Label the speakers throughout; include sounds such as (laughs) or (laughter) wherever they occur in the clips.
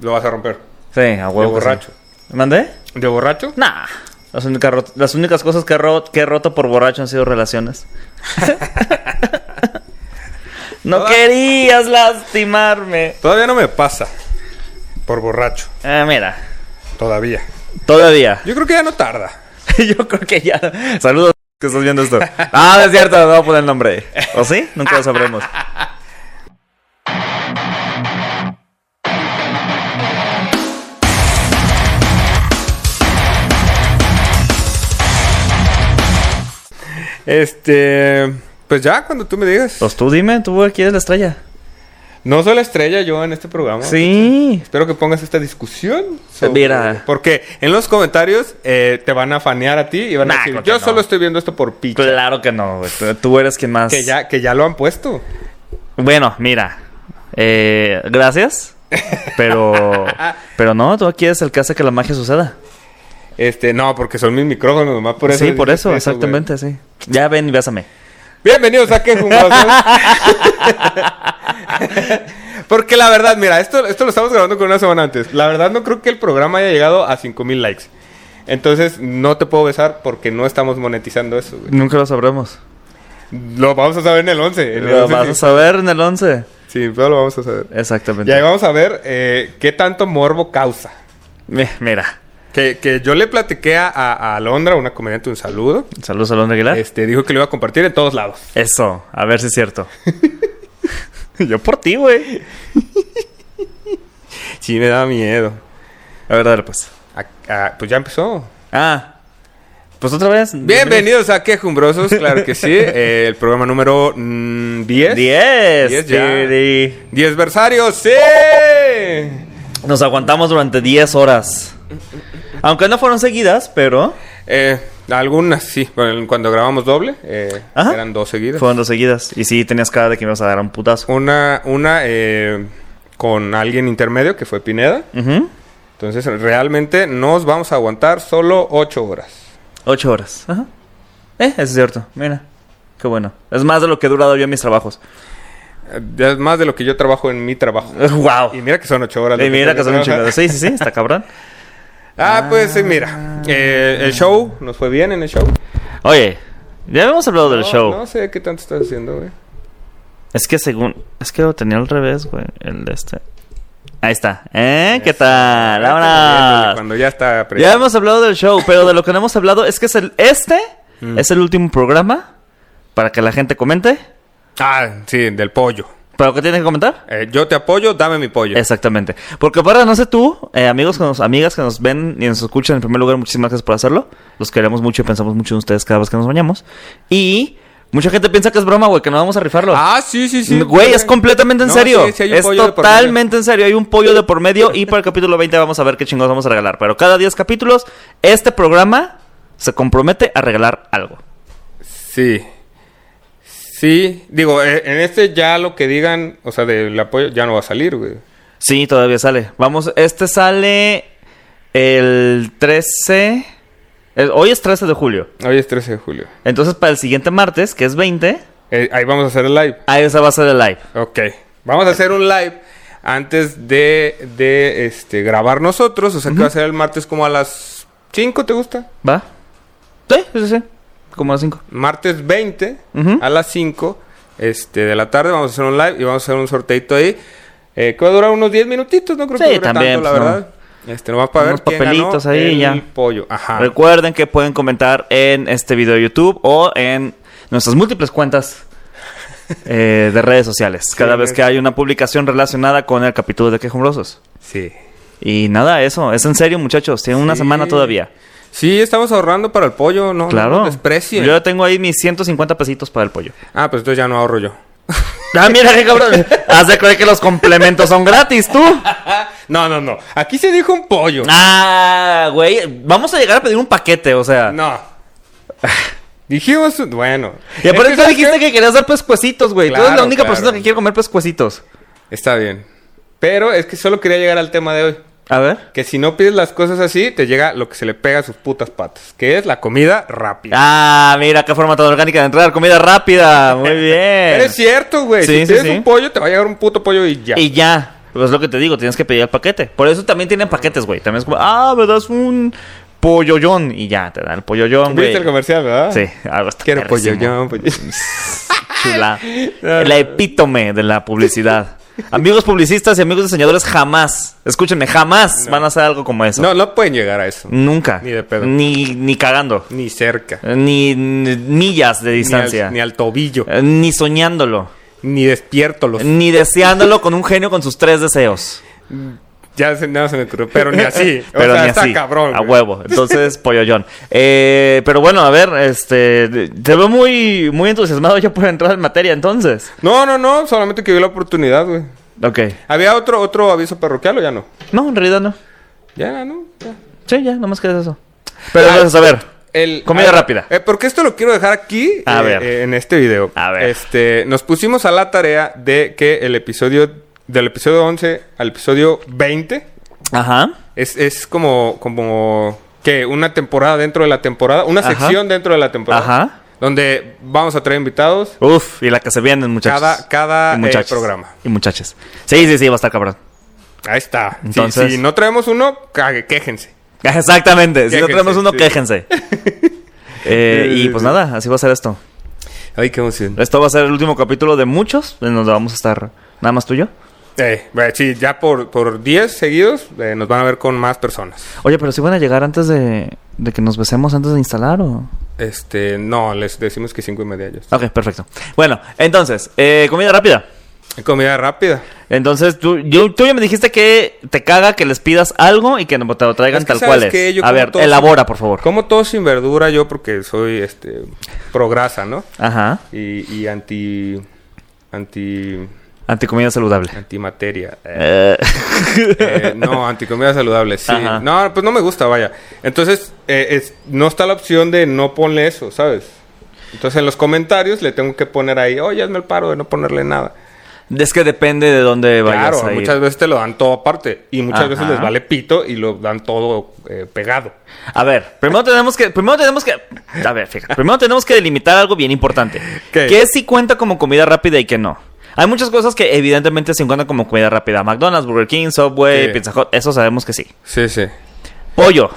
Speaker 1: lo vas a romper.
Speaker 2: Sí, a huevo.
Speaker 1: De
Speaker 2: que sí.
Speaker 1: borracho.
Speaker 2: ¿Mandé?
Speaker 1: ¿De borracho?
Speaker 2: Nah. Las únicas, rot- las únicas cosas que, he ro- que he roto por borracho han
Speaker 1: (laughs)
Speaker 2: sido relaciones. no querías lastimarme.
Speaker 1: Todavía no me pasa. Por borracho.
Speaker 2: Ah, mira.
Speaker 1: Todavía.
Speaker 2: Todavía. (laughs)
Speaker 1: Yo creo que ya no tarda.
Speaker 2: Yo creo que ya. Saludos que estás
Speaker 1: (laughs)
Speaker 2: viendo esto. Ah, no es cierto, no voy a poner el nombre. ¿O sí? Nunca
Speaker 1: (laughs)
Speaker 2: lo sabremos.
Speaker 1: Este. Pues ya, cuando tú me digas.
Speaker 2: Pues tú dime, tú aquí eres la estrella.
Speaker 1: No soy la estrella yo en este programa.
Speaker 2: Sí.
Speaker 1: Espero que pongas esta discusión. sobre-
Speaker 2: Mira.
Speaker 1: Porque en los comentarios eh, te van a fanear a ti y van
Speaker 2: Nah,
Speaker 1: a decir:
Speaker 2: creo que
Speaker 1: Yo
Speaker 2: no.
Speaker 1: solo estoy viendo esto por picha.
Speaker 2: Claro que no, güey. Tú, tú eres quien más.
Speaker 1: Que ya, que ya lo han puesto.
Speaker 2: Bueno, mira. Eh, gracias.
Speaker 1: (laughs)
Speaker 2: Pero. Pero no, tú aquí eres el que hace que la magia suceda.
Speaker 1: Este, no, porque son mis micrófonos, nomás por eso.
Speaker 2: sí, por
Speaker 1: dices
Speaker 2: eso,
Speaker 1: güey.
Speaker 2: exactamente, sí. Ya ven y bésame.
Speaker 1: Bienvenidos a Que Junglados. (laughs) Porque la verdad, mira, esto, esto lo estamos grabando con una semana antes. La verdad no creo que el programa haya llegado a 5000 likes. Entonces no te puedo besar porque no estamos monetizando eso, güey.
Speaker 2: Nunca lo sabremos.
Speaker 1: Lo vamos a saber en el 11. En el
Speaker 2: Lo
Speaker 1: 11
Speaker 2: vas
Speaker 1: sí.
Speaker 2: a saber en el 11.
Speaker 1: Sí, pero lo vamos a saber. Y
Speaker 2: Exactamente.
Speaker 1: ahí vamos a ver eh, qué tanto morbo causa.
Speaker 2: Mi- Mira.
Speaker 1: Que, que yo le platiqué a, a Alondra, una comediante, un saludo.
Speaker 2: Saludos a Londres Aguilar.
Speaker 1: Este, dijo que lo iba a compartir en todos lados.
Speaker 2: Eso, a ver si
Speaker 1: (laughs)
Speaker 2: es cierto. Yo por ti, güey.
Speaker 1: Sí, me da miedo.
Speaker 2: A ver, dale pues.
Speaker 1: Ah, ah, pues ya empezó.
Speaker 2: Ah. Pues otra vez.
Speaker 1: Bienvenidos a Quejumbrosos, claro
Speaker 2: (laughs)
Speaker 1: que sí. Eh, el programa número mm, 10. 10. Diez
Speaker 2: 10.
Speaker 1: ya.
Speaker 2: Tiri.
Speaker 1: versario, sí.
Speaker 2: Nos aguantamos durante 10 horas. Aunque no fueron seguidas, pero
Speaker 1: Eh, algunas sí. Bueno, cuando grabamos doble, eh,
Speaker 2: Ajá.
Speaker 1: eran dos seguidas.
Speaker 2: fueron dos seguidas. Y sí, tenías cara de que me ibas a dar un putazo.
Speaker 1: Una, una eh, con alguien intermedio que fue Pineda.
Speaker 2: Ujú.
Speaker 1: Entonces, realmente nos vamos a aguantar solo 8 horas.
Speaker 2: Ocho horas. Ajá. Eh, eso es cierto. Mira. Qué bueno. Es más de lo que he durado yo en mis trabajos.
Speaker 1: Eh, ya Es más de lo que yo trabajo en mi trabajo.
Speaker 2: wow.
Speaker 1: Y mira que son 8 horas. lo
Speaker 2: Y mira
Speaker 1: tengo
Speaker 2: que son un
Speaker 1: trabajar.
Speaker 2: chingado. Sí, sí, sí. Está cabrón.
Speaker 1: Ah, pues sí, mira. Eh, el show, nos fue bien en el show.
Speaker 2: Oye, ya habíamos hablado del
Speaker 1: No,
Speaker 2: show.
Speaker 1: No sé qué tanto estás haciendo, güey.
Speaker 2: Es que según. Es que lo tenía al revés, güey. El de este. Ahí está. ¿Eh? ¿Qué tal?
Speaker 1: Este,
Speaker 2: ¡Vámonos!
Speaker 1: Cuando ya está aprendiendo.
Speaker 2: Ya hemos hablado del show, pero de lo que no hemos hablado es que es el, este
Speaker 1: Mm.
Speaker 2: es el último programa para que la gente comente.
Speaker 1: Ah, sí, del pollo.
Speaker 2: ¿Pero qué tienen que comentar?
Speaker 1: Eh, yo te apoyo, dame mi pollo.
Speaker 2: Exactamente. Porque para, no sé tú, eh, amigos, que nos, amigas que nos ven y nos escuchan, en primer lugar, muchísimas gracias por hacerlo. Los queremos mucho y pensamos mucho en ustedes cada vez que nos bañamos. Y mucha gente piensa que es broma, güey, que no vamos a rifarlo.
Speaker 1: Ah, sí, sí, sí.
Speaker 2: Güey, es completamente en
Speaker 1: No,
Speaker 2: serio.
Speaker 1: sí, sí hay un
Speaker 2: es
Speaker 1: pollo de por medio.
Speaker 2: totalmente en serio. Hay un pollo de por medio y para el capítulo 20 vamos a ver qué chingados vamos a regalar. Pero cada 10 capítulos, este programa se compromete a regalar algo.
Speaker 1: Sí. Sí. Digo, eh, en este ya lo que digan, o sea, del apoyo ya no va a salir, güey.
Speaker 2: Sí, todavía sale. Vamos, este sale el 13. el- hoy es 13 de julio.
Speaker 1: Hoy es 13 de julio.
Speaker 2: Entonces, para el siguiente martes, que es 20,
Speaker 1: Eh, ahí vamos a hacer el live.
Speaker 2: ahí esa va a ser el live.
Speaker 1: Ok. Vamos a hacer un live antes de, de este, grabar nosotros. O sea, que va a ser el martes como a las 5, ¿te gusta?
Speaker 2: ¿Va? Sí, sí, sí. Como a las 5.
Speaker 1: martes 20
Speaker 2: Ujú.
Speaker 1: a las 5 este, de la tarde. Vamos a hacer un live y vamos a hacer un sorteito ahí. eh, que va a durar unos 10 minutitos, no creo
Speaker 2: Sí,
Speaker 1: que dure
Speaker 2: también,
Speaker 1: tanto, la
Speaker 2: pues, no.
Speaker 1: verdad. Este, nomás para
Speaker 2: Unos
Speaker 1: ver quién ganó
Speaker 2: papelitos ahí y
Speaker 1: el
Speaker 2: ya.
Speaker 1: pollo.
Speaker 2: Ah.
Speaker 1: Ajá.
Speaker 2: Recuerden que pueden comentar en este video de YouTube o en nuestras múltiples (laughs) cuentas eh, de redes sociales. Cada
Speaker 1: Sí,
Speaker 2: vez
Speaker 1: es-
Speaker 2: que hay una publicación relacionada con el capítulo de Quejumbrosos.
Speaker 1: Sí.
Speaker 2: Y nada, eso. Es en serio, muchachos. Tienen una
Speaker 1: Sí.
Speaker 2: semana todavía.
Speaker 1: Sí, estamos ahorrando para el pollo, no,
Speaker 2: Claro.
Speaker 1: no nos desprecien.
Speaker 2: Yo ya tengo ahí mis 150 pesitos para el pollo.
Speaker 1: Ah, pues entonces ya no ahorro yo.
Speaker 2: (laughs) Ah, mira qué cabrón. Has de creer que los complementos son gratis, tú.
Speaker 1: No, no, no. Aquí se dijo un pollo.
Speaker 2: Ah, güey. Vamos a llegar a pedir un paquete, o sea. (laughs)
Speaker 1: No. Dijimos, un- bueno. Este
Speaker 2: Y por
Speaker 1: Es
Speaker 2: eso
Speaker 1: ¿sabes qué?
Speaker 2: dijiste que querías dar pescuecitos, güey. tú eres la
Speaker 1: Claro,
Speaker 2: única
Speaker 1: claro.
Speaker 2: persona que quiere comer pescuecitos.
Speaker 1: Está bien. Pero es que solo quería llegar al tema de hoy.
Speaker 2: A ver.
Speaker 1: Que si no pides las cosas así, te llega lo que se le pega a sus putas patas, que es la comida rápida.
Speaker 2: Ah, mira, qué forma tan orgánica de entrar. Comida rápida. Muy bien.
Speaker 1: (laughs) Pero es cierto, güey.
Speaker 2: Sí,
Speaker 1: si
Speaker 2: sí,
Speaker 1: pides
Speaker 2: sí.
Speaker 1: un pollo, te va a llegar un puto pollo y ya.
Speaker 2: Y ya. Pues es lo que te digo, tienes que pedir el paquete. Por eso también tienen paquetes, güey. También es como, ah, me das un pollollón. Y ya, te dan el pollollón, güey.
Speaker 1: Viste el comercial, ¿verdad?
Speaker 2: Sí, algo está
Speaker 1: Quiero pollo,
Speaker 2: perrísimo.
Speaker 1: yo, pollo. (laughs)
Speaker 2: Chula.
Speaker 1: No, no.
Speaker 2: La epítome de la publicidad. Amigos publicistas y amigos diseñadores, jamás, escúchenme, jamás
Speaker 1: No.
Speaker 2: van a hacer algo como eso.
Speaker 1: No, no pueden llegar a eso.
Speaker 2: Nunca.
Speaker 1: Ni de pedo.
Speaker 2: Ni, ni cagando.
Speaker 1: Ni cerca.
Speaker 2: Ni, ni millas de
Speaker 1: Ni al,
Speaker 2: distancia.
Speaker 1: ni al tobillo.
Speaker 2: Eh, ni soñándolo.
Speaker 1: Ni despierto los.
Speaker 2: Ni deseándolo con un genio con sus tres deseos.
Speaker 1: (laughs) Ya se, nada se me ocurrió. Pero ni así.
Speaker 2: (laughs)
Speaker 1: O
Speaker 2: pero
Speaker 1: sea,
Speaker 2: ni
Speaker 1: está
Speaker 2: así,
Speaker 1: cabrón.
Speaker 2: A
Speaker 1: güey.
Speaker 2: huevo.
Speaker 1: (laughs)
Speaker 2: Entonces, pollollón. Eh, pero bueno, a ver, este. Te veo muy, muy entusiasmado ya por entrar en materia, entonces.
Speaker 1: No, no, no. Solamente que vi la oportunidad, güey.
Speaker 2: Ok.
Speaker 1: ¿Había otro, otro aviso parroquial o ya no?
Speaker 2: No, en realidad no.
Speaker 1: Ya, no. Ya.
Speaker 2: Sí, ya, nomás queda eso. Pero
Speaker 1: Ah,
Speaker 2: entonces, a ver.
Speaker 1: El-
Speaker 2: Comida
Speaker 1: ah,
Speaker 2: rápida.
Speaker 1: eh, porque esto lo quiero dejar aquí
Speaker 2: A
Speaker 1: eh,
Speaker 2: ver.
Speaker 1: eh, en este video.
Speaker 2: A ver.
Speaker 1: Este, nos pusimos a la tarea de que el episodio del episodio 11 al episodio 20
Speaker 2: Ajá.
Speaker 1: es, es como como que una temporada dentro de la temporada, una
Speaker 2: Ajá.
Speaker 1: sección dentro de la temporada.
Speaker 2: Ajá.
Speaker 1: Donde vamos a traer invitados
Speaker 2: Uf, y la que se vienen, muchachos.
Speaker 1: cada cada
Speaker 2: Y
Speaker 1: eh,
Speaker 2: muchachas.
Speaker 1: programa.
Speaker 2: Y muchachas. Sí, sí, sí, va a estar cabrón. (laughs)
Speaker 1: Ahí está. Si-
Speaker 2: Entonces-
Speaker 1: si, no traemos uno, cague- quéjense.
Speaker 2: Exactamente. Si no
Speaker 1: Quéjense,
Speaker 2: tenemos uno,
Speaker 1: sí. (laughs)
Speaker 2: quéjense. Eh,
Speaker 1: Sí, sí,
Speaker 2: y pues
Speaker 1: sí.
Speaker 2: nada, así va a ser esto.
Speaker 1: Ay, qué emoción.
Speaker 2: Esto va a ser el último capítulo de muchos, en donde vamos a estar nada más tú y yo.
Speaker 1: Eh, bueno, sí, ya por por 10 seguidos eh, nos van a ver con más personas.
Speaker 2: Oye, pero si van a llegar antes de, de que nos besemos, antes de instalar o...
Speaker 1: Este, no, les decimos que cinco y media ya está.
Speaker 2: Ok, perfecto. Bueno, entonces, eh, comida rápida.
Speaker 1: Comida rápida.
Speaker 2: Entonces, tú, yo, tú ya me dijiste que te caga que les pidas algo y que no te lo traigan
Speaker 1: Es que
Speaker 2: tal
Speaker 1: ¿sabes
Speaker 2: cual es.
Speaker 1: qué? Yo
Speaker 2: a
Speaker 1: como
Speaker 2: ver,
Speaker 1: todo
Speaker 2: elabora, por favor.
Speaker 1: Como todo sin verdura yo porque soy este pro grasa, ¿no?
Speaker 2: Ajá.
Speaker 1: Y, y anti anti
Speaker 2: Anticomida saludable.
Speaker 1: antimateria. Eh,
Speaker 2: Eh, (laughs)
Speaker 1: eh, no, anticomida saludable, sí.
Speaker 2: Ajá.
Speaker 1: No, pues no me gusta, vaya. Entonces, eh, es- no está la opción de no ponle eso, ¿sabes? Entonces, en los comentarios le tengo que poner ahí, oye, hazme el paro de no ponerle nada.
Speaker 2: es que depende de dónde vayas
Speaker 1: Claro,
Speaker 2: a ir.
Speaker 1: muchas veces te lo dan todo aparte y muchas veces
Speaker 2: Ajá.
Speaker 1: les vale pito y lo dan todo eh, pegado.
Speaker 2: A ver, primero tenemos que... Primero tenemos que... A ver, fíjate. Primero tenemos que delimitar algo bien importante.
Speaker 1: ¿Qué?
Speaker 2: Que sí cuenta como comida rápida y que no. Hay muchas cosas que evidentemente se encuentran como comida rápida. McDonald's, Burger King, Subway,
Speaker 1: Sí.
Speaker 2: Pizza Hut. Eso sabemos que sí.
Speaker 1: Sí, sí.
Speaker 2: Pollo.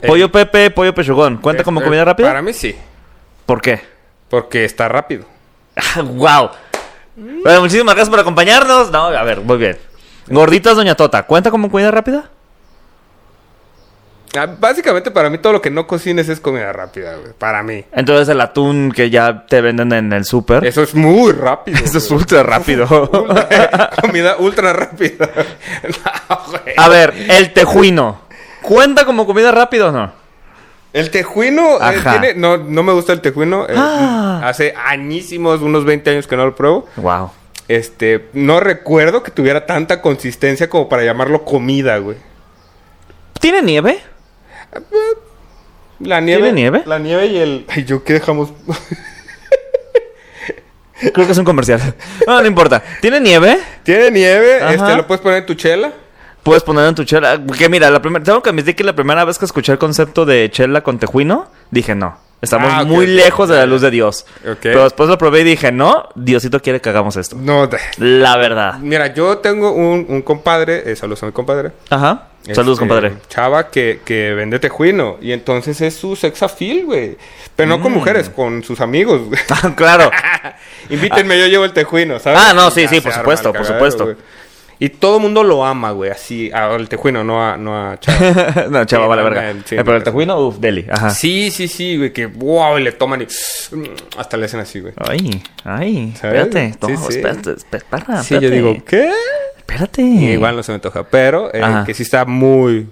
Speaker 1: Eh.
Speaker 2: Pollo Pepe, pollo pechugón. ¿Cuenta
Speaker 1: Eh,
Speaker 2: como
Speaker 1: eh,
Speaker 2: comida rápida?
Speaker 1: Para mí sí,
Speaker 2: ¿Por qué? (laughs)
Speaker 1: porque está rápido.
Speaker 2: ¡Wow! Bueno, muchísimas gracias por acompañarnos. No, a ver, muy bien. Gorditas Doña Tota, ¿cuenta como comida rápida?
Speaker 1: Ah, Básicamente para mí todo lo que no cocines es comida rápida, güey. Para mí.
Speaker 2: Entonces el atún que ya te venden en el súper.
Speaker 1: Eso es (laughs) muy rápido.
Speaker 2: Esto es
Speaker 1: güey.
Speaker 2: ultra (laughs) rápido.
Speaker 1: Ultra- (laughs) comida ultra rápida. (laughs) No, güey.
Speaker 2: a ver, el tejuino. Eh, ¿Cuenta como comida rápida o no?
Speaker 1: El tejuino eh,
Speaker 2: Ajá.
Speaker 1: tiene- No, no me gusta el tejuino. eh,
Speaker 2: Ah.
Speaker 1: Hace añísimos, unos 20 años que no lo pruebo.
Speaker 2: ¡Wow!
Speaker 1: Este, no recuerdo que tuviera tanta consistencia como para llamarlo comida, güey.
Speaker 2: ¿Tiene nieve?
Speaker 1: La nieve.
Speaker 2: ¿Tiene nieve?
Speaker 1: La nieve y el. Ay, yo qué (laughs) dejamos.
Speaker 2: Creo que es un comercial. No, no importa. ¿Tiene nieve?
Speaker 1: Tiene nieve,
Speaker 2: Ajá.
Speaker 1: este, lo puedes poner en tu chela.
Speaker 2: Puedes poner en tu chela. Que mira, la primera tengo que admitir que la primera vez que escuché el concepto de chela con tejuino, dije no. Estamos
Speaker 1: Ah, ok,
Speaker 2: muy
Speaker 1: ok,
Speaker 2: lejos de la
Speaker 1: ok.
Speaker 2: luz de Dios.
Speaker 1: Ok.
Speaker 2: Pero después lo probé y dije, no, Diosito quiere que hagamos esto.
Speaker 1: No, de-
Speaker 2: La verdad.
Speaker 1: Mira, yo tengo un, un compadre, eh, saludos a mi compadre.
Speaker 2: Ajá. Saludos,
Speaker 1: Este,
Speaker 2: compadre. (laughs)
Speaker 1: Chava que, que vende tejuino. Y entonces es su sex appeal, güey. Pero no
Speaker 2: Mm.
Speaker 1: con mujeres, con sus amigos, güey. (laughs)
Speaker 2: Ah, claro.
Speaker 1: Invítenme, yo llevo el tejuino, ¿sabes?
Speaker 2: Ah, no, sí,
Speaker 1: Ya
Speaker 2: sí,
Speaker 1: se
Speaker 2: por
Speaker 1: arma
Speaker 2: supuesto,
Speaker 1: el
Speaker 2: por supuesto.
Speaker 1: güey. Y todo el mundo lo ama, güey, así, al tejuino, no a, no a
Speaker 2: (laughs)
Speaker 1: Chava.
Speaker 2: no, chava,
Speaker 1: Sí,
Speaker 2: vale
Speaker 1: no,
Speaker 2: verga.
Speaker 1: no,
Speaker 2: Eh,
Speaker 1: sí,
Speaker 2: pero el
Speaker 1: no.
Speaker 2: tejuino, uff, deli. Ajá.
Speaker 1: Sí, sí, sí, güey, que wow, y le toman y (sniffs) hasta le hacen así, güey.
Speaker 2: Ay, ay.
Speaker 1: ¿Sabes?
Speaker 2: Espérate. No,
Speaker 1: Sí, sí.
Speaker 2: espérate, espérate, espérate.
Speaker 1: Sí, yo digo, ¿qué?
Speaker 2: Espérate.
Speaker 1: Y igual no se me antoja, pero eh,
Speaker 2: Ajá.
Speaker 1: que sí está muy,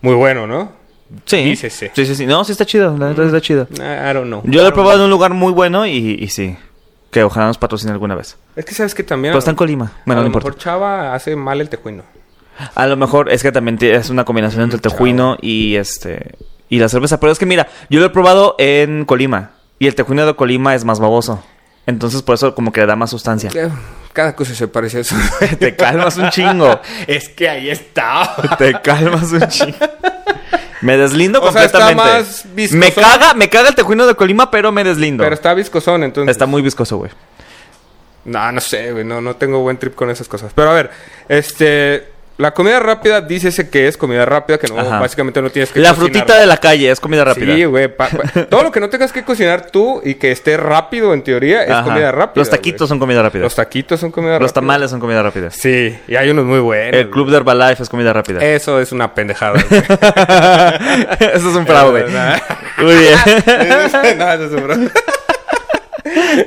Speaker 1: muy bueno, ¿no?
Speaker 2: Sí. Sí,
Speaker 1: Dícese.
Speaker 2: sí, sí. No, sí está chido. La verdad
Speaker 1: Mm.
Speaker 2: está chido.
Speaker 1: Ah, I I don't know.
Speaker 2: Yo lo he probado en un lugar muy bueno y, y sí. Que ojalá nos patrocine alguna vez.
Speaker 1: Es que sabes que también.
Speaker 2: Pero está en Colima. Bueno,
Speaker 1: a lo
Speaker 2: no importa.
Speaker 1: mejor Chava hace mal el tejuino.
Speaker 2: A lo mejor es que también ti- es una combinación entre el tejuino y este y la cerveza. Pero es que mira, yo lo he probado en Colima. Y el tejuino de Colima es más baboso. Entonces por eso como que le da más sustancia.
Speaker 1: Eh, Cada cosa se parece a eso.
Speaker 2: (laughs) Te calmas
Speaker 1: (laughs)
Speaker 2: un chingo.
Speaker 1: es que ahí
Speaker 2: (laughs)
Speaker 1: está.
Speaker 2: Te calmas un chingo. Me deslindo
Speaker 1: O sea, está
Speaker 2: completamente.
Speaker 1: más viscoso.
Speaker 2: me caga, me caga el tejuino de Colima, pero me deslindo.
Speaker 1: Pero está viscosón, entonces.
Speaker 2: Está muy viscoso, güey.
Speaker 1: No, no sé, güey. No, no tengo buen trip con esas cosas. Pero a ver, este. La comida rápida, dícese que es comida rápida, que no,
Speaker 2: Ajá.
Speaker 1: básicamente no tienes que
Speaker 2: La
Speaker 1: cocinar,
Speaker 2: frutita
Speaker 1: ¿no?
Speaker 2: de la calle es comida rápida.
Speaker 1: Sí, güey. pa- pa- todo lo que no tengas que cocinar tú y que esté rápido, en teoría, es
Speaker 2: Ajá.
Speaker 1: comida rápida.
Speaker 2: Los taquitos
Speaker 1: güey.
Speaker 2: son comida rápida.
Speaker 1: Los
Speaker 2: Los,
Speaker 1: taquitos son comida rápida.
Speaker 2: tamales son comida rápida.
Speaker 1: Sí, Eh. y hay unos muy buenos.
Speaker 2: El club de Herbalife es comida rápida.
Speaker 1: güey. Eso es una pendejada. güey.
Speaker 2: (laughs) Eso es un fraude.
Speaker 1: Eh, nah. (laughs)
Speaker 2: Muy bien.
Speaker 1: no, eso es un broma.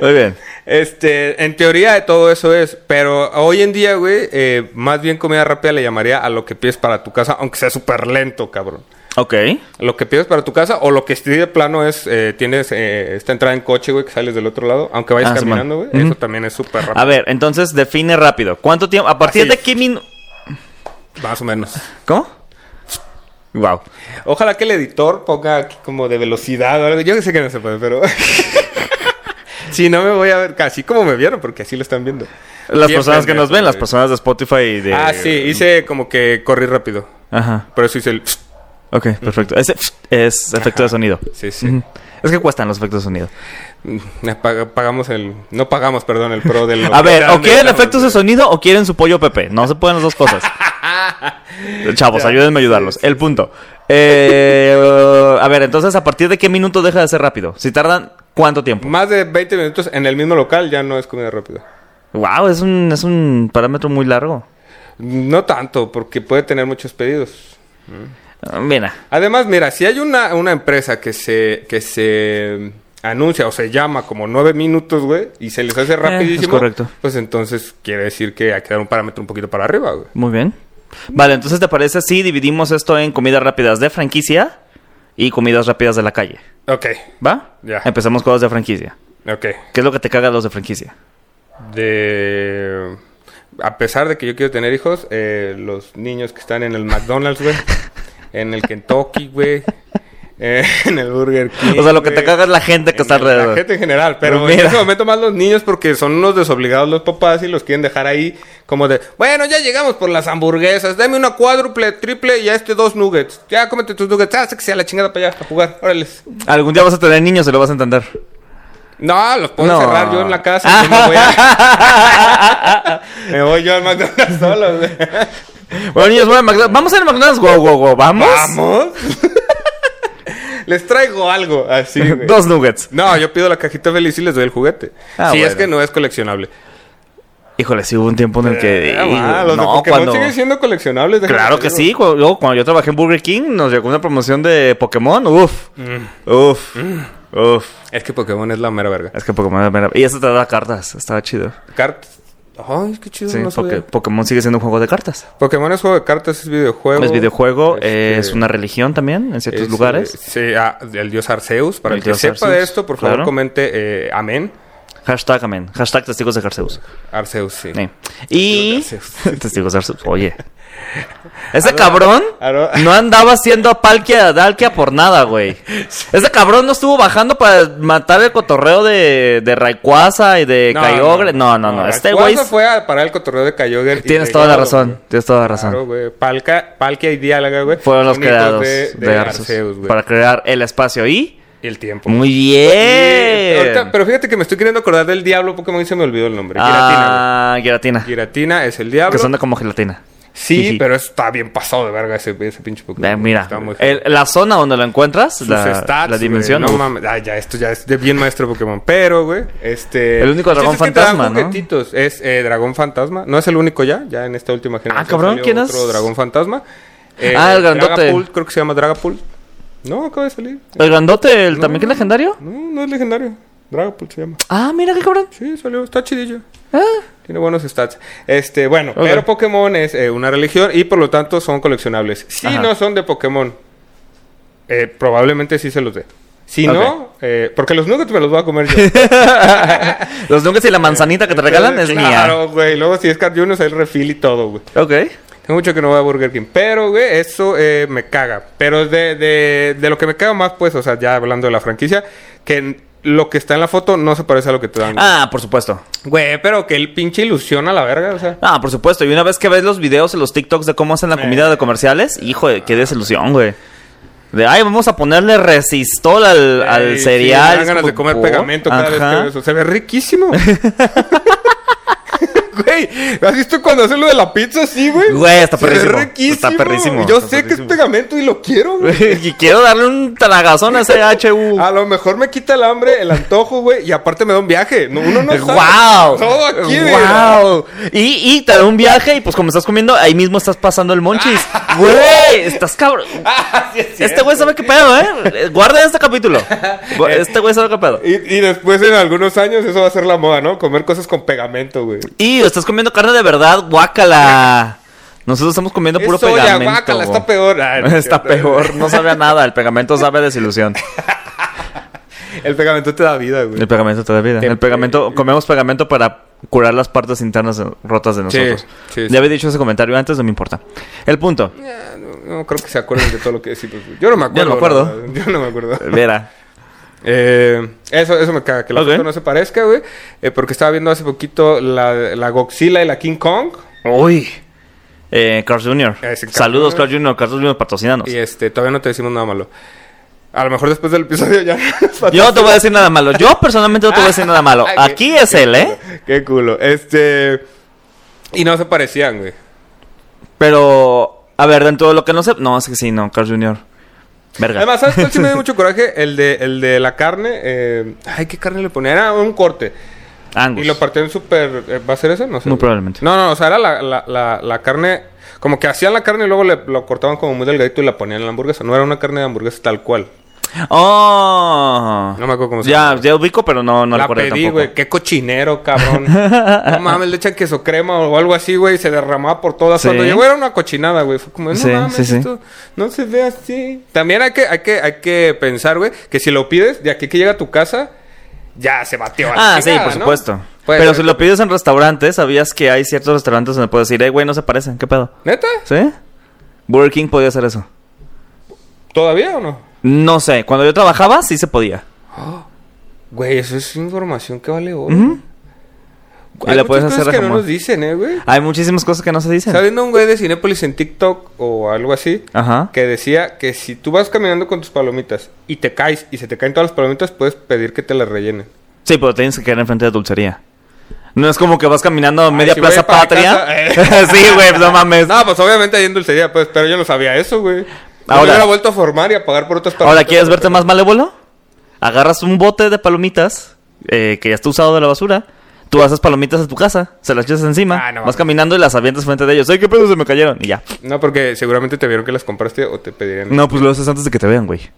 Speaker 2: Muy bien.
Speaker 1: Este, en teoría de todo eso es, pero hoy en día, güey, eh, más bien comida rápida le llamaría a lo que pides para tu casa, aunque sea súper lento, cabrón.
Speaker 2: Ok.
Speaker 1: Lo que pides para tu casa o lo que esté de plano es, eh, tienes eh, esta entrada en coche, güey, que sales del otro lado, aunque vayas
Speaker 2: Ah, Simón.
Speaker 1: caminando, güey,
Speaker 2: Ujú.
Speaker 1: eso también es súper rápido,
Speaker 2: A ver, entonces define rápido. ¿Cuánto tiempo? ¿A partir
Speaker 1: Así.
Speaker 2: de qué minuto?
Speaker 1: más o menos.
Speaker 2: ¿Cómo? Wow.
Speaker 1: Ojalá que el editor ponga aquí como de velocidad o algo, yo sé que no se puede, pero... (laughs) Si no me voy a ver, así como me vieron, porque así lo están viendo.
Speaker 2: Las
Speaker 1: Bien
Speaker 2: personas que nos
Speaker 1: pendejo,
Speaker 2: ven, las
Speaker 1: güey.
Speaker 2: personas de Spotify y de.
Speaker 1: Ah, sí, hice como que corrí rápido.
Speaker 2: Ajá.
Speaker 1: Por eso hice el...
Speaker 2: Ok, perfecto. Ese es efecto de sonido.
Speaker 1: Sí, sí.
Speaker 2: Ujú. Es que cuestan los efectos de sonido.
Speaker 1: Mm, pag- pagamos el... No pagamos, perdón, el pro del...
Speaker 2: (laughs) A ver, o
Speaker 1: Dame,
Speaker 2: quieren
Speaker 1: dame,
Speaker 2: efectos de
Speaker 1: dame.
Speaker 2: sonido o quieren su pollo Pepe. No se pueden las dos
Speaker 1: (laughs)
Speaker 2: cosas. Chavos,
Speaker 1: Ya.
Speaker 2: ayúdenme a ayudarlos. El punto. Eh, a ver, entonces, ¿a partir de qué minuto deja de ser rápido? Si tardan, ¿cuánto tiempo?
Speaker 1: Más de 20 minutos en el mismo local ya no es comida rápida.
Speaker 2: Wow, es un, es un parámetro muy largo.
Speaker 1: No tanto, porque puede tener muchos pedidos.
Speaker 2: Ah, Mira.
Speaker 1: Además, mira, si hay una, una empresa que se, que se mm, anuncia o se llama como 9 minutos, güey, y se les hace rapidísimo...
Speaker 2: Eh, es correcto.
Speaker 1: Pues entonces quiere decir que hay que dar un parámetro un poquito para arriba, güey.
Speaker 2: Muy bien. Vale, entonces te parece si dividimos esto en comidas rápidas de franquicia y comidas rápidas de la calle.
Speaker 1: Ok,
Speaker 2: ¿Va?
Speaker 1: Ya.
Speaker 2: Empezamos con los de franquicia.
Speaker 1: ok.
Speaker 2: ¿Qué es lo que te caga los de franquicia?
Speaker 1: De... A pesar de que yo quiero tener hijos, eh, los niños que están en el McDonald's, güey. en el Kentucky, güey. eh, en el Burger King.
Speaker 2: o sea, lo que te
Speaker 1: güey,
Speaker 2: caga es la gente
Speaker 1: en
Speaker 2: que está
Speaker 1: el-
Speaker 2: alrededor.
Speaker 1: La gente en general, pero
Speaker 2: Pues
Speaker 1: en
Speaker 2: mira.
Speaker 1: ese momento más los niños porque son unos desobligados los papás y los quieren dejar ahí como de, bueno, ya llegamos por las hamburguesas, dame una cuádruple, triple y a este dos nuggets. Ya cómete tus nuggets, ah, sé que sea la chingada para allá a jugar, órale.
Speaker 2: Algún día vas a tener niños y lo vas a entender.
Speaker 1: No, los puedo
Speaker 2: No. Ah.
Speaker 1: cerrar yo en la casa. y me, voy
Speaker 2: (laughs)
Speaker 1: a- me voy yo al McDonald's solo. güey.
Speaker 2: Bueno, niños, bueno, McDonald's- vamos a ir a McDonald's. Wow, wow, wow. ¿Vamos?
Speaker 1: Vamos. (laughs) les traigo algo
Speaker 2: (laughs)
Speaker 1: así. güey.
Speaker 2: Dos nuggets.
Speaker 1: No, yo pido la cajita feliz y les doy el juguete.
Speaker 2: Ah,
Speaker 1: si es
Speaker 2: bueno.
Speaker 1: que no es coleccionable.
Speaker 2: Híjole, sí hubo un tiempo en el que...
Speaker 1: Ah, ma, los de
Speaker 2: no,
Speaker 1: Pokémon
Speaker 2: cuando...
Speaker 1: siguen siendo coleccionables. déjame
Speaker 2: Claro
Speaker 1: te
Speaker 2: que
Speaker 1: digo.
Speaker 2: sí. cu- yo- cuando yo trabajé en Burger King, nos llegó una promoción de Pokémon. Uf. Uf. Uf.
Speaker 1: Es que Pokémon es la mera verga.
Speaker 2: Es que Pokémon era- Y eso te da cartas, estaba chido.
Speaker 1: Cartas. Ay, qué chido.
Speaker 2: Sí,
Speaker 1: no
Speaker 2: porque
Speaker 1: sabía.
Speaker 2: Pokémon sigue siendo un juego de cartas.
Speaker 1: Pokémon es juego de cartas, es videojuego.
Speaker 2: Es videojuego,
Speaker 1: Este,
Speaker 2: eh, es una religión también en ciertos
Speaker 1: es, eh,
Speaker 2: lugares.
Speaker 1: Sí, ah, el dios Arceus. Para
Speaker 2: El
Speaker 1: el, que
Speaker 2: dios
Speaker 1: sepa de
Speaker 2: Arceus,
Speaker 1: esto, por favor,
Speaker 2: claro.
Speaker 1: comente eh, amén.
Speaker 2: Hashtag amén. Hashtag testigos de Arceus.
Speaker 1: Arceus, sí.
Speaker 2: Eh. Y.
Speaker 1: Testigos
Speaker 2: (laughs) testigos de Arceus. Oye. Ese cabrón
Speaker 1: Aro- (laughs)
Speaker 2: no andaba haciendo a Palkia a Dalkia por nada, güey. Ese cabrón no estuvo bajando para matar el cotorreo de, de Rayquaza y de Kyogre. No, no, no. Este güey.
Speaker 1: Rayquaza fue a parar el cotorreo de Kyogre? y
Speaker 2: Tienes
Speaker 1: de
Speaker 2: toda la
Speaker 1: Gyarados,
Speaker 2: razón.
Speaker 1: güey.
Speaker 2: Tienes toda la razón.
Speaker 1: Claro, güey. Palca, Palkia y Diálaga, güey.
Speaker 2: Fueron los
Speaker 1: son hijos
Speaker 2: creados
Speaker 1: de, de Arceus, güey.
Speaker 2: Para crear el espacio y...
Speaker 1: Y el tiempo.
Speaker 2: ¡Muy
Speaker 1: Y
Speaker 2: bien!
Speaker 1: ahorita- pero fíjate que me estoy queriendo acordar del diablo Pokémon y se me olvidó el nombre. Giratina.
Speaker 2: ah, gelatina.
Speaker 1: güey. Giratina es el diablo.
Speaker 2: Que son de como gelatina.
Speaker 1: Sí,
Speaker 2: Jiji.
Speaker 1: pero está bien pasado de verga ese, ese pinche Pokémon.
Speaker 2: Eh, mira,
Speaker 1: Está muy
Speaker 2: el- la zona donde lo encuentras,
Speaker 1: Sus
Speaker 2: la,
Speaker 1: stats,
Speaker 2: la dimensión.
Speaker 1: güey,
Speaker 2: uf.
Speaker 1: no mames. Ah, ya, esto ya es de bien maestro Pokémon. Pero, güey, este.
Speaker 2: El único dragón
Speaker 1: chiste es que te dan
Speaker 2: fantasma, ¿no?
Speaker 1: juguetitos. Es eh, dragón fantasma. No es el único ya. Ya en esta última generación.
Speaker 2: Ah, cabrón,
Speaker 1: salió
Speaker 2: ¿quién
Speaker 1: otro
Speaker 2: es?
Speaker 1: dragón fantasma. Eh,
Speaker 2: Ah, el grandote.
Speaker 1: Dragapult, creo que se llama Dragapult. No, acaba de salir.
Speaker 2: El grandote, el
Speaker 1: No,
Speaker 2: también que es
Speaker 1: no.
Speaker 2: legendario.
Speaker 1: No, no es legendario. Dragapult se llama.
Speaker 2: Ah, mira qué cabrón.
Speaker 1: Sí, salió. Está chidillo.
Speaker 2: Ah.
Speaker 1: Tiene buenos stats. Este, bueno,
Speaker 2: Ok.
Speaker 1: pero Pokémon es eh, una religión y por lo tanto son coleccionables. Si
Speaker 2: Ajá.
Speaker 1: no son de Pokémon, eh, probablemente sí se los dé. Si
Speaker 2: Ok.
Speaker 1: no, eh, porque los nuggets me los voy a comer yo.
Speaker 2: (laughs) Los nuggets y la manzanita que te regalan es mía.
Speaker 1: Claro, güey. Luego si es Card Juniors, el refill y todo, güey.
Speaker 2: Ok.
Speaker 1: Tengo mucho que no voy a Burger King. Pero, güey, eso eh, me caga. Pero de, de, de lo que me caga más, pues, o sea, ya hablando de la franquicia, que n- lo que está en la foto no se parece a lo que te dan. güey.
Speaker 2: Ah, por supuesto.
Speaker 1: Güey, pero que el pinche ilusión a la verga, o sea.
Speaker 2: Ah, por supuesto. Y una vez que ves los videos y los TikToks de cómo hacen la comida de comerciales, hijo, de- qué desilusión, güey. De, ay, vamos a ponerle resistol al, al
Speaker 1: Ey, sí,
Speaker 2: cereal.
Speaker 1: me dan
Speaker 2: Es
Speaker 1: ganas
Speaker 2: como,
Speaker 1: de comer
Speaker 2: ¿por?
Speaker 1: pegamento cada vez
Speaker 2: Ajá.
Speaker 1: que veo eso. Se ve riquísimo. (laughs) Güey, ¿has visto cuando hacen lo de la pizza así, güey?
Speaker 2: Güey, está
Speaker 1: Se ve
Speaker 2: perrísimo,
Speaker 1: riquísimo.
Speaker 2: está perrísimo,
Speaker 1: Yo
Speaker 2: está
Speaker 1: sé
Speaker 2: perrísimo.
Speaker 1: que es pegamento y lo quiero, güey.
Speaker 2: (laughs) Y quiero darle un tragazón a ese HU.
Speaker 1: A lo mejor me quita el hambre, el antojo, güey, y aparte me da un viaje. No, uno no sabe.
Speaker 2: ¡Wow!
Speaker 1: Todo aquí, güey.
Speaker 2: ¡Wow! Y, y te da un viaje y pues como estás comiendo, ahí mismo estás pasando el monchis.
Speaker 1: (laughs)
Speaker 2: ¡Güey! Estás cabrón.
Speaker 1: Ah, sí es
Speaker 2: Este
Speaker 1: cierto.
Speaker 2: güey sabe qué pedo, ¿eh? Eh, Guarda
Speaker 1: (laughs)
Speaker 2: este capítulo. Gu- Este güey sabe qué pedo.
Speaker 1: Y, y después en algunos años eso va a ser la moda, ¿no? Comer cosas con pegamento, güey.
Speaker 2: Y estás comiendo carne de verdad, guácala. Nosotros estamos comiendo puro
Speaker 1: Es soya,
Speaker 2: pegamento.
Speaker 1: guácala,
Speaker 2: güey.
Speaker 1: está peor. Ah, no es
Speaker 2: (laughs) Está
Speaker 1: cierto.
Speaker 2: peor, no sabe a nada. El pegamento sabe a desilusión.
Speaker 1: El pegamento te da vida, güey.
Speaker 2: El pegamento te da vida.
Speaker 1: Te-
Speaker 2: El pegamento, comemos pegamento para curar las partes internas de- rotas de
Speaker 1: Sí,
Speaker 2: nosotros.
Speaker 1: sí, sí.
Speaker 2: Ya había dicho ese comentario antes, no me importa. El punto.
Speaker 1: Ah, No, no creo que se acuerden de todo lo que decimos. güey. Yo no me acuerdo.
Speaker 2: Yo no me acuerdo.
Speaker 1: la verdad. (laughs) Yo no me acuerdo.
Speaker 2: Vera.
Speaker 1: Eh, eso, eso me caga, que la
Speaker 2: Ok.
Speaker 1: foto no se parezca, güey. Eh, porque estaba viendo hace poquito la, la Godzilla y la King Kong.
Speaker 2: Uy. Eh, Carl Jr.
Speaker 1: Ese Carl
Speaker 2: Saludos,
Speaker 1: Jr.
Speaker 2: Carl Jr. Carl Jr. patrocinanos.
Speaker 1: Y este, todavía no te decimos nada malo. A lo mejor después del episodio ya. (laughs)
Speaker 2: Yo no te voy a decir nada malo. Yo personalmente no te voy a decir
Speaker 1: (laughs)
Speaker 2: nada malo.
Speaker 1: Ay, qué-
Speaker 2: Aquí es él, ¿eh?
Speaker 1: Qué culo. Este. Y no se parecían, güey.
Speaker 2: Pero, a ver, dentro de lo que no sé. No, es que sí, no, Carl Jr. Verga.
Speaker 1: Además, ¿sabes cuál sí
Speaker 2: (laughs)
Speaker 1: me dio mucho coraje? El de, el de la carne. eh, Ay, ¿qué carne le ponía? Era un corte.
Speaker 2: Angus.
Speaker 1: Y lo partieron súper... eh, ¿Va a ser ese? No sé.
Speaker 2: Muy probablemente.
Speaker 1: No, no, o sea, era la, la, la, la carne... Como que hacían la carne y luego le, lo cortaban como muy delgadito y la ponían en la hamburguesa. No era una carne de hamburguesa tal cual.
Speaker 2: Oh.
Speaker 1: No me acuerdo cómo se
Speaker 2: ya,
Speaker 1: llama.
Speaker 2: ya ubico, pero no, no
Speaker 1: la
Speaker 2: recuerdo
Speaker 1: pedí,
Speaker 2: tampoco.
Speaker 1: güey. Qué cochinero,
Speaker 2: (laughs)
Speaker 1: cabrón. no mames, le echan queso crema o algo así, güey. y Se derramaba por todas.
Speaker 2: Sí.
Speaker 1: Cuando llegó era una cochinada, güey. Fue como, no
Speaker 2: Sí,
Speaker 1: mames,
Speaker 2: sí, sí.
Speaker 1: esto no se ve así. También hay que, hay que, hay que pensar, güey, que si lo pides, de aquí que llega a tu casa, ya se batió. a la
Speaker 2: Ah, sí,
Speaker 1: chingada,
Speaker 2: por
Speaker 1: ¿no? Pues,
Speaker 2: supuesto.
Speaker 1: Puede
Speaker 2: Pero
Speaker 1: ser
Speaker 2: si
Speaker 1: que-
Speaker 2: lo pides en restaurantes, ¿sabías que hay ciertos restaurantes donde puedes decir, eh, güey, no se parecen? ¿Qué pedo?
Speaker 1: ¿Neta?
Speaker 2: ¿Sí? Burger King podía hacer eso.
Speaker 1: ¿Todavía o no?
Speaker 2: No sé, cuando yo trabajaba sí se podía.
Speaker 1: Güey, eso es información que vale oro.
Speaker 2: Y la puedes hacer
Speaker 1: que no
Speaker 2: rejamoar.
Speaker 1: nos dicen, eh, güey.
Speaker 2: Hay muchísimas cosas que no se dicen.
Speaker 1: Estaba viendo un güey de Cinépolis en TikTok o algo así
Speaker 2: Ajá.
Speaker 1: que decía que si tú vas caminando con tus palomitas y te caes y se te caen todas las palomitas, puedes pedir que te las rellenen.
Speaker 2: Sí, pero tienes que quedar enfrente de dulcería. No es como que vas caminando a
Speaker 1: Ay,
Speaker 2: media
Speaker 1: si voy
Speaker 2: plaza
Speaker 1: para
Speaker 2: patria. (laughs)
Speaker 1: casa, eh.
Speaker 2: sí, güey, no mames.
Speaker 1: No, pues obviamente ahí en dulcería, pues, pero yo no sabía eso, güey. Ahora.
Speaker 2: Ahora-
Speaker 1: Me hubiera vuelto a formar y a pagar por otras palomitas.
Speaker 2: Ahora, ¿quieres verte más malévolo? Agarras un bote de palomitas eh, que ya está usado de la basura. Tú haces palomitas a tu casa, se las echas encima,
Speaker 1: Ah, no
Speaker 2: vas
Speaker 1: mames.
Speaker 2: caminando y las avientas frente de ellos. ¡Ay, qué pedo se me cayeron! Y ya.
Speaker 1: No, porque seguramente te vieron que las compraste o te pedirían.
Speaker 2: No, pues lo haces antes de que te vean, güey.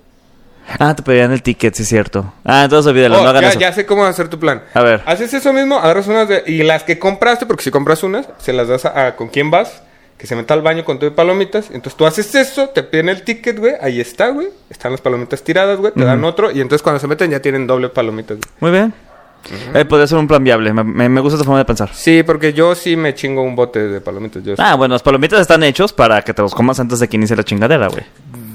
Speaker 2: Ah, te pedían el ticket, sí es cierto. Ah, entonces olvídalo,
Speaker 1: Oh,
Speaker 2: no hagan
Speaker 1: ya,
Speaker 2: eso.
Speaker 1: ya sé cómo hacer tu plan.
Speaker 2: A ver.
Speaker 1: Haces eso mismo, agarras unas de- y las que compraste, porque si compras unas, se las das a, a- con quién vas, que se meta al baño con tu de palomitas. Entonces tú haces eso, te piden el ticket, güey, ahí está, güey. Están las palomitas tiradas, güey, te dan otro y entonces cuando se meten ya tienen doble palomitas. güey.
Speaker 2: Muy bien. Eh, podría ser un plan viable, me, me- me gusta esa forma de pensar.
Speaker 1: Sí, porque yo sí me chingo un bote de palomitas. Yo
Speaker 2: Ah, bueno, las palomitas están hechos para que te los comas antes de que inicie la chingadera, güey.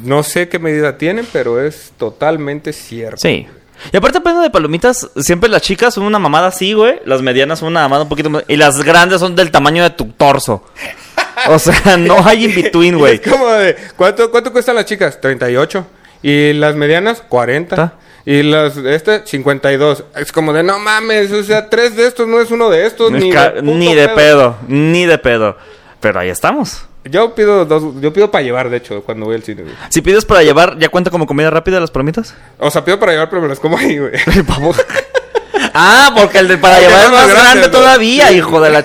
Speaker 1: no sé qué medida tienen, pero es totalmente cierto.
Speaker 2: Sí. Y aparte, hablando de palomitas, siempre las chicas son una mamada así, güey. Las medianas son una mamada un poquito más. Y las grandes son del tamaño de tu torso. O sea, no hay in
Speaker 1: (laughs)
Speaker 2: between, (laughs)
Speaker 1: Y
Speaker 2: güey.
Speaker 1: Es como de, ¿cuánto, ¿cuánto cuestan las chicas? 38. Y las medianas, 40.
Speaker 2: Ta.
Speaker 1: Y las, este, 52. Es como de, no mames, o sea, tres de estos no es uno de estos. Ni,
Speaker 2: Ca-
Speaker 1: de, puto
Speaker 2: Ni de pedo, ni de pedo. Pero ahí estamos.
Speaker 1: Yo pido dos, yo pido para llevar, de hecho, cuando voy al cine. güey.
Speaker 2: Si pides para llevar, ¿ya cuenta como comida rápida las palomitas?
Speaker 1: O sea, pido para llevar, pero me las como ahí,
Speaker 2: (laughs)
Speaker 1: güey.
Speaker 2: Ah, porque el de para (laughs)
Speaker 1: Porque
Speaker 2: llevar es
Speaker 1: no
Speaker 2: más
Speaker 1: es grande,
Speaker 2: grande
Speaker 1: ¿no?
Speaker 2: todavía, hijo de la (laughs)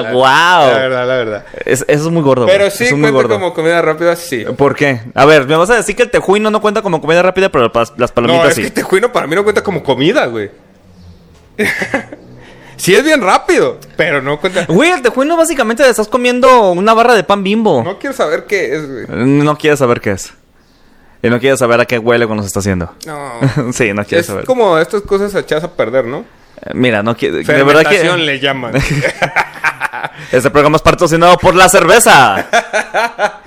Speaker 1: (laughs) La
Speaker 2: wow.
Speaker 1: verdad, la verdad.
Speaker 2: Es, eso es muy gordo. güey.
Speaker 1: Pero sí
Speaker 2: Eso es muy
Speaker 1: cuenta
Speaker 2: gordo. Eh,
Speaker 1: como comida rápida, sí.
Speaker 2: ¿Por qué? A ver, me vas a decir que el tejuino no cuenta como comida rápida, pero pas- las palomitas
Speaker 1: No, es
Speaker 2: sí.
Speaker 1: que tejuino para mí no cuenta como comida, güey. (laughs) sí es bien rápido, pero no
Speaker 2: (laughs)
Speaker 1: cuenta.
Speaker 2: Güey, el tejuino básicamente te estás comiendo una barra de pan bimbo. No,
Speaker 1: No quiero saber qué es, güey.
Speaker 2: quieres saber qué es. Y no quieres saber a qué huele cuando se está haciendo. (laughs)
Speaker 1: No.
Speaker 2: sí, no quieres
Speaker 1: Es
Speaker 2: saber.
Speaker 1: como estas cosas echadas a perder, ¿no?
Speaker 2: Eh, Mira, no quieres... De verdad que... (laughs)
Speaker 1: Fermentación le llaman.
Speaker 2: Este programa es patrocinado por la cerveza. (laughs)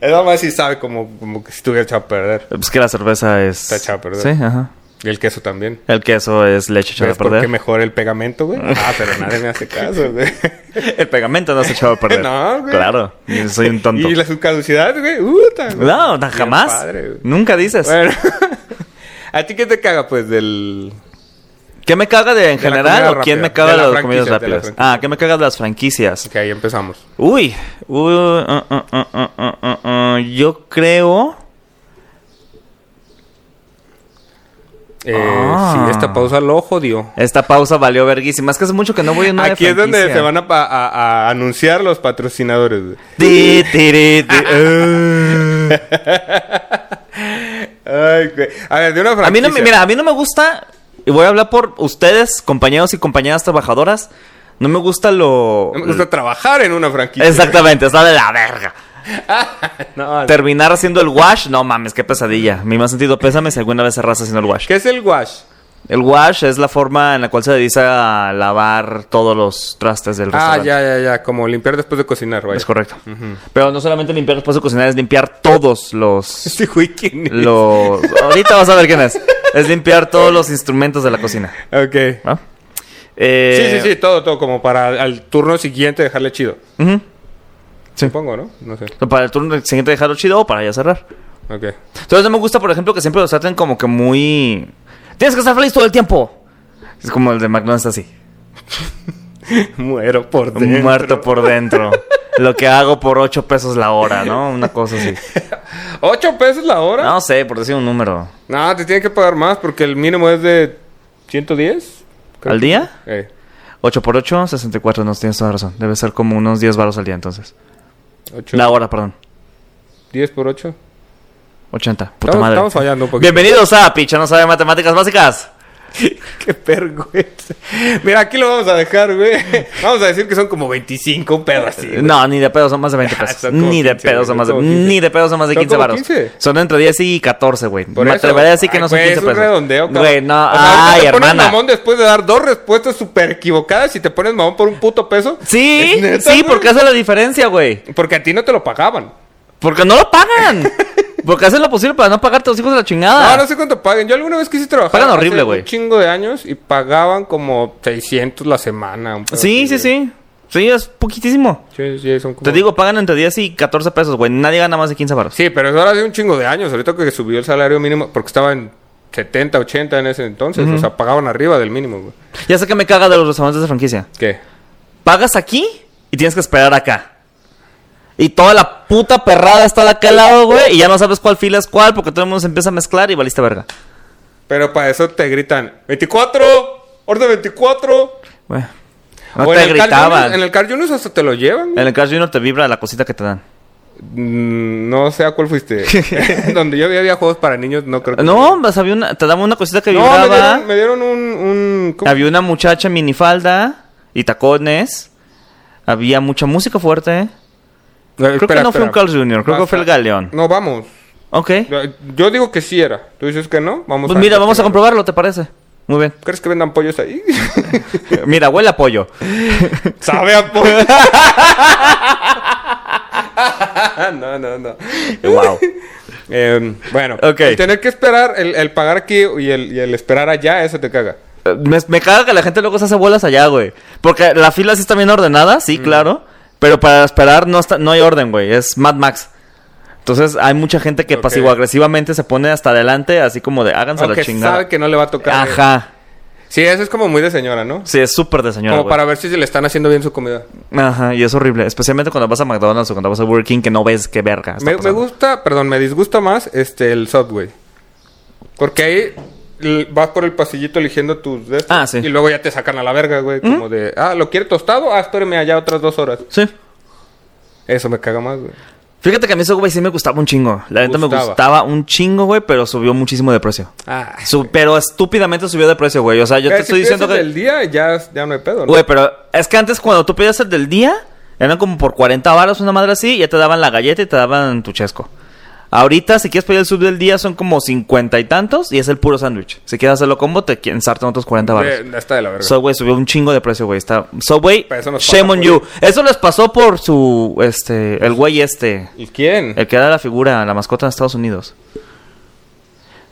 Speaker 1: El mamá sí sabe como, como que si estuviera echado a perder.
Speaker 2: pues que la cerveza es...
Speaker 1: Está echada a perder.
Speaker 2: Sí, ajá.
Speaker 1: Y el queso también.
Speaker 2: El queso es leche echada a
Speaker 1: ¿Ves por qué
Speaker 2: perder.
Speaker 1: mejor el pegamento, güey? Ah, pero nadie me hace caso, güey.
Speaker 2: El pegamento no se
Speaker 1: (laughs)
Speaker 2: echado a perder.
Speaker 1: No, güey.
Speaker 2: Claro. yo Soy (laughs) un tonto.
Speaker 1: Y la su caducidad, güey. Uta, güey.
Speaker 2: No, no,
Speaker 1: Bien
Speaker 2: jamás.
Speaker 1: (laughs) padre, güey.
Speaker 2: Nunca dices.
Speaker 1: Bueno. ¿A ti qué te caga, pues, del...
Speaker 2: ¿Qué me caga de en
Speaker 1: De la
Speaker 2: general
Speaker 1: comida
Speaker 2: o quién
Speaker 1: rápida.
Speaker 2: me caga
Speaker 1: De
Speaker 2: de,
Speaker 1: la
Speaker 2: las comidas
Speaker 1: franquicia, de la
Speaker 2: rápidas? ah, ¿qué me caga de las franquicias?
Speaker 1: Ok, ahí empezamos.
Speaker 2: Uy, uy, ah, ah, ah, ah, ah, ah, ah, yo creo.
Speaker 1: Eh,
Speaker 2: Ah.
Speaker 1: Sí, esta pausa lo jodió.
Speaker 2: Esta pausa valió verguísima. Es que hace mucho que no voy a una de
Speaker 1: Aquí es donde
Speaker 2: franquicia.
Speaker 1: se van a, pa- a- a anunciar los patrocinadores. güey.
Speaker 2: Ti,
Speaker 1: (laughs)
Speaker 2: ti, ri, ti, ah.
Speaker 1: Ay, güey. A ver, de una franquicia.
Speaker 2: A mí no me, mira, a mí no me gusta, y voy a hablar por ustedes, compañeros y compañeras trabajadoras, no me gusta lo...
Speaker 1: No me gusta trabajar en una franquicia.
Speaker 2: Exactamente, está de la verga.
Speaker 1: (laughs) No,
Speaker 2: Terminar haciendo el wash, no mames, qué pesadilla. Mi más sentido pésame si alguna vez cerras haciendo el wash.
Speaker 1: ¿Qué es el wash?
Speaker 2: El wash es la forma en la cual se dedica a lavar todos los trastes del
Speaker 1: Ah,
Speaker 2: restaurante.
Speaker 1: ya, ya, ya. Como limpiar después de cocinar, vaya. (laughs)
Speaker 2: Es correcto. Pero no solamente limpiar después de cocinar, es limpiar todos los...
Speaker 1: Este güey, ¿quién es?
Speaker 2: los... Ahorita vas a ver quién es. Es limpiar todos los instrumentos de la cocina.
Speaker 1: Ok.
Speaker 2: ¿va? Eh,
Speaker 1: Sí, sí, sí, todo, todo, como para al turno siguiente dejarle chido.
Speaker 2: Ujú.
Speaker 1: Supongo, ¿no? No sé.
Speaker 2: O Para el turno siguiente dejarlo chido o para ya cerrar.
Speaker 1: Ok. (laughs)
Speaker 2: Entonces no me gusta, por ejemplo, que siempre los traten como que muy... Tienes que estar feliz todo el tiempo. Es como el de McDonald's así.
Speaker 1: Muero por dentro.
Speaker 2: Muerto
Speaker 1: (laughs)
Speaker 2: por dentro. Lo que hago por 8 pesos la hora, ¿no? Una cosa así.
Speaker 1: ¿Ocho pesos la hora? No.
Speaker 2: No sé, por decir un número.
Speaker 1: te tienen que pagar más porque el mínimo es de 110. creo
Speaker 2: ¿Al
Speaker 1: que-
Speaker 2: día?
Speaker 1: Eh.
Speaker 2: 8 por 8, 64. No, tienes toda razón. Debe ser como unos 10 baros al día entonces.
Speaker 1: Ocho-
Speaker 2: La hora, perdón.
Speaker 1: 10 por 8.
Speaker 2: 80. Puta
Speaker 1: Estamos,
Speaker 2: madre.
Speaker 1: estamos fallando un poquito.
Speaker 2: Bienvenidos a Picha No Sabe Matemáticas Básicas.
Speaker 1: (laughs) Qué vergüenza. Mira, aquí lo vamos a dejar, güey. Vamos a decir que son como 25, un pedo así. güey.
Speaker 2: No, ni de pedo son más de 20
Speaker 1: (laughs) Ah,
Speaker 2: pesos.
Speaker 1: son como
Speaker 2: Ni de
Speaker 1: 15,
Speaker 2: pedo
Speaker 1: güey,
Speaker 2: son
Speaker 1: son
Speaker 2: más de
Speaker 1: como 15.
Speaker 2: ni de pedo son más de
Speaker 1: Son
Speaker 2: 15
Speaker 1: como
Speaker 2: varos.
Speaker 1: 15.
Speaker 2: Son entre 10 y 14, güey.
Speaker 1: Por
Speaker 2: Me
Speaker 1: eso.
Speaker 2: atrevería a decir que
Speaker 1: Ay,
Speaker 2: no son
Speaker 1: güey,
Speaker 2: 15
Speaker 1: es un
Speaker 2: pesos.
Speaker 1: redondeo, cabrón.
Speaker 2: Güey, no,
Speaker 1: O sea,
Speaker 2: ay,
Speaker 1: te pones
Speaker 2: hermana.
Speaker 1: mamón después de dar dos respuestas súper equivocadas y te pones mamón por un puto peso.
Speaker 2: Sí,
Speaker 1: ¿Es neta,
Speaker 2: sí,
Speaker 1: güey?
Speaker 2: porque hace la diferencia, güey.
Speaker 1: Porque a ti no te lo pagaban.
Speaker 2: Porque no lo pagan. porque hacen lo posible para no pagarte los hijos de la chingada.
Speaker 1: No, no sé cuánto paguen. Yo alguna vez quise trabajar.
Speaker 2: Ah. Pagan
Speaker 1: hace
Speaker 2: horrible, güey.
Speaker 1: Un chingo de años y pagaban como 600 la semana. un pedo
Speaker 2: sí,
Speaker 1: así,
Speaker 2: sí, sí. Sí, es poquitísimo.
Speaker 1: güey. Sí, sí, son como-
Speaker 2: Te digo, pagan entre 10 y 14 pesos, güey. Nadie gana más de 15 baros.
Speaker 1: Sí, pero eso ahora hace un chingo de años. Ahorita que subió el salario mínimo, porque estaba en 70, 80 en ese entonces. O sea, pagaban arriba del mínimo, güey.
Speaker 2: Ya sé que me caga de los restaurantes de franquicia.
Speaker 1: ¿Qué?
Speaker 2: pagas aquí y tienes que esperar acá. Y toda la puta perrada está de aquel lado, güey. Y ya no sabes cuál fila es cuál porque todo el mundo se empieza a mezclar y valiste verga.
Speaker 1: Pero para eso te gritan: ¡24! ¡Orden 24!
Speaker 2: Güey. No
Speaker 1: O en
Speaker 2: te
Speaker 1: el Carl
Speaker 2: gritaban.
Speaker 1: Juniors- en el Carl Juniors hasta te lo llevan. güey.
Speaker 2: En el Carl Jr. te vibra la cosita que te dan.
Speaker 1: Mm, No sé a cuál
Speaker 2: (laughs)
Speaker 1: fuiste. (laughs) Donde yo había, había juegos para niños, no creo que.
Speaker 2: No, pues había una, te daban una cosita que
Speaker 1: No, me
Speaker 2: vibraba.
Speaker 1: dieron, me dieron un. un ¿cómo? Eh,
Speaker 2: Había una muchacha en minifalda y tacones. Había mucha música fuerte.
Speaker 1: Creo
Speaker 2: que no fue un Carl Jr., creo que fue el Galeón.
Speaker 1: No, vamos.
Speaker 2: Ok.
Speaker 1: Yo digo que sí era. Tú dices que no. Vamos
Speaker 2: Pues mira, vamos a
Speaker 1: investigar.
Speaker 2: comprobarlo, ¿te parece? Muy bien.
Speaker 1: ¿Crees que vendan pollos ahí? (laughs)
Speaker 2: Mira, huele a pollo.
Speaker 1: Sabe a pollo. (laughs) no, no, no.
Speaker 2: wow.
Speaker 1: Eh, bueno,
Speaker 2: Ok.
Speaker 1: el tener que esperar, el, el pagar aquí y el, y el esperar allá, eso te caga.
Speaker 2: Eh, Me, me caga que la gente luego se hace bolas allá, güey. Porque la fila sí está bien ordenada,
Speaker 1: Mm.
Speaker 2: sí, claro. Pero para esperar no, está, no hay orden, güey. Es Mad Max. Entonces hay mucha gente que
Speaker 1: Ok.
Speaker 2: pasivo-agresivamente se pone hasta adelante, así como de háganse
Speaker 1: Aunque
Speaker 2: la chingada.
Speaker 1: sabe que eh. no le va a tocar.
Speaker 2: Ajá.
Speaker 1: Sí, eso es como muy de señora, ¿no?
Speaker 2: Sí, es súper de señora,
Speaker 1: Como
Speaker 2: güey.
Speaker 1: para ver si se le están haciendo bien su comida.
Speaker 2: Ajá, y es horrible. Especialmente cuando vas a McDonald's o cuando vas a Burger King que no ves qué verga. está
Speaker 1: Me, me
Speaker 2: pasando.
Speaker 1: gusta, perdón, me disgusta más este el Subway. Porque ahí l- vas por el pasillito eligiendo tus de estos,
Speaker 2: Ah, sí. ¿Mm?
Speaker 1: y luego ya te sacan a la verga, güey, como de, ah, lo quiere tostado, ah, espérame allá otras dos horas.
Speaker 2: Sí.
Speaker 1: Eso me caga más, güey.
Speaker 2: Fíjate que a mí eso, güey, sí me gustaba un chingo. La neta me
Speaker 1: Gustaba.
Speaker 2: gustaba un chingo, güey, pero subió muchísimo de precio.
Speaker 1: Ah,
Speaker 2: Su- pero estúpidamente subió de precio, güey. O sea, yo te estoy diciendo que...
Speaker 1: el día ya ya no hay pedo, ¿no?
Speaker 2: Güey, pero es que antes cuando tú pedías el del día, eran como por 40 varas una madre así, y ya te daban la galleta y te daban tu chesco. Ahorita, si quieres pedir el sub del día, son como 50 y tantos, y es el puro sándwich. Si quieres hacerlo combo, te ensartan otros 40 varas.
Speaker 1: Güey, está de la verga.
Speaker 2: Subway subió un chingo de precio, güey. Está... Subway,
Speaker 1: Pero eso nos
Speaker 2: shame
Speaker 1: pasa
Speaker 2: on
Speaker 1: por-
Speaker 2: you. Eso les pasó por su, este, el
Speaker 1: Pues
Speaker 2: güey este.
Speaker 1: ¿Y quién?
Speaker 2: El que era la figura, la mascota en Estados Unidos.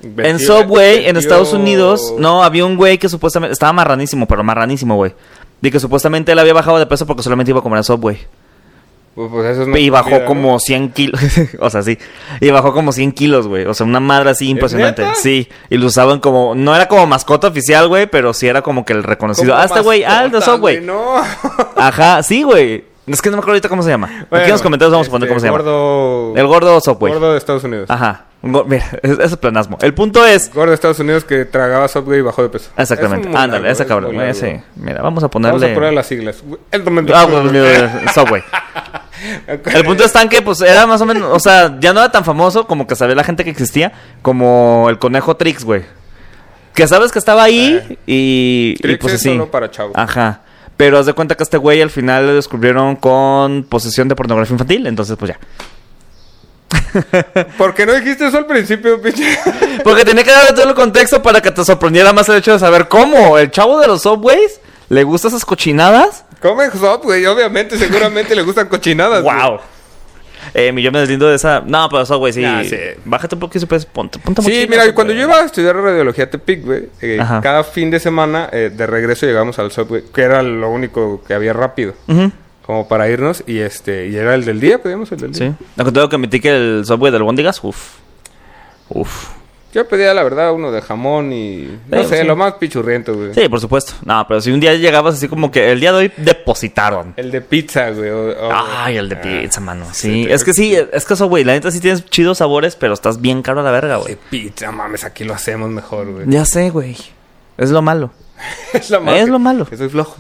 Speaker 2: En
Speaker 1: Vestido-
Speaker 2: Subway, en
Speaker 1: vestido-
Speaker 2: Estados Unidos, no, había un güey que supuestamente estaba marranísimo, pero marranísimo, güey. De que supuestamente él había bajado de peso porque solamente iba a comer a Subway.
Speaker 1: Pues, pues eso es una
Speaker 2: Y bajó
Speaker 1: comida, ¿no?
Speaker 2: como 100 kilos. (laughs) o sea, sí. Y bajó como 100 kilos, güey. O sea, una madre así impresionante.
Speaker 1: neta?
Speaker 2: Sí. Y lo usaban como. No era como mascota oficial, güey, pero sí era como que el reconocido.
Speaker 1: Como
Speaker 2: Ah, este güey, ah, el de
Speaker 1: mascotas,
Speaker 2: Subway.
Speaker 1: No.
Speaker 2: Ajá, sí, güey. Es que no me acuerdo ahorita cómo se llama. Aquí en los comentarios vamos a poner cómo se llama.
Speaker 1: este, Gordo.
Speaker 2: El gordo Subway.
Speaker 1: Gordo de Estados Unidos.
Speaker 2: Ajá. Un go- Mira, (laughs) es, es planasmo. El punto es.
Speaker 1: Gordo de Estados Unidos que tragaba Subway y bajó de peso.
Speaker 2: Exactamente.
Speaker 1: Es un
Speaker 2: Ándale,
Speaker 1: monarco,
Speaker 2: ese
Speaker 1: es
Speaker 2: cabrón.
Speaker 1: monarco.
Speaker 2: Ese. Mira, vamos a
Speaker 1: Vamos
Speaker 2: ponerle.
Speaker 1: a poner las siglas. El momento.
Speaker 2: (laughs) Ah, güey, mira,
Speaker 1: (laughs)
Speaker 2: Subway. El punto es tan que, pues, era más o menos, o sea, ya no era tan famoso como que sabía la gente que existía, como el conejo Trix, güey. Que sabes que estaba ahí y, y,
Speaker 1: Eh, Trix
Speaker 2: pues
Speaker 1: es
Speaker 2: así.
Speaker 1: solo para chavos.
Speaker 2: Ajá. Pero haz de cuenta que este güey al final lo descubrieron con posesión de pornografía infantil, entonces pues ya.
Speaker 1: ¿Por qué no dijiste eso al principio, pinche?
Speaker 2: Porque tenía que darle todo el contexto para que te sorprendiera más el hecho de saber cómo el chavo de los Subways le gusta esas cochinadas.
Speaker 1: Come Subway, pues, obviamente, seguramente le gustan cochinadas. güey.
Speaker 2: ¡Wow! Pues, Eh, yo me deslindo de esa. No, pero Subway sí.
Speaker 1: Ah, sí.
Speaker 2: Bájate un poquito, pues, ponte, ponte
Speaker 1: Sí,
Speaker 2: mochila,
Speaker 1: mira, cuando
Speaker 2: güey.
Speaker 1: yo iba a estudiar radiología a Tepic, güey, eh,
Speaker 2: Ajá.
Speaker 1: cada fin de semana eh, de regreso llegábamos al Subway, que era lo único que había rápido,
Speaker 2: Ujú.
Speaker 1: como para irnos, y este, y era el del día, pedíamos el del día.
Speaker 2: Sí. Lo que tengo que admitir que el Subway del Bondigas, uff. Uff.
Speaker 1: Yo pedía, la verdad, uno de jamón y, no
Speaker 2: Sí,
Speaker 1: sé,
Speaker 2: sí.
Speaker 1: lo más pichurriento, güey.
Speaker 2: Sí, por supuesto. No, pero si un día llegabas así como que el día de hoy depositaron.
Speaker 1: El de pizza, güey. o- o-
Speaker 2: Ay, el de
Speaker 1: Ah,
Speaker 2: pizza, mano.
Speaker 1: sí,
Speaker 2: Sí,
Speaker 1: te-
Speaker 2: es que sí, eh. es que eso, güey. La neta sí tienes chidos sabores, pero estás bien caro a la verga,
Speaker 1: De
Speaker 2: güey.
Speaker 1: pizza, mames, aquí lo hacemos mejor, güey.
Speaker 2: Ya sé, güey. Es lo malo.
Speaker 1: (laughs) es lo
Speaker 2: Es lo malo.
Speaker 1: Que soy flojo.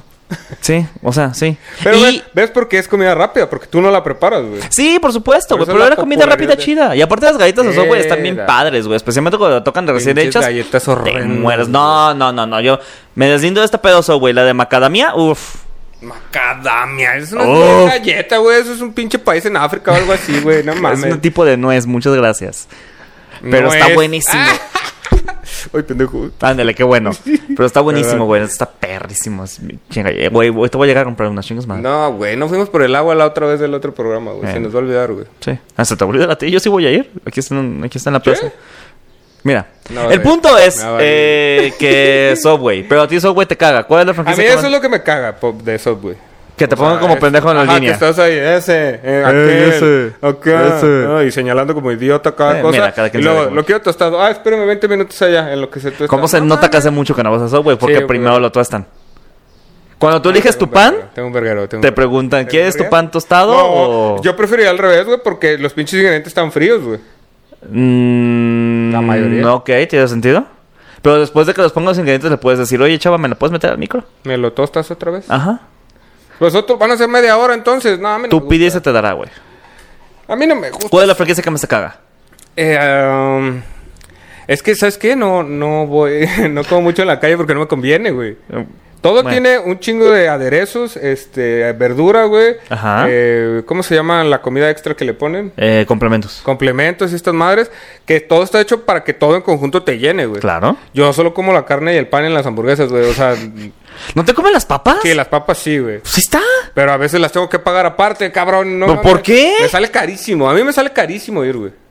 Speaker 2: Sí, o sea, sí.
Speaker 1: Pero
Speaker 2: Y-
Speaker 1: ves, ves por qué es comida rápida, porque tú no la preparas, güey.
Speaker 2: Sí, por supuesto,
Speaker 1: Por
Speaker 2: güey.
Speaker 1: eso
Speaker 2: Pero
Speaker 1: la
Speaker 2: era comida rápida
Speaker 1: popularidad de-
Speaker 2: chida. Y aparte las galletas de Subway están bien
Speaker 1: Era.
Speaker 2: padres, güey. Especialmente cuando la tocan recién
Speaker 1: Pinches
Speaker 2: hechas.
Speaker 1: galletas
Speaker 2: Te
Speaker 1: horrendas,
Speaker 2: mueres. No, no, no, no. Yo me deslindo de esta pedoso, güey. La de macadamia, uff.
Speaker 1: Macadamia, eso no
Speaker 2: Oh.
Speaker 1: es una galleta, güey. Eso es un pinche país en África o algo así, güey. No mames.
Speaker 2: (laughs) Es un tipo de nuez, muchas gracias. Pero
Speaker 1: No
Speaker 2: está
Speaker 1: es- (laughs)
Speaker 2: buenísimo.
Speaker 1: ¡Ah! Ay, pendejo.
Speaker 2: Ándale, qué
Speaker 1: (laughs)
Speaker 2: bueno. Pero está buenísimo,
Speaker 1: Perdón.
Speaker 2: güey. Está perrísimo. Es mi chinga- eh, Güey, güey, te voy a llegar a comprar unas chingas más.
Speaker 1: No, güey, no fuimos por el agua la otra vez del otro programa, güey.
Speaker 2: Ah. Eh.
Speaker 1: Se nos va a olvidar, güey.
Speaker 2: Sí. Ah, se te olvidó la tía. Yo sí voy a ir. Aquí está en, aquí está en la plaza. Mira.
Speaker 1: No,
Speaker 2: el
Speaker 1: güey.
Speaker 2: punto es
Speaker 1: Me vale.
Speaker 2: eh,
Speaker 1: (laughs)
Speaker 2: que Subway. Pero a ti Subway te caga. ¿Cuál es la
Speaker 1: A
Speaker 2: franquicia
Speaker 1: mí
Speaker 2: que
Speaker 1: eso
Speaker 2: más-
Speaker 1: es lo que me caga pop, de Subway.
Speaker 2: Que te pongan
Speaker 1: Ah,
Speaker 2: como
Speaker 1: es-
Speaker 2: pendejo en la
Speaker 1: ajá,
Speaker 2: línea.
Speaker 1: que estás ahí, ese, eh,
Speaker 2: Eh,
Speaker 1: aquel,
Speaker 2: ese,
Speaker 1: acá,
Speaker 2: ese.
Speaker 1: ¿no? y señalando como idiota cada
Speaker 2: Eh,
Speaker 1: cosa.
Speaker 2: mira, cada
Speaker 1: y
Speaker 2: quien sabe
Speaker 1: luego,
Speaker 2: cómo
Speaker 1: lo
Speaker 2: es.
Speaker 1: quiero tostado. Ah, espérame 20 minutos allá en lo que se tuesta.
Speaker 2: ¿Cómo se
Speaker 1: No
Speaker 2: nota que
Speaker 1: mames.
Speaker 2: hace mucho que no vas a Subway? Porque
Speaker 1: Sí,
Speaker 2: primero
Speaker 1: güey.
Speaker 2: lo tuestan. Cuando tú eliges
Speaker 1: Tengo un
Speaker 2: tu pan,
Speaker 1: verguero, Tengo un verguero. tengo un
Speaker 2: te
Speaker 1: verguero.
Speaker 2: preguntan,
Speaker 1: ¿Tengo
Speaker 2: ¿quieres tu
Speaker 1: verguero?
Speaker 2: pan tostado
Speaker 1: No,
Speaker 2: o...?
Speaker 1: yo preferiría al revés, güey, porque los pinches ingredientes están fríos, güey.
Speaker 2: Mm,
Speaker 1: La mayoría.
Speaker 2: Ok, tiene sentido. Pero después de que los pongan los ingredientes le puedes decir, oye, chava, ¿me la puedes meter al micro?
Speaker 1: ¿Me lo tostas otra vez?
Speaker 2: Ajá.
Speaker 1: Pues otro, van a ser media hora entonces. No, a mí no me
Speaker 2: Tú
Speaker 1: gusta.
Speaker 2: pides y se te dará, güey.
Speaker 1: A mí no me gusta.
Speaker 2: ¿Cuál es la franquicia que más te caga?
Speaker 1: Eh, um, es que, ¿sabes qué? No, no voy, (laughs) no como mucho en la calle porque no me conviene, güey. Todo
Speaker 2: Bueno.
Speaker 1: tiene un chingo de aderezos, este, verdura, güey.
Speaker 2: Ajá.
Speaker 1: Eh, ¿Cómo se llama la comida extra que le ponen?
Speaker 2: Eh, complementos.
Speaker 1: Complementos y estas madres. Que todo está hecho para que todo en conjunto te llene, güey.
Speaker 2: Claro.
Speaker 1: Yo solo como la carne y el pan en las hamburguesas, güey. O
Speaker 2: (laughs)
Speaker 1: sea,
Speaker 2: ¿No te comen las papas?
Speaker 1: que las papas sí, güey.
Speaker 2: Pues ahí está.
Speaker 1: Pero a veces las tengo que pagar aparte, cabrón. No,
Speaker 2: ¿Pero por
Speaker 1: mames.
Speaker 2: qué?
Speaker 1: Me sale carísimo. A mí me sale carísimo ir, güey.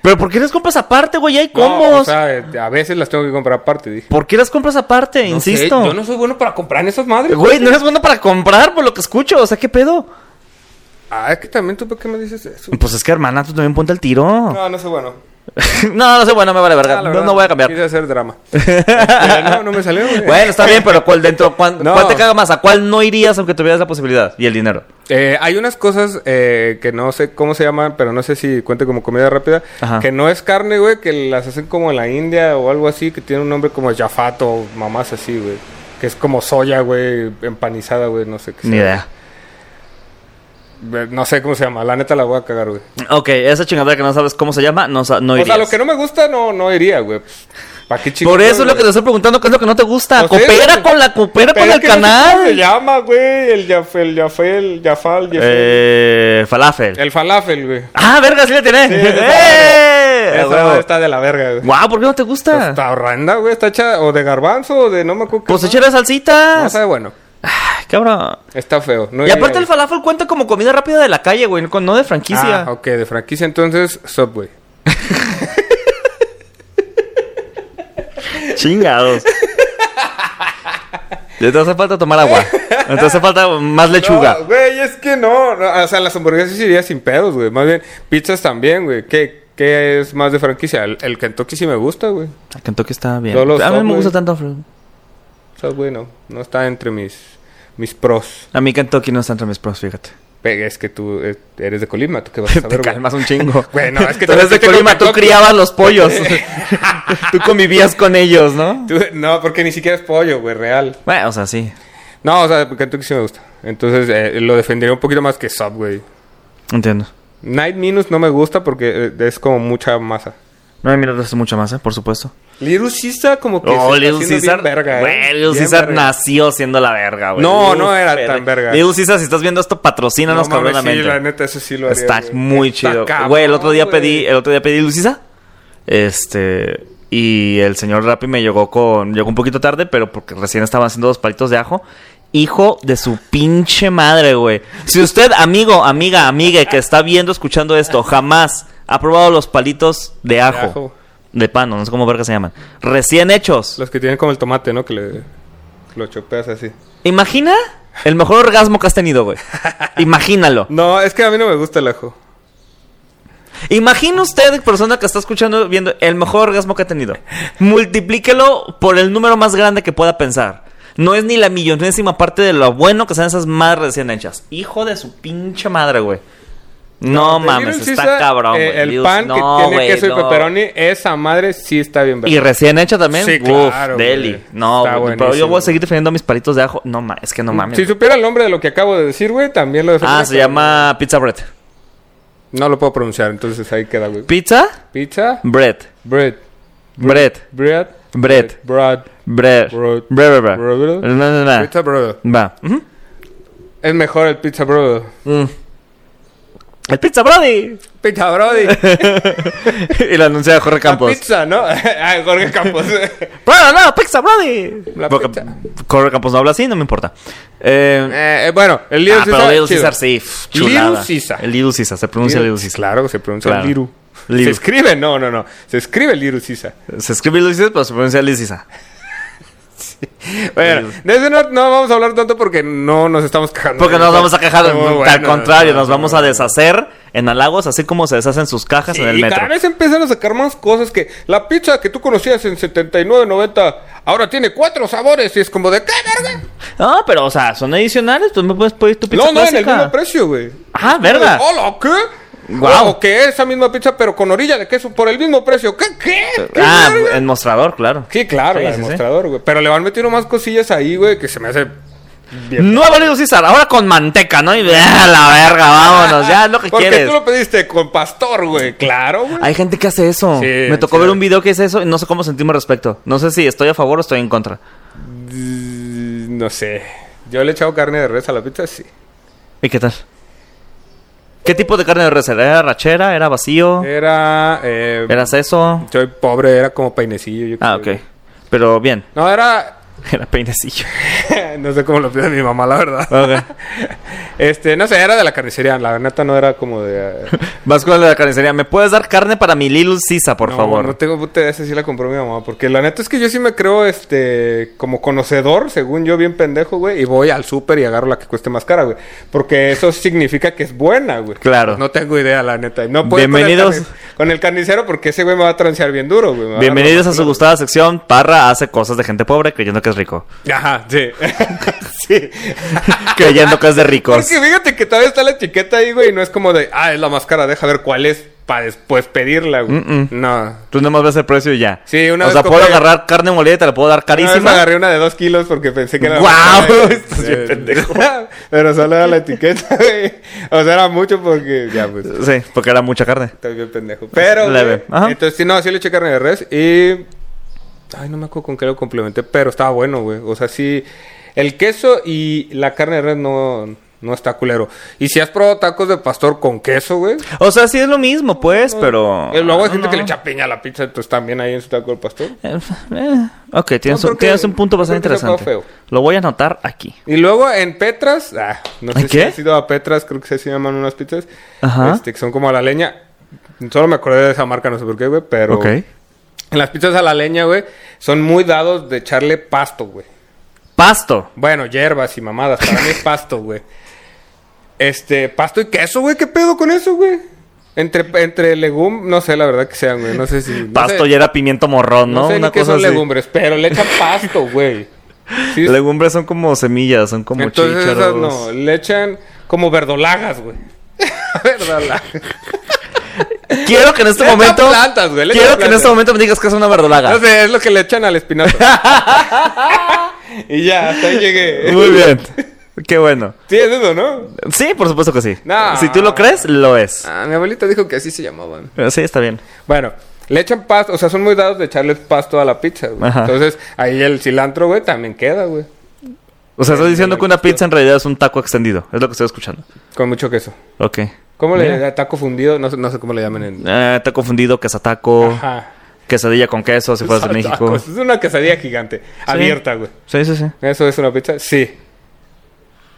Speaker 2: ¿Pero por qué las compras aparte, güey? Ya hay
Speaker 1: No,
Speaker 2: combos.
Speaker 1: o sea, eh, a veces las tengo que comprar aparte, dije.
Speaker 2: ¿Por qué las compras aparte?
Speaker 1: No sé,
Speaker 2: Insisto.
Speaker 1: yo no soy bueno para comprar en esas madres.
Speaker 2: Güey, no eres bueno para comprar por lo que escucho. O sea, ¿qué pedo?
Speaker 1: Ah, es que también tú, ¿por qué me dices
Speaker 2: (laughs)
Speaker 1: eso?
Speaker 2: Pues es que, hermana, tú también ponte el tiro. No,
Speaker 1: No, no soy bueno.
Speaker 2: (laughs) no, sé, bueno, me vale verga.
Speaker 1: Ah, la
Speaker 2: no,
Speaker 1: verdad,
Speaker 2: no voy a cambiar.
Speaker 1: Quise hacer drama.
Speaker 2: (laughs)
Speaker 1: Este, no, no me salió, güey.
Speaker 2: Bueno, está bien, pero ¿cuál dentro?
Speaker 1: (laughs)
Speaker 2: ¿Cuál,
Speaker 1: No.
Speaker 2: cuál te caga más? ¿A cuál no irías aunque tuvieras la posibilidad? Y el dinero.
Speaker 1: Eh, hay unas cosas eh, que no sé cómo se llaman, pero no sé si cuente como comida rápida.
Speaker 2: Ajá.
Speaker 1: Que no es carne, güey, que las hacen como en la India o algo así, que tiene un nombre como jafato, mamás así, güey. Que es como soya, güey, empanizada, güey, no sé qué
Speaker 2: Ni
Speaker 1: sea.
Speaker 2: idea.
Speaker 1: Ve- No sé cómo se llama, la neta la voy a cagar, güey.
Speaker 2: Ok, esa chingadera que no sabes cómo se llama, no, sa- no
Speaker 1: o
Speaker 2: irías.
Speaker 1: sea, lo que no me gusta no, no iría, güey. ¿Para qué chingados,
Speaker 2: Por eso es lo
Speaker 1: güey?
Speaker 2: que te estoy preguntando, ¿qué es lo que no te gusta?
Speaker 1: Pues sí,
Speaker 2: coopera
Speaker 1: güey.
Speaker 2: con la, coopera
Speaker 1: Pero
Speaker 2: con
Speaker 1: es
Speaker 2: el
Speaker 1: que no sé cómo se
Speaker 2: canal.
Speaker 1: llama, güey? El Jafel, el Jafel, el Jafal, el Jafel.
Speaker 2: eh, falafel.
Speaker 1: El falafel, güey.
Speaker 2: Ah, verga, sí le tenés.
Speaker 1: Sí, esa
Speaker 2: (laughs) ¡Eh!
Speaker 1: Esa
Speaker 2: A huevo.
Speaker 1: madre está de la verga, güey.
Speaker 2: Guau, ¿por qué no te gusta?
Speaker 1: Está horrenda, güey. Está hecha o de garbanzo o de no me acuerdo. qué
Speaker 2: Ah. Pues
Speaker 1: más.
Speaker 2: échale salsitas.
Speaker 1: No sabe bueno.
Speaker 2: Ay, cabrón.
Speaker 1: Está feo. No
Speaker 2: Y
Speaker 1: iría
Speaker 2: aparte
Speaker 1: ahí.
Speaker 2: el falafel cuenta como comida rápida de la calle, güey, no- no de franquicia.
Speaker 1: Ah, ok. De franquicia entonces, Subway. (laughs)
Speaker 2: Chingados. Te hace falta tomar agua. Te hace falta más lechuga.
Speaker 1: No, güey, es que no, no, O sea, las hamburguesas sí iría sin pedos, güey. Más bien, pizzas también, güey. ¿Qué, qué es más de franquicia? El, el Kentucky sí me gusta, güey.
Speaker 2: El Ah, Kentucky está bien.
Speaker 1: No lo sé,
Speaker 2: a mí no me
Speaker 1: güey.
Speaker 2: gusta tanto. Alfredo.
Speaker 1: O sea, bueno, no está entre mis, mis pros.
Speaker 2: A mí Kentucky no está entre mis pros, fíjate.
Speaker 1: Pero es que tú eh, eres de Colima, ¿tú qué
Speaker 2: (laughs)
Speaker 1: vas a saber,
Speaker 2: Te
Speaker 1: güey?
Speaker 2: calmas un chingo.
Speaker 1: (laughs) Bueno, es que
Speaker 2: tú eres de
Speaker 1: tengo
Speaker 2: Colima, tú
Speaker 1: Kentucky.
Speaker 2: criabas los
Speaker 1: (laughs)
Speaker 2: pollos. tú convivías con ellos, ¿no?
Speaker 1: Tú- no, porque ni siquiera es pollo, güey, real.
Speaker 2: Bueno, o sea, sí.
Speaker 1: No, o sea, Kentucky sí me gusta. Entonces, eh, lo defendería un poquito más que Subway.
Speaker 2: Entiendo.
Speaker 1: Night Minus no me gusta porque eh, es como mucha masa.
Speaker 2: No, mira, es mucha masa, ¿eh? por supuesto.
Speaker 1: Little Caesar como que
Speaker 2: Oh,
Speaker 1: se está
Speaker 2: Little
Speaker 1: haciendo
Speaker 2: Caesar.
Speaker 1: bien verga, ¿eh?
Speaker 2: Güey, Little
Speaker 1: Bien
Speaker 2: Caesar
Speaker 1: verga.
Speaker 2: nació siendo la verga, güey.
Speaker 1: No,
Speaker 2: Uf,
Speaker 1: no era
Speaker 2: verga.
Speaker 1: tan verga.
Speaker 2: Little Caesar, si estás viendo esto, patrocínanos
Speaker 1: No mames,
Speaker 2: cabronamente.
Speaker 1: Sí, la neta, eso sí lo haría,
Speaker 2: Está
Speaker 1: güey.
Speaker 2: muy
Speaker 1: Está
Speaker 2: chido.
Speaker 1: cabrón,
Speaker 2: Güey, el otro día
Speaker 1: güey.
Speaker 2: pedí, eh, el otro día pedí Lucisa. Este, y el señor Rappi me llegó con llegó un poquito tarde, pero porque recién estaban haciendo dos palitos de ajo. Hijo de su pinche madre, güey. Si usted, amigo, amiga, amigue que está viendo, escuchando esto, jamás ha probado los palitos de ajo. De,
Speaker 1: ajo.
Speaker 2: pan, no sé cómo verga se llaman. Recién hechos.
Speaker 1: Los que tienen como el tomate, ¿no? Que le, lo chopeas así.
Speaker 2: Imagina el mejor orgasmo que has
Speaker 1: (laughs)
Speaker 2: tenido, güey. Imagínalo.
Speaker 1: No, es que a mí no me gusta el ajo.
Speaker 2: Imagina usted, persona que está escuchando, viendo el mejor orgasmo que ha tenido. Multiplíquelo por el número más grande que pueda pensar. No es ni la millonésima parte de lo bueno que sean esas madres recién hechas. Hijo de su pinche madre, güey. No,
Speaker 1: De
Speaker 2: mames,
Speaker 1: Little
Speaker 2: está
Speaker 1: Caesar,
Speaker 2: cabrón,
Speaker 1: eh,
Speaker 2: güey.
Speaker 1: el
Speaker 2: Dios,
Speaker 1: pan que
Speaker 2: no,
Speaker 1: tiene
Speaker 2: güey,
Speaker 1: queso
Speaker 2: no.
Speaker 1: y pepperoni, esa madre sí está bien verga.
Speaker 2: Y recién hecha también.
Speaker 1: Sí,
Speaker 2: Uf,
Speaker 1: claro, güey.
Speaker 2: deli. No,
Speaker 1: Está
Speaker 2: güey, pero
Speaker 1: buenísimo,
Speaker 2: yo
Speaker 1: Mm,
Speaker 2: voy a seguir defendiendo mis palitos de ajo. No, ma, es que no mames.
Speaker 1: si supiera el nombre de lo que acabo de decir, güey, también lo
Speaker 2: ah,
Speaker 1: defendería,
Speaker 2: se
Speaker 1: pero
Speaker 2: llama pizza bread.
Speaker 1: No lo puedo pronunciar, entonces ahí queda, güey.
Speaker 2: Pizza
Speaker 1: Pizza,
Speaker 2: bread.
Speaker 1: bread,
Speaker 2: Bread.
Speaker 1: bread,
Speaker 2: Bread.
Speaker 1: bread.
Speaker 2: Bread.
Speaker 1: Bread.
Speaker 2: Bread. Bread.
Speaker 1: Bread.
Speaker 2: Bread. No, no, no.
Speaker 1: Pizza brother.
Speaker 2: Va. Ujú.
Speaker 1: Es mejor el pizza brother.
Speaker 2: El Pizza Brody. (laughs)
Speaker 1: Pizza brody.
Speaker 2: y lo anuncia Jorge
Speaker 1: La
Speaker 2: Campos.
Speaker 1: pizza, ¿no? (laughs) Ah, Jorge Campos. (laughs)
Speaker 2: Bueno, no, Pizza Brody.
Speaker 1: La
Speaker 2: Porque
Speaker 1: pizza.
Speaker 2: Jorge Campos no habla así, no me importa. Eh,
Speaker 1: Eh, eh, bueno, el Little
Speaker 2: ah, pero Little
Speaker 1: chido.
Speaker 2: Caesar sí. pf,
Speaker 1: Little
Speaker 2: Chulada.
Speaker 1: Caesar.
Speaker 2: El Little Caesar. Se pronuncia
Speaker 1: Little-
Speaker 2: Little Caesar.
Speaker 1: Claro que se pronuncia
Speaker 2: Claro.
Speaker 1: Liru. Se
Speaker 2: Liru.
Speaker 1: escribe, no, no, no. Se escribe Liru Sisa.
Speaker 2: Se escribe Little Caesar, pero se pronuncia Little Caesar.
Speaker 1: Bueno, de eso no, no vamos a hablar tanto porque no nos estamos quejando.
Speaker 2: Porque nos vamos a quejar.
Speaker 1: Muy bueno,
Speaker 2: al contrario,
Speaker 1: no,
Speaker 2: nos
Speaker 1: no,
Speaker 2: vamos
Speaker 1: no.
Speaker 2: a deshacer en halagos, así como se deshacen sus cajas en el
Speaker 1: Y cada
Speaker 2: metro.
Speaker 1: vez empiezan a sacar más cosas que la pizza que tú conocías en 79, 90, ahora tiene cuatro sabores y es como de qué verga.
Speaker 2: No, pero, o sea, son adicionales. Tú me puedes pedir tu pizza
Speaker 1: no, no, en el
Speaker 2: clásica.
Speaker 1: mismo precio, güey. Oh,
Speaker 2: Ah, verga.
Speaker 1: ¡Hola, qué!
Speaker 2: Guau.
Speaker 1: O que esa misma pizza pero con orilla de queso por el mismo precio. ¿Qué? ¿Qué? ¿Qué
Speaker 2: Ah,
Speaker 1: verga?
Speaker 2: el mostrador, claro.
Speaker 1: Sí, claro,
Speaker 2: Sí,
Speaker 1: la
Speaker 2: sí,
Speaker 1: del
Speaker 2: sí.
Speaker 1: mostrador, güey. Pero le van metiendo más cosillas ahí, güey, que se me hace bien.
Speaker 2: No ha César, ahora con manteca, ¿no? Y ¡ah, la verga, vámonos, ya es lo que
Speaker 1: Porque
Speaker 2: quieres.
Speaker 1: tú lo pediste con pastor, güey. Claro, güey.
Speaker 2: Hay gente que hace eso.
Speaker 1: Sí,
Speaker 2: Me tocó
Speaker 1: sí.
Speaker 2: ver un video que es eso y no sé cómo sentirme al respecto. No sé si estoy a favor o estoy en contra.
Speaker 1: No sé. Yo le he echado carne de res a la pizza, sí.
Speaker 2: ¿Y qué tal? ¿Qué tipo de carne de res? era? ¿Era rachera? ¿Era vacío?
Speaker 1: Era. Eh,
Speaker 2: ¿Era seso?
Speaker 1: Soy pobre, era como peinecillo. Yo
Speaker 2: Ah,
Speaker 1: creo.
Speaker 2: ok. Pero bien, (laughs)
Speaker 1: No, era. (laughs)
Speaker 2: era peinecillo.
Speaker 1: no sé cómo lo pide mi mamá, la verdad. Este, no sé, era de la carnicería. La neta no era como de. eh,
Speaker 2: Vas con la carnicería. ¿Me puedes dar carne para mi Little Sisa, (laughs) por
Speaker 1: no,
Speaker 2: favor?
Speaker 1: No tengo puta idea si sí la compró mi mamá. Porque la neta es que yo sí me creo, este, como conocedor, según yo, bien pendejo, güey. Y voy al súper y agarro la que cueste más cara, güey. Porque eso significa que es buena, güey.
Speaker 2: Claro.
Speaker 1: No tengo idea, la neta. Y No puedo ir con el
Speaker 2: Bienvenidos.
Speaker 1: carni- Con el, carnicero porque ese güey me va a transear bien duro, güey. Me va dar
Speaker 2: Bienvenidos
Speaker 1: la-
Speaker 2: a su gustada sección. Parra hace cosas de gente pobre creyendo que
Speaker 1: (laughs)
Speaker 2: es rico.
Speaker 1: Ajá, sí.
Speaker 2: (laughs)
Speaker 1: sí.
Speaker 2: creyendo que es de ricos.
Speaker 1: Porque fíjate que todavía está la etiqueta ahí, güey. y No es como de, ah, es la máscara, deja ver cuál es para después pedirla, güey.
Speaker 2: Mm-mm.
Speaker 1: No.
Speaker 2: Tú nomás ves el precio y ya.
Speaker 1: Sí, una
Speaker 2: O
Speaker 1: vez
Speaker 2: sea, puedo
Speaker 1: compré-
Speaker 2: agarrar carne molida y te la puedo dar
Speaker 1: Una vez
Speaker 2: carísima.
Speaker 1: agarré una de dos kilos porque pensé que era...
Speaker 2: ¡Guau! (laughs)
Speaker 1: la-
Speaker 2: Estás bien pendejo.
Speaker 1: (laughs) Pero solo era la etiqueta, (laughs) güey. O sea, era mucho porque... Ya, pues...
Speaker 2: Sí, porque era mucha carne.
Speaker 1: Estás bien pendejo. Pero,
Speaker 2: Leve.
Speaker 1: güey,
Speaker 2: Ajá.
Speaker 1: Entonces, sí, no, sí le eché carne de res y... Ay, no me acuerdo con qué lo complementé, pero estaba bueno, güey. O sea, sí... El queso y la carne de res no... No está culero. Y si has probado tacos de pastor con queso, güey.
Speaker 2: O sea, sí es lo mismo, pues, pero.
Speaker 1: Y Eh, luego hay gente
Speaker 2: No.
Speaker 1: que le echa piña a la pizza, entonces también ahí en su taco del pastor.
Speaker 2: Eh, eh, ok, tienes,
Speaker 1: No,
Speaker 2: un,
Speaker 1: porque-
Speaker 2: tienes un punto bastante
Speaker 1: creo que se acaba
Speaker 2: interesante.
Speaker 1: feo.
Speaker 2: Lo voy a anotar aquí.
Speaker 1: Y luego en Petras, ah, no sé
Speaker 2: ¿En
Speaker 1: si
Speaker 2: qué?
Speaker 1: has ido a Petras, creo que se llaman unas pizzas,
Speaker 2: Ajá.
Speaker 1: este, que son como a la leña. Solo me acordé de esa marca, no sé por qué, güey, pero
Speaker 2: Ok.
Speaker 1: en las pizzas a la leña, güey, son muy dados de echarle pasto, güey.
Speaker 2: Pasto.
Speaker 1: Bueno, hierbas y mamadas. Para
Speaker 2: (laughs)
Speaker 1: mí es pasto, güey. Este, pasto y queso, güey. ¿Qué pedo con eso, güey? Entre, entre legum, no sé la verdad que sean, güey. No sé si. no
Speaker 2: Pasto
Speaker 1: sé-
Speaker 2: ya era pimiento morrón, ¿no?
Speaker 1: No sé ni
Speaker 2: Una
Speaker 1: qué
Speaker 2: cosa
Speaker 1: son
Speaker 2: así.
Speaker 1: legumbres, pero le echan pasto, güey. Sí,
Speaker 2: (laughs) Legumbres son como semillas, son como
Speaker 1: Entonces esas
Speaker 2: chícharos.
Speaker 1: no, le echan como verdolagas,
Speaker 2: (laughs)
Speaker 1: güey. verdolagas.
Speaker 2: Quiero que en este
Speaker 1: Le echan
Speaker 2: momento.
Speaker 1: plantas, güey, le echan
Speaker 2: quiero que en
Speaker 1: plantas.
Speaker 2: este momento me digas que es una verdolaga.
Speaker 1: (laughs) No sé, es lo que le echan al
Speaker 2: (laughs)
Speaker 1: espinazo. y ya, hasta ahí llegué.
Speaker 2: Muy bien. (laughs) Qué bueno.
Speaker 1: Sí, es eso, ¿no?
Speaker 2: Sí, por supuesto que sí.
Speaker 1: No.
Speaker 2: Si tú lo crees, lo es. Eh,
Speaker 1: Ah, mi abuelita dijo que así se llamaban.
Speaker 2: Sí, está bien.
Speaker 1: Bueno, le echan pasto, o sea, son muy dados de echarle pasto a la pizza, güey.
Speaker 2: Ajá.
Speaker 1: Entonces, ahí el cilantro, güey, también queda, güey.
Speaker 2: O sea, estás diciendo
Speaker 1: me
Speaker 2: que una pizza en realidad es un taco extendido. Es lo que estoy escuchando.
Speaker 1: Con mucho queso.
Speaker 2: Ok.
Speaker 1: ¿Cómo le
Speaker 2: Mira.
Speaker 1: llaman? ¿Taco fundido? No, sé- no sé cómo le llaman en...
Speaker 2: Eh, taco fundido, quesataco,
Speaker 1: Ajá.
Speaker 2: quesadilla con queso, si fueras de México.
Speaker 1: Tacos. Es una quesadilla gigante, abierta, güey.
Speaker 2: Sí, sí, sí.
Speaker 1: ¿Eso es una pizza? Sí.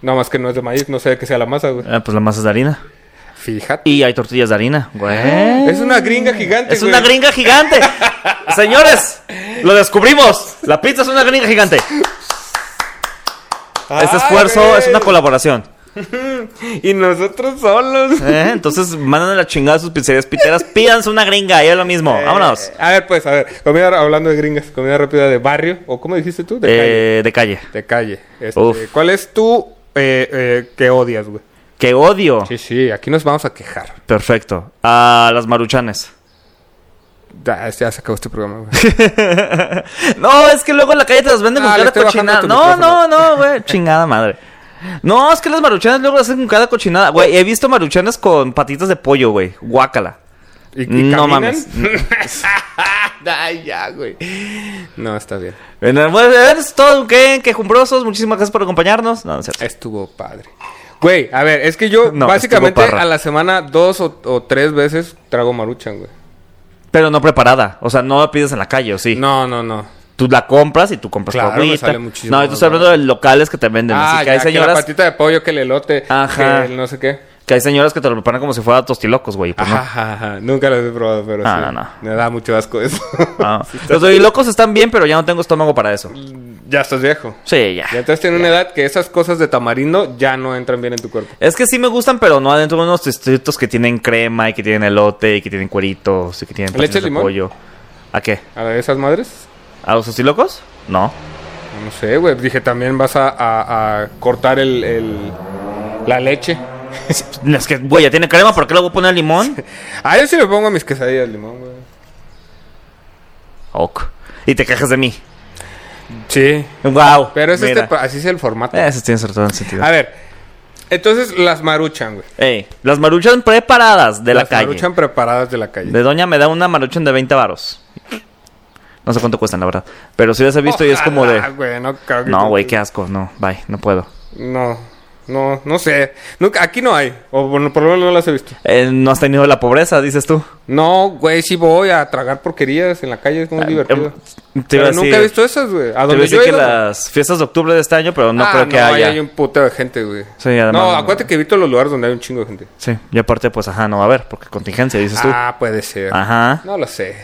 Speaker 1: No más que no es de maíz, no sé de qué sea la masa, güey.
Speaker 2: Ah, pues la masa es de harina.
Speaker 1: Fíjate.
Speaker 2: Y hay tortillas de harina. Güey.
Speaker 1: Es una gringa gigante,
Speaker 2: Mm. Es una gringa gigante.
Speaker 1: (laughs)
Speaker 2: Señores, lo descubrimos. La pizza es una gringa gigante. Este esfuerzo es una colaboración.
Speaker 1: Ah, Y nosotros solos.
Speaker 2: ¿eh? Entonces, manden a la chingada a sus pizzerías piteras. Pídanse una gringa y es lo mismo. Vámonos.
Speaker 1: Eh, a ver, pues, a ver. Comida, hablando de gringas, comida rápida de barrio. ¿O cómo dijiste tú? De calle.
Speaker 2: Eh, de calle.
Speaker 1: De calle. Este,
Speaker 2: uf.
Speaker 1: ¿Cuál es tu eh, eh, que odias, güey?
Speaker 2: Que odio.
Speaker 1: Sí, sí, aquí nos vamos a quejar.
Speaker 2: Perfecto. A las maruchanes.
Speaker 1: Ya, ya se acabó este programa, güey.
Speaker 2: No, es que luego en la calle te las venden con
Speaker 1: Ah, le
Speaker 2: cada
Speaker 1: estoy bajando
Speaker 2: cochinada.
Speaker 1: tu
Speaker 2: No, no,
Speaker 1: micrófono.
Speaker 2: no, güey. Chingada madre. No, es que las maruchanas luego las hacen con cada cochinada. Güey, he visto maruchanas con patitas de pollo, güey. Guácala.
Speaker 1: ¿Y, y caminan?
Speaker 2: No mames.
Speaker 1: (laughs) Ay, ya, güey. No, está bien.
Speaker 2: Bueno, bueno, es todo, ¿qué? Quejumbrosos. Muchísimas gracias por acompañarnos. No, no es cierto.
Speaker 1: Estuvo padre. Güey, a ver, es que yo
Speaker 2: No,
Speaker 1: básicamente
Speaker 2: estuvo parra.
Speaker 1: a la semana dos o, o tres veces trago maruchan, güey.
Speaker 2: Pero no preparada. O sea, no la pides en la calle, ¿o sí?
Speaker 1: No, no, no.
Speaker 2: Tú la compras y tú compras
Speaker 1: Claro,
Speaker 2: tu
Speaker 1: me
Speaker 2: agüita.
Speaker 1: sale muchísimo
Speaker 2: No, yo
Speaker 1: más
Speaker 2: estoy hablando de locales que te venden.
Speaker 1: ah,
Speaker 2: así que
Speaker 1: ya,
Speaker 2: hay
Speaker 1: que la
Speaker 2: señoras
Speaker 1: patita de pollo, que el elote,
Speaker 2: Ajá.
Speaker 1: que el no sé qué.
Speaker 2: que hay señoras que te lo preparan como si fuera tostilocos, güey. Pues no.
Speaker 1: Ajá, ajá, ajá. Nunca las he probado, pero
Speaker 2: Ah, No,
Speaker 1: sí.
Speaker 2: no, no.
Speaker 1: Me da mucho asco eso. (laughs)
Speaker 2: Ah, Los dorilocos están bien, pero ya no tengo estómago para eso.
Speaker 1: ya estás viejo.
Speaker 2: Sí, ya.
Speaker 1: Ya estás en una edad que esas cosas de tamarindo ya no entran bien en tu cuerpo.
Speaker 2: Es que sí me gustan, pero no adentro de unos testitos que tienen crema y que tienen elote y que tienen cueritos y que tienen
Speaker 1: ¿Le
Speaker 2: patitas
Speaker 1: echas
Speaker 2: de
Speaker 1: limón?
Speaker 2: pollo. ¿A qué?
Speaker 1: ¿A la de esas madres?
Speaker 2: ¿A los tostilocos? No.
Speaker 1: No sé, güey. Dije, también vas a, a- a cortar el, el- la leche.
Speaker 2: Es que, güey, ya tiene crema, ¿por qué le voy a
Speaker 1: (laughs)
Speaker 2: poner limón?
Speaker 1: A yo sí le pongo a mis quesadillas limón, güey.
Speaker 2: Ok. Y te quejas de mí.
Speaker 1: Sí.
Speaker 2: Wow.
Speaker 1: Pero es este,
Speaker 2: mira. Eh.
Speaker 1: así es el formato.
Speaker 2: Eso tiene cierto sentido.
Speaker 1: A ver, entonces las maruchan, güey.
Speaker 2: Ey, las maruchan preparadas de la
Speaker 1: las
Speaker 2: calle.
Speaker 1: maruchan preparadas de la calle.
Speaker 2: De doña me da una maruchan de 20 varos. No sé cuánto cuestan, la verdad. Pero sí las he visto y es como
Speaker 1: Ojalá,
Speaker 2: de...
Speaker 1: güey, no, creo que-
Speaker 2: No, güey, qué asco. No, bye, no puedo.
Speaker 1: No, no, no sé. Nunca, aquí no hay. O bueno, por lo menos no las he visto.
Speaker 2: Eh, no has tenido la pobreza, dices tú.
Speaker 1: No, güey, sí voy a tragar porquerías en la calle. Es muy divertido.
Speaker 2: Eh, Ah, te iba
Speaker 1: Pero
Speaker 2: a decir-
Speaker 1: nunca he visto esas, güey. A
Speaker 2: Te iba a
Speaker 1: donde
Speaker 2: decir
Speaker 1: yo he
Speaker 2: que
Speaker 1: ido,
Speaker 2: las fiestas de octubre de este año, pero no
Speaker 1: Ah,
Speaker 2: creo que
Speaker 1: no, ahí
Speaker 2: haya.
Speaker 1: hay un puto de gente, güey.
Speaker 2: Sí, además,
Speaker 1: no,
Speaker 2: no,
Speaker 1: acuérdate que evito los lugares donde hay un chingo de gente.
Speaker 2: Sí, y aparte, pues, ajá, no va a haber, porque contingencia, dices tú.
Speaker 1: Ah, puede ser.
Speaker 2: Ajá.
Speaker 1: No lo sé.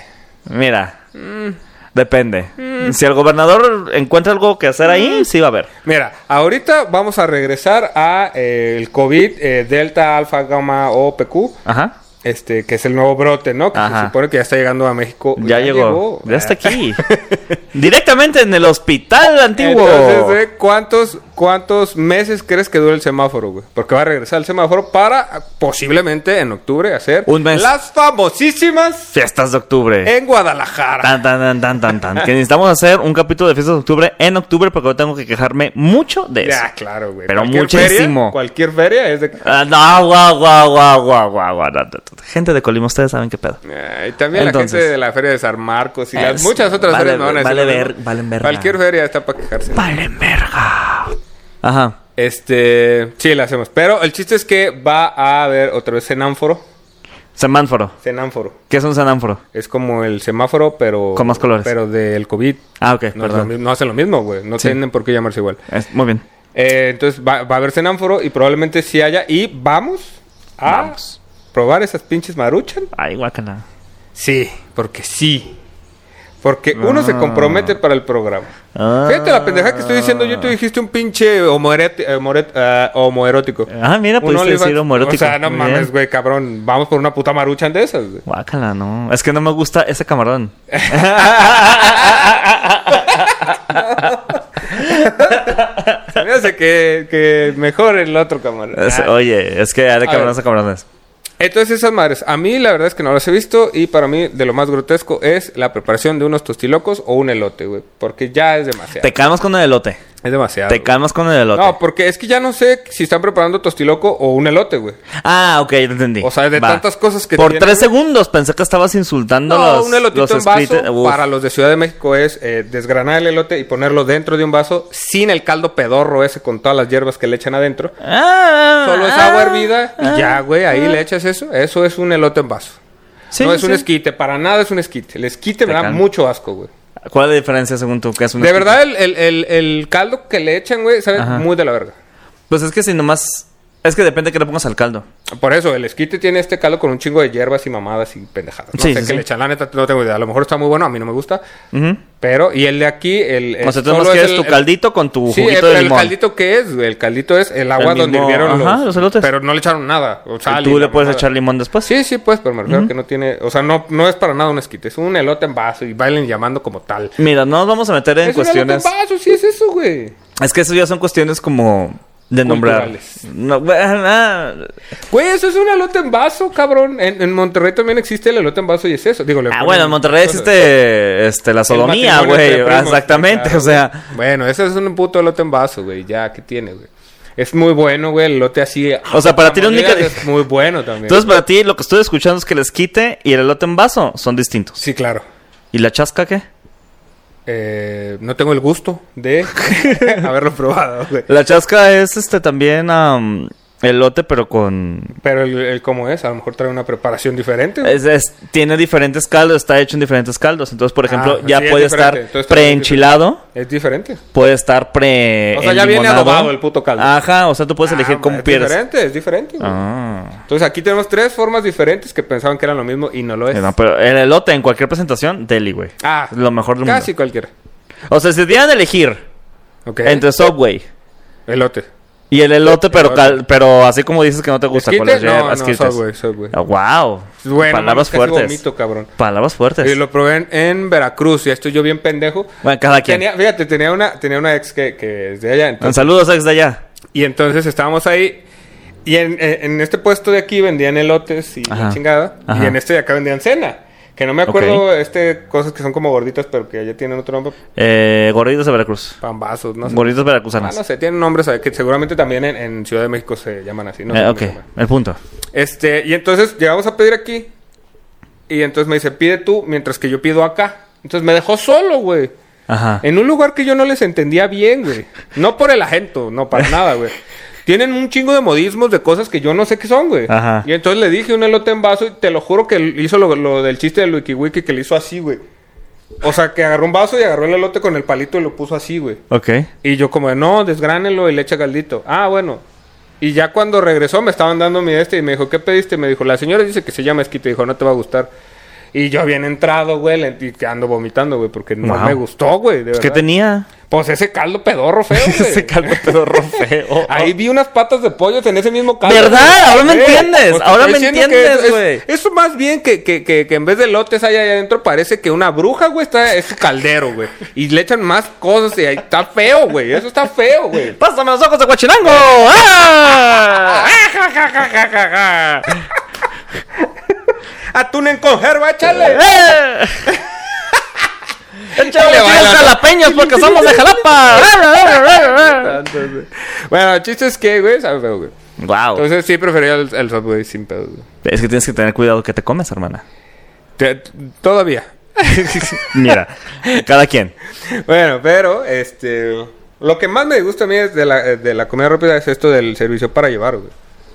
Speaker 2: Mira.
Speaker 1: Mm.
Speaker 2: Depende. Si el gobernador encuentra algo que hacer
Speaker 1: Mm.
Speaker 2: ahí, sí va a haber.
Speaker 1: Mira, ahorita vamos a regresar a eh, el COVID eh, Delta Alfa Gamma OPQ,
Speaker 2: Ajá.
Speaker 1: este que es el nuevo brote, ¿no? Que
Speaker 2: Ajá.
Speaker 1: se supone que ya está llegando a México.
Speaker 2: Pues Ya, llegó. Ya está
Speaker 1: Eh, (laughs)
Speaker 2: aquí. (laughs) Directamente en el hospital antiguo.
Speaker 1: Entonces, eh, ¿cuántos, ¿cuántos meses crees que dure el semáforo, güey? Porque va a regresar el semáforo para ah, posiblemente en octubre hacer
Speaker 2: Un mes.
Speaker 1: las famosísimas
Speaker 2: Fiestas de octubre.
Speaker 1: en Guadalajara.
Speaker 2: Tan, tan, tan, tan, tan, tan. Que necesitamos hacer un capítulo de fiestas de octubre en octubre porque yo tengo que quejarme mucho de eso.
Speaker 1: Ya, claro, güey.
Speaker 2: Pero
Speaker 1: feria-
Speaker 2: muchísimo.
Speaker 1: cualquier feria es de...
Speaker 2: Ah, no, guau, guau, guau, guau, guau, guau, no, no, no. Gente de Colima, ustedes saben qué pedo.
Speaker 1: Eh, y también la
Speaker 2: Entonces.
Speaker 1: gente de la feria de San Marcos y
Speaker 2: Es-
Speaker 1: las, muchas otras
Speaker 2: vale-
Speaker 1: ferias me van a decir
Speaker 2: vale
Speaker 1: lo mismo.
Speaker 2: ver- valen verga.
Speaker 1: Cualquier feria está para quejarse.
Speaker 2: Valen verga. Ajá.
Speaker 1: Este, sí, la hacemos. Pero el chiste es que va a haber otra vez cenánforo.
Speaker 2: Semánforo.
Speaker 1: Cenánforo.
Speaker 2: ¿Qué es un semánforo?
Speaker 1: Es como el semáforo, pero...
Speaker 2: Con más colores.
Speaker 1: Pero del COVID.
Speaker 2: Ah, ok,
Speaker 1: No, es lo
Speaker 2: perdón.
Speaker 1: mi- no hacen lo mismo, güey. No
Speaker 2: Sí.
Speaker 1: tienen por qué llamarse igual.
Speaker 2: Es- muy bien.
Speaker 1: Eh, entonces va, va a haber cenánforo y probablemente sí haya. Y vamos a
Speaker 2: Vamos.
Speaker 1: probar esas pinches maruchan.
Speaker 2: Ay, guacala.
Speaker 1: Sí, porque sí. Porque uno se
Speaker 2: Ah.
Speaker 1: compromete para el programa.
Speaker 2: Ah.
Speaker 1: Fíjate la pendeja que estoy diciendo. Yo te dijiste un pinche homoeret- eh, homoeret- ah, homoerótico.
Speaker 2: Ah, mira,
Speaker 1: Un
Speaker 2: pudiste
Speaker 1: OnlyFans.
Speaker 2: decir homoerótico.
Speaker 1: O sea, no
Speaker 2: Muy
Speaker 1: mames,
Speaker 2: bien.
Speaker 1: güey, cabrón. Vamos por una puta maruchan de esas,
Speaker 2: (laughs)
Speaker 1: güey. (laughs)
Speaker 2: Guácala, no. Es que no me gusta ese camarón.
Speaker 1: Se me hace que, que mejor el otro camarón.
Speaker 2: Es-
Speaker 1: Ah.
Speaker 2: oye, es que hay de
Speaker 1: A
Speaker 2: cabrones a
Speaker 1: ver.
Speaker 2: cabrones.
Speaker 1: Entonces esas madres, a mí la verdad es que no las he visto y para mí de lo más grotesco es la preparación de unos tostilocos o un elote, güey, porque ya es demasiado.
Speaker 2: Te calmas con el elote.
Speaker 1: es demasiado.
Speaker 2: Te
Speaker 1: güey.
Speaker 2: calmas con el elote.
Speaker 1: No, porque es que ya no sé si están preparando tostiloco o un elote, güey.
Speaker 2: Ah, ok, ya te entendí.
Speaker 1: O sea, de tantas cosas que
Speaker 2: Por
Speaker 1: tiene,
Speaker 2: tres
Speaker 1: güey.
Speaker 2: segundos pensé que estabas insultando
Speaker 1: No,
Speaker 2: los.
Speaker 1: un elotito
Speaker 2: los
Speaker 1: en vaso
Speaker 2: escritos- Uf.
Speaker 1: para los de Ciudad de México es eh, desgranar el elote y ponerlo dentro de un vaso sin el caldo pedorro ese con todas las hierbas que le echan adentro.
Speaker 2: Ah,
Speaker 1: Solo es
Speaker 2: ah,
Speaker 1: agua hervida y
Speaker 2: ah,
Speaker 1: ya, güey, ahí
Speaker 2: ah.
Speaker 1: le echas eso. Eso es un elote en vaso.
Speaker 2: Sí,
Speaker 1: no es un
Speaker 2: sí.
Speaker 1: esquite, para nada es un esquite. El esquite me
Speaker 2: Te
Speaker 1: da
Speaker 2: calma.
Speaker 1: mucho asco, güey.
Speaker 2: ¿Cuál es la diferencia según tú? Que es un
Speaker 1: De
Speaker 2: esquite?
Speaker 1: verdad, el, el- el- el caldo que le echan, güey, sabe
Speaker 2: Ajá.
Speaker 1: muy de la verga.
Speaker 2: Pues es que si nomás. Es que depende que le pongas al caldo.
Speaker 1: Por eso, el esquite tiene este caldo con un chingo de hierbas y mamadas y pendejadas. No
Speaker 2: Sí,
Speaker 1: sé
Speaker 2: sí,
Speaker 1: qué
Speaker 2: sí.
Speaker 1: le echan, la neta, no tengo idea. A lo mejor está muy bueno, a mí no me gusta.
Speaker 2: Ujú.
Speaker 1: Pero, y el de aquí, el. el-
Speaker 2: O sea, tú
Speaker 1: Eh, solo
Speaker 2: nomás
Speaker 1: es
Speaker 2: quieres
Speaker 1: el-
Speaker 2: tu
Speaker 1: el-
Speaker 2: caldito con tu
Speaker 1: Sí, eh,
Speaker 2: juguito
Speaker 1: el,
Speaker 2: de
Speaker 1: el
Speaker 2: limón.
Speaker 1: caldito que es, güey. El caldito es el agua donde
Speaker 2: mismo-
Speaker 1: hirvieron
Speaker 2: ajá,
Speaker 1: los.
Speaker 2: los elotes.
Speaker 1: Pero no le echaron nada. O sal
Speaker 2: Y
Speaker 1: y
Speaker 2: tú le
Speaker 1: la
Speaker 2: puedes
Speaker 1: mamada.
Speaker 2: echar limón después.
Speaker 1: Sí, sí, pues, pero me refiero que no tiene. O sea, no, no es para nada un esquite. Es un elote en vaso y bailen llamando como tal.
Speaker 2: Mira, no nos vamos a meter en
Speaker 1: es
Speaker 2: cuestiones.
Speaker 1: un elote en vaso, sí, es eso, güey.
Speaker 2: Es que eso ya son cuestiones como de nombrar.
Speaker 1: Culturales.
Speaker 2: No, bueno, ah,
Speaker 1: Güey, eso es un elote en vaso, cabrón. En, en Monterrey también existe el elote en vaso y es eso. Digo, le
Speaker 2: ah,
Speaker 1: ponen
Speaker 2: bueno, en Monterrey
Speaker 1: cosas.
Speaker 2: existe este, la sodomía,
Speaker 1: matrimonio
Speaker 2: güey.
Speaker 1: entre primos,
Speaker 2: Exactamente,
Speaker 1: claro,
Speaker 2: o sea.
Speaker 1: Bueno, ese es un puto elote en vaso, güey. Ya, ¿qué tiene, güey? Es muy bueno, güey, el elote así.
Speaker 2: O sea, para ti no es ni
Speaker 1: Tamaulipas
Speaker 2: que-
Speaker 1: Es muy bueno también.
Speaker 2: Entonces, para ti, lo que estoy escuchando es que el esquite y el elote en vaso son distintos.
Speaker 1: Sí, claro.
Speaker 2: ¿Y la chasca qué?
Speaker 1: Eh, no tengo el gusto
Speaker 2: (laughs)
Speaker 1: de haberlo probado, güey.
Speaker 2: La chasca es este también am, elote, pero con.
Speaker 1: Pero el, el cómo es, a lo mejor trae una preparación diferente. güey.
Speaker 2: es- es- tiene diferentes caldos, está hecho en diferentes caldos. Entonces, por ejemplo,
Speaker 1: Ah,
Speaker 2: ya
Speaker 1: sí, es
Speaker 2: puede
Speaker 1: diferente.
Speaker 2: estar
Speaker 1: Entonces, está muy
Speaker 2: preenchilado.
Speaker 1: Es diferente.
Speaker 2: puede estar pre.
Speaker 1: O sea, ya viene
Speaker 2: enlimonado.
Speaker 1: adobado el puto caldo.
Speaker 2: Ajá, o sea, tú puedes
Speaker 1: Ah,
Speaker 2: elegir cómo
Speaker 1: es
Speaker 2: quieres.
Speaker 1: diferente, es diferente. güey.
Speaker 2: Ah.
Speaker 1: Entonces aquí tenemos tres formas diferentes que pensaban que eran lo mismo y no lo es.
Speaker 2: Eh, no, pero el elote en cualquier presentación, deli, güey.
Speaker 1: Pues, Ah,
Speaker 2: lo mejor del
Speaker 1: Casi
Speaker 2: mundo.
Speaker 1: cualquiera.
Speaker 2: O sea, si te dieran a elegir
Speaker 1: Ok.
Speaker 2: entre Subway
Speaker 1: Elote.
Speaker 2: y el elote, pero
Speaker 1: Elote.
Speaker 2: cal- pero así como dices que no te gusta,
Speaker 1: ¿Esquites?
Speaker 2: las
Speaker 1: No,
Speaker 2: hierbas,
Speaker 1: no,
Speaker 2: esquites.
Speaker 1: Subway, Subway.
Speaker 2: Ah, wow.
Speaker 1: Bueno,
Speaker 2: Palabras
Speaker 1: mames, casi
Speaker 2: fuertes.
Speaker 1: vomito, cabrón.
Speaker 2: Palabras fuertes.
Speaker 1: Y lo probé en, en Veracruz y estoy yo bien pendejo.
Speaker 2: Bueno, cada quien.
Speaker 1: Tenía, fíjate, tenía una, tenía una ex que, que es de allá. Entonces,
Speaker 2: Un saludo, ex de allá.
Speaker 1: Y entonces estábamos ahí. Y en, en- en este puesto de aquí vendían elotes y la
Speaker 2: Ajá.
Speaker 1: chingada.
Speaker 2: Ajá.
Speaker 1: Y en este de acá vendían cena. Que no me acuerdo, este, cosas que son como gorditas, pero que ya tienen otro nombre.
Speaker 2: Eh, gorditos de Veracruz.
Speaker 1: Pambazos, no sé.
Speaker 2: Gorditos
Speaker 1: Ah,
Speaker 2: veracruzanos.
Speaker 1: no sé, tienen nombres ahí que seguramente también en, en Ciudad de México se llaman así. No sé
Speaker 2: Eh,
Speaker 1: cómo
Speaker 2: ok,
Speaker 1: se llaman.
Speaker 2: el punto.
Speaker 1: Este, y entonces llegamos a pedir aquí. Y entonces me dice, pide tú, mientras que yo pido acá. Entonces me dejó solo, güey.
Speaker 2: Ajá.
Speaker 1: En un lugar que yo no les entendía bien, güey. No por el agento, no, para nada, güey. Tienen un chingo de modismos de cosas que yo no sé qué son, güey.
Speaker 2: Ajá.
Speaker 1: Y entonces le dije un elote en vaso y te lo juro que hizo lo, lo del chiste del Wiki Wiki que le hizo así, güey. O sea, que agarró un vaso y agarró el elote con el palito y lo puso así, güey.
Speaker 2: Ok. Pues,
Speaker 1: Y yo como, de, no, desgránelo y le echa caldito. Ah, bueno. Y ya cuando regresó me estaban dando mi este y me dijo, ¿qué pediste? Me dijo, la señora dice que se llama esquite. Dijo, no te va a gustar. Y yo bien entrado, güey, le- y que ando vomitando, güey, porque no
Speaker 2: Wow.
Speaker 1: me gustó, güey, de
Speaker 2: Pues, ¿Qué
Speaker 1: verdad.
Speaker 2: tenía?
Speaker 1: Pues ese caldo pedorro
Speaker 2: (laughs)
Speaker 1: feo, güey.
Speaker 2: Ese caldo pedorro feo.
Speaker 1: Ahí vi unas patas de pollo en ese mismo caldo.
Speaker 2: ¿Verdad?
Speaker 1: güey.
Speaker 2: Ahora me
Speaker 1: Sí. Pues
Speaker 2: entiendes,
Speaker 1: te
Speaker 2: ahora
Speaker 1: estoy
Speaker 2: me
Speaker 1: diciendo que
Speaker 2: entiendes,
Speaker 1: es- es-
Speaker 2: güey.
Speaker 1: Eso más bien que, que, que, que en vez de lotes hay ahí adentro, parece que una bruja, güey, está es caldero, güey. Y le echan más cosas y ahí está feo, güey. Eso está feo, güey.
Speaker 2: ¡Pásame los ojos de Guachinango! ¡Ah!
Speaker 1: Atún en conserva, échale.
Speaker 2: ¡Eh! ¡Échale
Speaker 1: Le
Speaker 2: varios
Speaker 1: bailan.
Speaker 2: jalapeños porque somos de Jalapa!
Speaker 1: Bueno, el chiste es que, güey, sabe feo, güey.
Speaker 2: ¡Wow!
Speaker 1: Entonces sí prefería el, el Subway sin pedo, güey.
Speaker 2: Es que tienes que tener cuidado que te comes, hermana.
Speaker 1: Te- Todavía. (laughs)
Speaker 2: Mira, (laughs) cada quien.
Speaker 1: Bueno, pero este lo que más me gusta a mí es de la, de la comida rápida es esto del servicio para llevar, güey.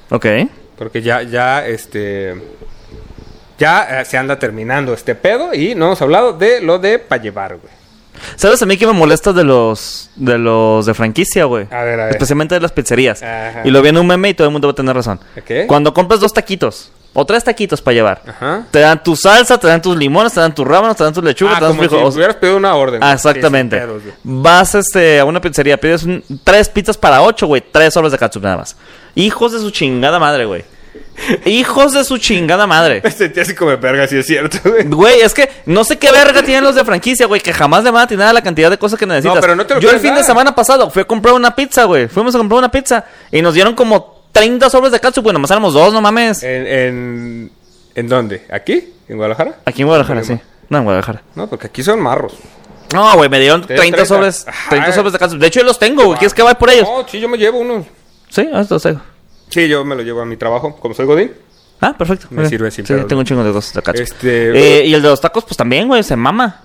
Speaker 2: Ok.
Speaker 1: Porque ya ya este ya eh, se anda terminando este pedo y no hemos hablado de lo de para llevar, güey.
Speaker 2: ¿Sabes a mí que me molesta de los de los de franquicia, güey?
Speaker 1: A ver, a ver.
Speaker 2: Especialmente de las pizzerías.
Speaker 1: Ajá.
Speaker 2: Y lo viene un meme y todo el mundo va a tener razón.
Speaker 1: ¿Qué?
Speaker 2: Cuando compras dos taquitos o tres taquitos para llevar.
Speaker 1: Ajá.
Speaker 2: Te dan tu salsa, te dan tus limones, te dan tus rábanos, te dan tus lechugas,
Speaker 1: Ah,
Speaker 2: te dan
Speaker 1: como
Speaker 2: tus
Speaker 1: si
Speaker 2: frijoles.
Speaker 1: hubieras pedido una orden.
Speaker 2: Ah, exactamente.
Speaker 1: Sí, sin (laughs) pedos, güey.
Speaker 2: Vas este, a una pizzería, pides un- tres pizzas para ocho, güey. Tres sobres de catsup nada más. Hijos de su chingada madre, güey. Hijos de su chingada madre.
Speaker 1: Me sentí así como de verga, si es cierto,
Speaker 2: (laughs)
Speaker 1: güey.
Speaker 2: Güey, es que no sé qué verga tienen los de franquicia, güey, que jamás le van a atinar a la cantidad de cosas que necesitas.
Speaker 1: pero no te lo
Speaker 2: Yo el
Speaker 1: quieren
Speaker 2: fin de
Speaker 1: dar.
Speaker 2: semana pasado fui a comprar una pizza, güey. Fuimos a comprar una pizza y nos dieron como 30 sobres de catsup, güey. Nomás éramos dos, no mames.
Speaker 1: ¿En, en, en dónde? ¿Aquí? ¿En Guadalajara?
Speaker 2: Aquí en Guadalajara, sí. No, en Guadalajara.
Speaker 1: No, porque aquí son marros.
Speaker 2: No, güey, me dieron
Speaker 1: Te
Speaker 2: 30,
Speaker 1: dieron 30.
Speaker 2: sobres.
Speaker 1: Ajá.
Speaker 2: 30 sobres de catsup. De hecho, yo los tengo, güey. ¿Quieres que vaya por ellos?
Speaker 1: No, sí, yo me llevo unos.
Speaker 2: Sí, ah, los tengo.
Speaker 1: Sí, yo me lo llevo a mi trabajo, como soy Godín.
Speaker 2: Ah, perfecto.
Speaker 1: Me
Speaker 2: Ok.
Speaker 1: sirve sin
Speaker 2: Sí,
Speaker 1: pedos.
Speaker 2: tengo un chingo de dos de catsup.
Speaker 1: Este-
Speaker 2: Eh, y el de los tacos, pues también, güey, se mama.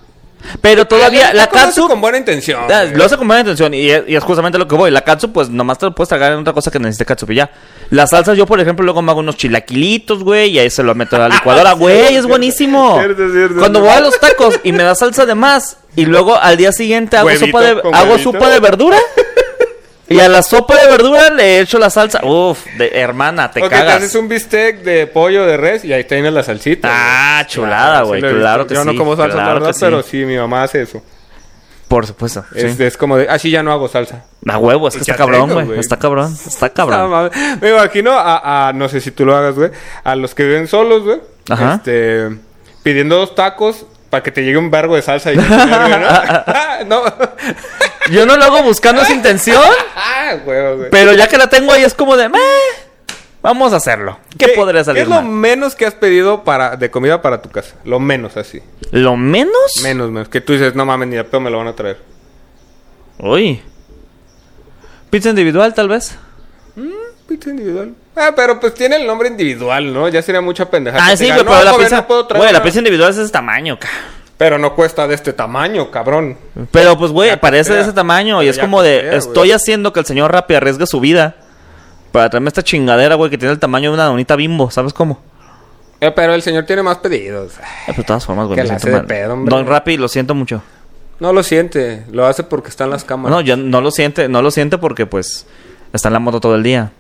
Speaker 2: Pero todavía, la
Speaker 1: cosa
Speaker 2: catsup...
Speaker 1: con buena intención.
Speaker 2: Ah,
Speaker 1: güey.
Speaker 2: Lo hace con buena intención y, es- y es justamente lo que voy. La katsu, pues nomás te lo puedes tragar en otra cosa que necesite katsu y ya. Las salsas, yo por ejemplo, luego me hago unos chilaquilitos, güey, y ahí se lo meto
Speaker 1: (laughs)
Speaker 2: a la
Speaker 1: Ah,
Speaker 2: licuadora, güey, es buenísimo.
Speaker 1: Cierto, cierto.
Speaker 2: Cuando voy a los tacos y me da salsa de más, y luego al día siguiente hago,
Speaker 1: Huevito
Speaker 2: sopa de,
Speaker 1: con
Speaker 2: hago
Speaker 1: huevito.
Speaker 2: sopa de verdura. Y a la sopa de verdura le echo la salsa. Uf, de, hermana, te
Speaker 1: Ok,
Speaker 2: cagas.
Speaker 1: haces un bistec de pollo, de res y ahí tienes la salsita.
Speaker 2: Ah,
Speaker 1: güey.
Speaker 2: chulada, güey,
Speaker 1: lo he
Speaker 2: claro
Speaker 1: visto.
Speaker 2: que
Speaker 1: Yo
Speaker 2: sí,
Speaker 1: no como salsa,
Speaker 2: claro
Speaker 1: la verdad,
Speaker 2: que sí.
Speaker 1: pero sí, mi mamá hace eso.
Speaker 2: Por supuesto. sí.
Speaker 1: Es, es como de, así ya no hago salsa.
Speaker 2: A huevo, es
Speaker 1: Y
Speaker 2: que
Speaker 1: Pues ya
Speaker 2: está cabrón,
Speaker 1: tengo,
Speaker 2: güey.
Speaker 1: güey.
Speaker 2: Está cabrón. Está
Speaker 1: No,
Speaker 2: cabrón.
Speaker 1: mames. me imagino a, a- no sé si tú lo hagas, güey, a los que viven solos, güey,
Speaker 2: Ajá.
Speaker 1: este, pidiendo dos tacos para que te llegue un vergo de salsa y
Speaker 2: (laughs)
Speaker 1: no, no,
Speaker 2: Yo no lo hago buscando esa intención.
Speaker 1: (laughs) ah, güey, güey.
Speaker 2: Pero ya que la tengo ahí es como de, "Meh, vamos a hacerlo. ¿Qué, podría salir
Speaker 1: ¿Qué es lo
Speaker 2: mal?
Speaker 1: menos que has pedido para de comida para tu casa? Lo menos así.
Speaker 2: ¿Lo menos?
Speaker 1: Menos, menos. Que tú dices, no mames, ni a pedo me lo van a traer.
Speaker 2: Uy. Pizza individual, tal vez.
Speaker 1: Pizza individual. Ah, pero pues tiene el nombre individual, ¿no? Ya sería mucha pendejada.
Speaker 2: Ah,
Speaker 1: que
Speaker 2: sí,
Speaker 1: diga,
Speaker 2: güey,
Speaker 1: "No,
Speaker 2: pero la
Speaker 1: joven,
Speaker 2: pizza.
Speaker 1: no puedo traer
Speaker 2: güey, la
Speaker 1: una".
Speaker 2: pizza individual es de ese tamaño, ca.
Speaker 1: Pero no cuesta de este tamaño, cabrón.
Speaker 2: Pero pues, güey,
Speaker 1: Ya
Speaker 2: parece de
Speaker 1: costea.
Speaker 2: ese tamaño y
Speaker 1: Pero
Speaker 2: es
Speaker 1: ya
Speaker 2: como de,
Speaker 1: costea, güey.
Speaker 2: estoy haciendo que el señor Rappi arriesgue su vida para traerme esta chingadera, güey, que tiene el tamaño de una donita bimbo, ¿sabes cómo?
Speaker 1: Eh, pero el señor tiene más pedidos.
Speaker 2: Eh, pero de todas formas, güey,
Speaker 1: Que
Speaker 2: me
Speaker 1: la
Speaker 2: siento
Speaker 1: hace de
Speaker 2: mal.
Speaker 1: pedo, hombre.
Speaker 2: Don Rappi, lo siento mucho.
Speaker 1: No lo siente. Lo hace porque están las cámaras.
Speaker 2: No, yo no lo siente, no lo siente porque, pues, está en la moto todo el día.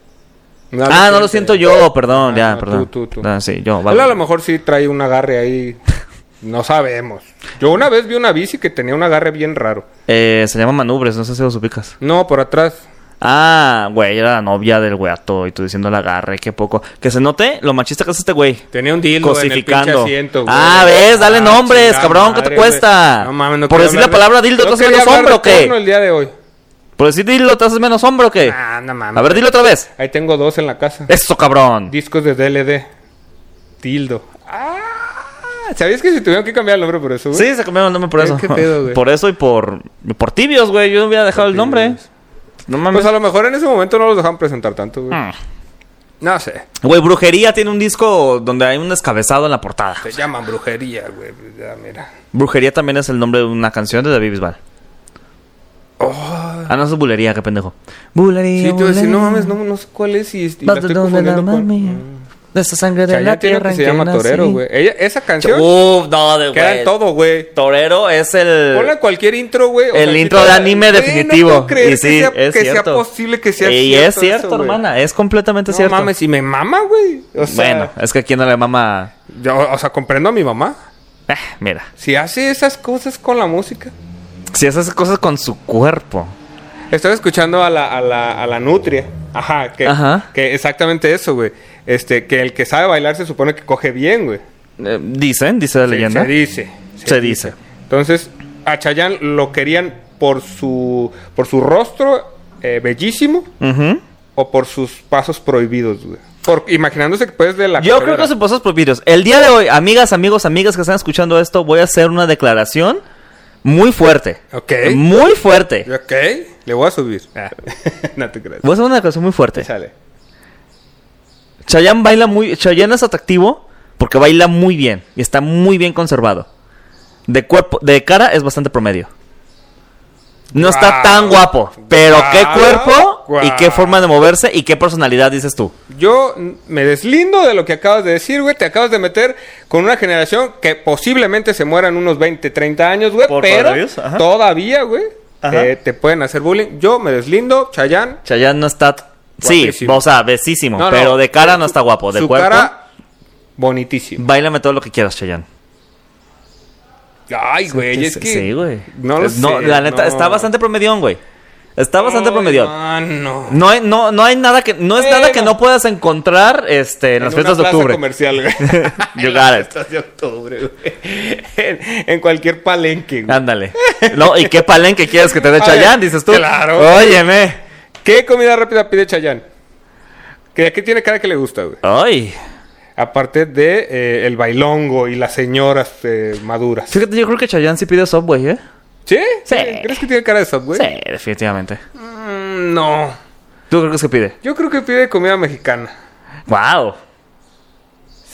Speaker 1: No lo
Speaker 2: ah, no lo siento
Speaker 1: siente.
Speaker 2: yo, perdón,
Speaker 1: Ah,
Speaker 2: ya,
Speaker 1: no,
Speaker 2: perdón.
Speaker 1: Tú, tú, tú.
Speaker 2: Ah, sí, yo,
Speaker 1: Él
Speaker 2: vale.
Speaker 1: a lo mejor sí trae un agarre ahí. No sabemos. Yo una vez vi una bici que tenía un agarre bien raro.
Speaker 2: Eh, se llama Manubres, no sé si los ubicas.
Speaker 1: No, por atrás.
Speaker 2: Ah, güey, era la novia del güeato y tú diciendo la agarre, qué poco. Que se note lo machista que es este güey.
Speaker 1: Tenía un dildo en el
Speaker 2: Cosificando.
Speaker 1: pinche asiento, güey.
Speaker 2: ah, ves, dale
Speaker 1: Ah,
Speaker 2: nombres,
Speaker 1: chingada
Speaker 2: cabrón, ¿qué te
Speaker 1: madre,
Speaker 2: cuesta?
Speaker 1: güey. No mames, no
Speaker 2: Por
Speaker 1: quiero
Speaker 2: decir la
Speaker 1: hablar de-
Speaker 2: palabra dildo,
Speaker 1: No
Speaker 2: ¿te haces
Speaker 1: quería
Speaker 2: menos
Speaker 1: hablar
Speaker 2: hombre
Speaker 1: de
Speaker 2: o qué?
Speaker 1: porno el día de hoy.
Speaker 2: Por decir dildo, ¿te haces menos hombre o qué?
Speaker 1: Ah, no mames.
Speaker 2: A ver, Eh. dilo otra vez.
Speaker 1: Ahí tengo dos en la casa.
Speaker 2: Eso, cabrón.
Speaker 1: Discos de DLD. Tildo. Ah, ¿Sabías que se tuvieron que cambiar el nombre por eso? güey?
Speaker 2: Sí, se cambiaron el nombre por
Speaker 1: ¿Qué-
Speaker 2: eso.
Speaker 1: Eh, qué pedo, güey?
Speaker 2: por eso y por, por tibios, güey. Yo no hubiera dejado el nombre. No mames.
Speaker 1: Pues a lo mejor en ese momento no los dejaban presentar tanto, güey.
Speaker 2: Mm.
Speaker 1: No sé.
Speaker 2: Güey, Brujería tiene un disco donde hay un descabezado en la portada.
Speaker 1: Se llaman brujería, güey. pues, Ya, mira.
Speaker 2: Brujería también es el nombre de una canción de David Bisbal. Ah, no, eso es bulería, qué pendejo.
Speaker 1: Oh. Sí,
Speaker 2: Bulería.
Speaker 1: te voy a decir,
Speaker 2: bulería.
Speaker 1: no mames, no, no sé cuál es y, y la
Speaker 2: Vas
Speaker 1: estoy
Speaker 2: de donde la
Speaker 1: confundiendo con...
Speaker 2: mami, De esa sangre de la
Speaker 1: Chayanne tiene
Speaker 2: tierra
Speaker 1: una que se
Speaker 2: en
Speaker 1: llama
Speaker 2: nací.
Speaker 1: Torero, güey. Ella- Esa canción
Speaker 2: Uf, no, de
Speaker 1: queda en
Speaker 2: güey.
Speaker 1: todo, güey.
Speaker 2: Torero es el.
Speaker 1: Ponla en cualquier intro, güey. o
Speaker 2: El
Speaker 1: sea,
Speaker 2: intro
Speaker 1: quita-
Speaker 2: de anime
Speaker 1: Güey,
Speaker 2: definitivo.
Speaker 1: No puedo creer
Speaker 2: y sí,
Speaker 1: que sea,
Speaker 2: es
Speaker 1: que sea
Speaker 2: cierto.
Speaker 1: posible que sea
Speaker 2: y es cierto,
Speaker 1: eso, güey.
Speaker 2: hermana. Es completamente
Speaker 1: No
Speaker 2: cierto.
Speaker 1: mames, y me mama, güey. O sea,
Speaker 2: bueno, es que aquí no le mama.
Speaker 1: yo, o sea, comprendo a mi mamá.
Speaker 2: Eh, mira.
Speaker 1: Si hace esas cosas con la música.
Speaker 2: Si hace esas cosas con su cuerpo.
Speaker 1: Estaba escuchando a la, a la, a la Nutria. Ajá, que,
Speaker 2: Ajá.
Speaker 1: que exactamente eso, güey. Este, que el que sabe bailar se supone que coge bien, güey.
Speaker 2: Eh, dicen, dice la
Speaker 1: Se-
Speaker 2: leyenda.
Speaker 1: Se dice.
Speaker 2: Se dice.
Speaker 1: Entonces, a Chayanne lo querían por su, por su rostro eh, bellísimo
Speaker 2: Ujú.
Speaker 1: o por sus pasos prohibidos, güey. Por, imaginándose que puedes de la
Speaker 2: Yo creo
Speaker 1: carrera.
Speaker 2: que son pasos prohibidos. El día de hoy, amigas, amigos, amigas que están escuchando esto, voy a hacer una declaración muy fuerte.
Speaker 1: Ok.
Speaker 2: Muy fuerte.
Speaker 1: Ok, le voy a subir. Ah, (laughs) no te creas.
Speaker 2: Voy a hacer una declaración muy fuerte.
Speaker 1: Sale.
Speaker 2: Chayanne baila muy... Chayanne es atractivo porque baila muy bien y está muy bien conservado. De cuerpo... De cara es bastante promedio. No está
Speaker 1: Guau.
Speaker 2: tan guapo, pero qué
Speaker 1: Guau.
Speaker 2: cuerpo y qué
Speaker 1: Guau.
Speaker 2: forma de moverse y qué personalidad dices tú.
Speaker 1: Yo n- me deslindo de lo que acabas de decir, güey. Te acabas de meter con una generación que posiblemente se muera en unos 20, 30 años, güey.
Speaker 2: Por
Speaker 1: Pero
Speaker 2: coronavirus, ajá.
Speaker 1: todavía, güey,
Speaker 2: Ajá.
Speaker 1: eh, te pueden hacer bullying. Yo me deslindo, Chayán.
Speaker 2: Chayanne no está... Sí,
Speaker 1: Guapísimo.
Speaker 2: o sea, besísimo,
Speaker 1: No, no.
Speaker 2: pero de cara no está guapo, de
Speaker 1: Su
Speaker 2: cuerpo...
Speaker 1: cara Bonitísimo.
Speaker 2: Bailame todo lo que quieras, Chayanne.
Speaker 1: Ay, güey, es
Speaker 2: Sí,
Speaker 1: que.
Speaker 2: Sí, güey.
Speaker 1: No lo
Speaker 2: Es- No,
Speaker 1: sé,
Speaker 2: la neta,
Speaker 1: no.
Speaker 2: está bastante promedión, güey. Está bastante
Speaker 1: Ay,
Speaker 2: promedión.
Speaker 1: mano.
Speaker 2: No hay, no, no hay nada que, no es nada que
Speaker 1: Bueno.
Speaker 2: no puedas encontrar este, en, las
Speaker 1: En una
Speaker 2: fiestas de
Speaker 1: plaza
Speaker 2: octubre.
Speaker 1: comercial,
Speaker 2: (laughs)
Speaker 1: güey. (laughs)
Speaker 2: You
Speaker 1: En las
Speaker 2: got it.
Speaker 1: fiestas de octubre, güey. En, en cualquier palenque, güey.
Speaker 2: Ándale. No, ¿y qué palenque quieres que te dé
Speaker 1: Ay,
Speaker 2: Chayanne? Dices tú.
Speaker 1: claro.
Speaker 2: Óyeme.
Speaker 1: ¿Qué comida rápida pide Chayán? ¿Qué, qué tiene cara que le gusta, güey?
Speaker 2: Ay.
Speaker 1: Aparte de eh, el bailongo y las señoras eh, maduras.
Speaker 2: Fíjate, yo creo que Chayanne sí pide Subway, ¿eh?
Speaker 1: ¿Sí?
Speaker 2: Sí.
Speaker 1: ¿Crees que tiene cara de Subway?
Speaker 2: Sí, definitivamente.
Speaker 1: Mm, no.
Speaker 2: ¿Tú crees que pide?
Speaker 1: Yo creo que pide comida mexicana.
Speaker 2: Wow.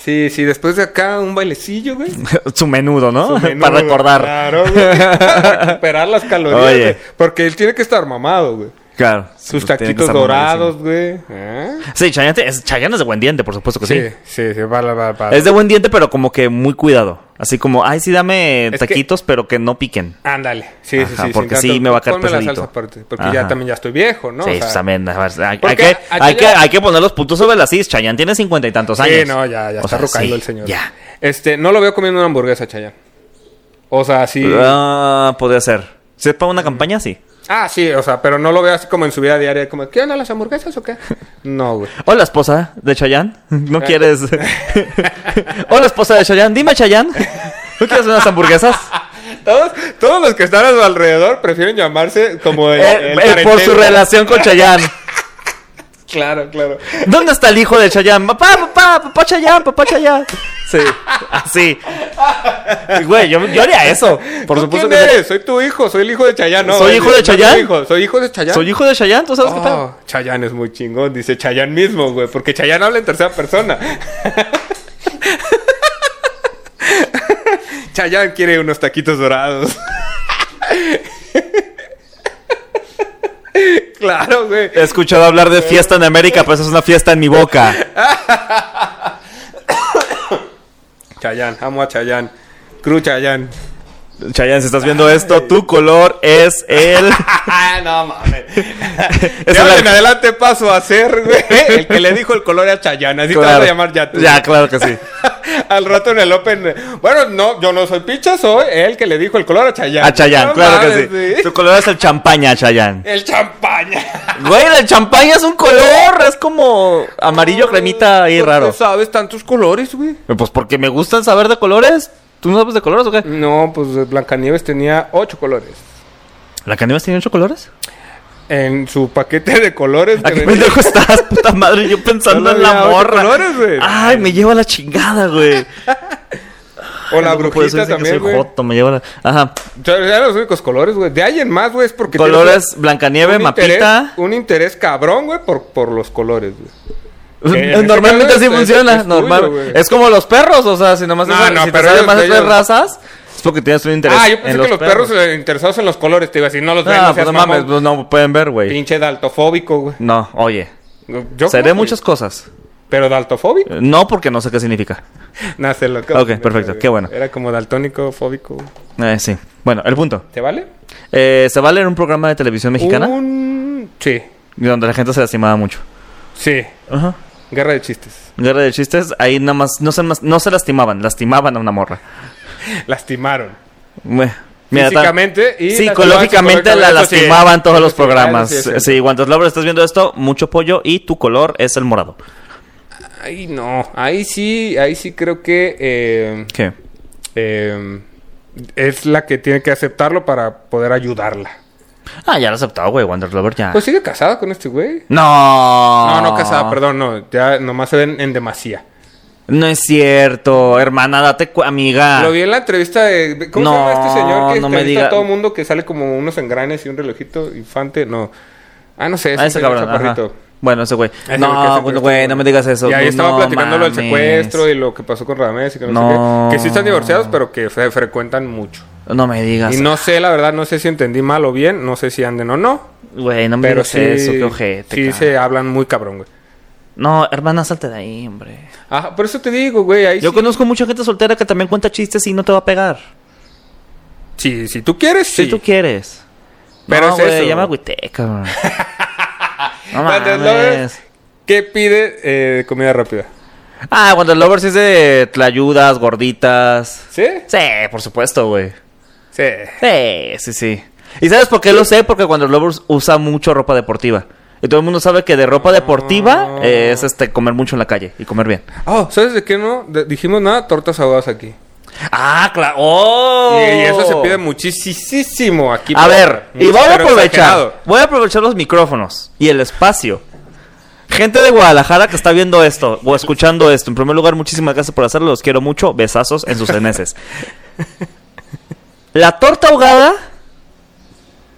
Speaker 1: Sí, sí, después de acá un bailecillo, güey.
Speaker 2: (laughs) Su menudo, ¿no?
Speaker 1: Su menú,
Speaker 2: (laughs) Para
Speaker 1: güey.
Speaker 2: recordar.
Speaker 1: Claro,
Speaker 2: (laughs)
Speaker 1: güey. Para recuperar las calorías.
Speaker 2: Oye.
Speaker 1: güey. Porque él tiene que estar mamado, güey.
Speaker 2: Claro.
Speaker 1: Sus
Speaker 2: Pues tiene que
Speaker 1: taquitos
Speaker 2: estar
Speaker 1: dorados, güey. ¿Ah?
Speaker 2: mamadísimo. Sí, Chayanne, te- es, Chayanne es de buen diente, por supuesto que ¿Pues sí.
Speaker 1: Sí, sí, sí, va, va, va, va.
Speaker 2: Es de buen diente, pero como que muy cuidado. Así como, ay, sí, dame
Speaker 1: Es que-
Speaker 2: taquitos, pero que no piquen.
Speaker 1: Ándale. Sí, sí,
Speaker 2: Ajá,
Speaker 1: sí.
Speaker 2: porque
Speaker 1: sin
Speaker 2: sí
Speaker 1: tanto-
Speaker 2: me va a caer
Speaker 1: Ponme la
Speaker 2: pesadito.
Speaker 1: salsa aparte, porque
Speaker 2: Ajá.
Speaker 1: ya también ya estoy viejo, ¿no?
Speaker 2: sí,
Speaker 1: O sea,
Speaker 2: pues también. a ver, hay, hay
Speaker 1: porque
Speaker 2: que,
Speaker 1: a- a
Speaker 2: hay, que,
Speaker 1: Chayanne-
Speaker 2: hay que poner los puntos sobre las is. Chayanne tiene cincuenta y tantos años.
Speaker 1: Sí, no, ya, ya
Speaker 2: O
Speaker 1: está
Speaker 2: sea,
Speaker 1: rucando
Speaker 2: sí,
Speaker 1: el señor.
Speaker 2: Ya.
Speaker 1: Este, no lo veo comiendo una hamburguesa, Chayanne. O sea, sí. Mm.
Speaker 2: Ah, podría ser. Si es para una campaña, sí.
Speaker 1: Ah, sí, o sea, pero no lo veo así como en su vida diaria, como, ¿qué onda las hamburguesas o qué? No, güey.
Speaker 2: Hola, esposa de Chayanne. (laughs) ¿No
Speaker 1: Eh. (laughs)
Speaker 2: quieres...? Hola, esposa de Chayanne. Dime, Chayanne. ¿No quieres unas hamburguesas?
Speaker 1: Todos, todos los que están a su alrededor prefieren llamarse como el,
Speaker 2: Eh,
Speaker 1: el
Speaker 2: eh, por su
Speaker 1: parentesco.
Speaker 2: relación con Chayanne.
Speaker 1: Claro, claro.
Speaker 2: ¿Dónde está el hijo de Chayanne? Papá, papá, papá Chayanne, papá Chayanne. Sí, así. Güey, yo, yo haría eso. Por
Speaker 1: ¿Tú
Speaker 2: supuesto que
Speaker 1: quién
Speaker 2: sí.
Speaker 1: eres? Soy tu hijo, soy el hijo de Chayanne. No,
Speaker 2: ¿Soy
Speaker 1: güey,
Speaker 2: hijo de
Speaker 1: no, soy
Speaker 2: Chayanne?
Speaker 1: hijo, Soy hijo de Chayanne.
Speaker 2: ¿Soy hijo de Chayanne? ¿Tú sabes qué pedo?
Speaker 1: Oh, Chayanne es muy chingón, dice Chayanne mismo, güey, porque Chayanne habla en tercera persona. (laughs) Chayanne quiere unos taquitos dorados. (laughs) claro, güey.
Speaker 2: He escuchado hablar de fiesta en América, pero eso es una fiesta en mi boca.
Speaker 1: Chayanne, amo a Chayanne. Cru Chayanne.
Speaker 2: Chayanne, si estás viendo esto, tu color es
Speaker 1: (laughs)
Speaker 2: el...
Speaker 1: no mames.
Speaker 2: Es
Speaker 1: De ahora
Speaker 2: el-
Speaker 1: en adelante paso a ser, güey, (laughs) el que le dijo el color a Chayanne. Así te vas a llamar ya tú.
Speaker 2: Ya, claro que sí.
Speaker 1: (laughs) Al rato en el Open. Bueno, no, yo no soy picha, soy el que le dijo el color a Chayanne.
Speaker 2: A Chayanne,
Speaker 1: No
Speaker 2: claro
Speaker 1: mames,
Speaker 2: que sí.
Speaker 1: sí.
Speaker 2: Tu color es el champaña, Chayanne.
Speaker 1: El champaña.
Speaker 2: Güey, el champaña es un color, es como amarillo cremita ahí
Speaker 1: ¿Por qué
Speaker 2: raro.
Speaker 1: sabes tantos colores, güey?
Speaker 2: Pues porque me gustan saber de colores. ¿Tú no sabes de colores o qué?
Speaker 1: No, pues Blancanieves tenía ocho colores.
Speaker 2: ¿La Caníbales tiene ocho colores?
Speaker 1: En su paquete de colores.
Speaker 2: ¿A
Speaker 1: que
Speaker 2: qué
Speaker 1: venía-
Speaker 2: pendejo estás, puta madre? Yo
Speaker 1: Solo
Speaker 2: pensando en la
Speaker 1: había ocho
Speaker 2: morra.
Speaker 1: colores, güey.
Speaker 2: Ay, me lleva la chingada, güey.
Speaker 1: o la
Speaker 2: No me puedes
Speaker 1: brujita
Speaker 2: decir que
Speaker 1: también,
Speaker 2: soy
Speaker 1: güey.
Speaker 2: joto, me lleva la... Ajá.
Speaker 1: O sea, Eran los únicos colores, güey. De ahí en más, güey, es porque. tienes
Speaker 2: Colores,
Speaker 1: un-
Speaker 2: Blancanieve,
Speaker 1: un interés-
Speaker 2: Mapita.
Speaker 1: Un interés cabrón, güey, por, por los colores, güey. Eh, ese
Speaker 2: Normalmente así
Speaker 1: pedo es-
Speaker 2: funciona.
Speaker 1: es- es
Speaker 2: normal.
Speaker 1: tuyo, güey.
Speaker 2: es como los perros, o sea, si nomás
Speaker 1: No,
Speaker 2: te sale-
Speaker 1: no,
Speaker 2: si te
Speaker 1: pero
Speaker 2: salen
Speaker 1: ellos-
Speaker 2: más de tres
Speaker 1: ellos-
Speaker 2: razas, es porque tienes un interés.
Speaker 1: Ah, yo
Speaker 2: en
Speaker 1: pensé que los perros, eh, interesados en los colores, te iba a decir, no los ven, no
Speaker 2: No, pues
Speaker 1: seas
Speaker 2: no
Speaker 1: mamón.
Speaker 2: mames, pues no pueden ver, güey.
Speaker 1: Pinche daltofóbico, güey.
Speaker 2: No, oye.
Speaker 1: Yo
Speaker 2: Seré
Speaker 1: creo,
Speaker 2: muchas cosas.
Speaker 1: güey. Pero daltofóbico. (laughs)
Speaker 2: Eh, No, porque no sé qué significa.
Speaker 1: No, se lo
Speaker 2: Ok, perfecto, qué bueno.
Speaker 1: Era como daltónico, fóbico. güey.
Speaker 2: Eh, sí. Bueno, el punto.
Speaker 1: ¿Te vale?
Speaker 2: Eh, ¿Se va a leer un programa de televisión mexicana?
Speaker 1: Un... Sí,
Speaker 2: Donde la gente se lastimaba mucho.
Speaker 1: sí.
Speaker 2: Ajá.
Speaker 1: Guerra de chistes.
Speaker 2: Guerra de chistes, ahí nada más, no se, mas- no se lastimaban, lastimaban a una morra.
Speaker 1: Lastimaron.
Speaker 2: Mue- mira, tan-
Speaker 1: Físicamente y...
Speaker 2: Psicológicamente la
Speaker 1: lastimaron, psicológicamente,
Speaker 2: lastimaban
Speaker 1: eso
Speaker 2: todos
Speaker 1: sí.
Speaker 2: los
Speaker 1: Eso sí,
Speaker 2: programas.
Speaker 1: eso sí,
Speaker 2: Sí,
Speaker 1: eso sí.
Speaker 2: cuando Laura estás viendo esto, mucho pollo y tu color es el morado.
Speaker 1: Ay, no. Ahí sí, ahí sí creo que... eh,
Speaker 2: ¿Qué?
Speaker 1: eh, es la que tiene que aceptarlo para poder ayudarla.
Speaker 2: Ah, ya lo aceptado, güey, Wonder Lover ya.
Speaker 1: Pues sigue casada con este güey.
Speaker 2: no.
Speaker 1: No,
Speaker 2: Ah.
Speaker 1: no casada, perdón, no. Ya nomás se ven en demasía.
Speaker 2: No es cierto, hermana, date cu- amiga.
Speaker 1: Lo vi en la entrevista de... de- ¿Cómo se
Speaker 2: Ah. No,
Speaker 1: llama este señor que
Speaker 2: no me
Speaker 1: entrevista
Speaker 2: diga.
Speaker 1: a todo el mundo que sale como unos engranes y un relojito infante? No. Ah, no sé.
Speaker 2: Ah, ese
Speaker 1: señor
Speaker 2: cabrón. ajá.
Speaker 1: chaparrito.
Speaker 2: Bueno, ese güey.
Speaker 1: Ese güey que
Speaker 2: No,
Speaker 1: se
Speaker 2: bueno,
Speaker 1: entrevistó,
Speaker 2: güey, no me digas eso.
Speaker 1: Y ahí
Speaker 2: No
Speaker 1: estaba platicando lo del
Speaker 2: mames.
Speaker 1: secuestro y lo que pasó con Radamés y que no,
Speaker 2: No.
Speaker 1: sé qué. Que sí están divorciados, pero que se frecuentan mucho.
Speaker 2: No me digas.
Speaker 1: Y no sé, la verdad, no sé si entendí mal o bien. No sé si anden o no.
Speaker 2: Güey, no me
Speaker 1: Pero
Speaker 2: digas
Speaker 1: sí,
Speaker 2: eso, qué ojete.
Speaker 1: sí
Speaker 2: cabrón.
Speaker 1: se hablan muy cabrón, güey.
Speaker 2: No, hermana, salte de ahí, hombre.
Speaker 1: Ajá, por eso te digo, güey. Ahí
Speaker 2: Yo
Speaker 1: sí-
Speaker 2: conozco mucha gente soltera que también cuenta chistes y no te va a pegar.
Speaker 1: sí, si tú quieres, sí.
Speaker 2: Si tú quieres.
Speaker 1: Pero
Speaker 2: no,
Speaker 1: es
Speaker 2: güey,
Speaker 1: eso.
Speaker 2: ya me agüité,
Speaker 1: (laughs)
Speaker 2: cabrón. no
Speaker 1: Wonder Lovers.
Speaker 2: mames.
Speaker 1: ¿Qué pide eh, comida rápida?
Speaker 2: Ah, Wonder Lovers es de tlayudas, gorditas.
Speaker 1: ¿Sí?
Speaker 2: Sí, por supuesto, güey.
Speaker 1: Sí.
Speaker 2: Sí, sí, sí. ¿Y sabes por qué lo sé? Porque Wonder Lovers usa mucho ropa deportiva. Y todo el mundo sabe que de ropa deportiva
Speaker 1: Ah.
Speaker 2: eh, es este comer mucho en la calle y comer bien.
Speaker 1: Oh, ¿sabes de qué no? De- dijimos nada, tortas ahogadas aquí.
Speaker 2: Ah, claro. ¡Oh!
Speaker 1: Y, y eso se pide muchísimo aquí.
Speaker 2: A
Speaker 1: pero-
Speaker 2: ver, y
Speaker 1: mucho,
Speaker 2: voy a
Speaker 1: pero exagerado.
Speaker 2: aprovechar. Voy a aprovechar los micrófonos y el espacio. Gente de Guadalajara que está viendo esto o escuchando esto, en primer lugar, muchísimas gracias por hacerlo. Los quiero mucho. Besazos en sus eneses. La torta ahogada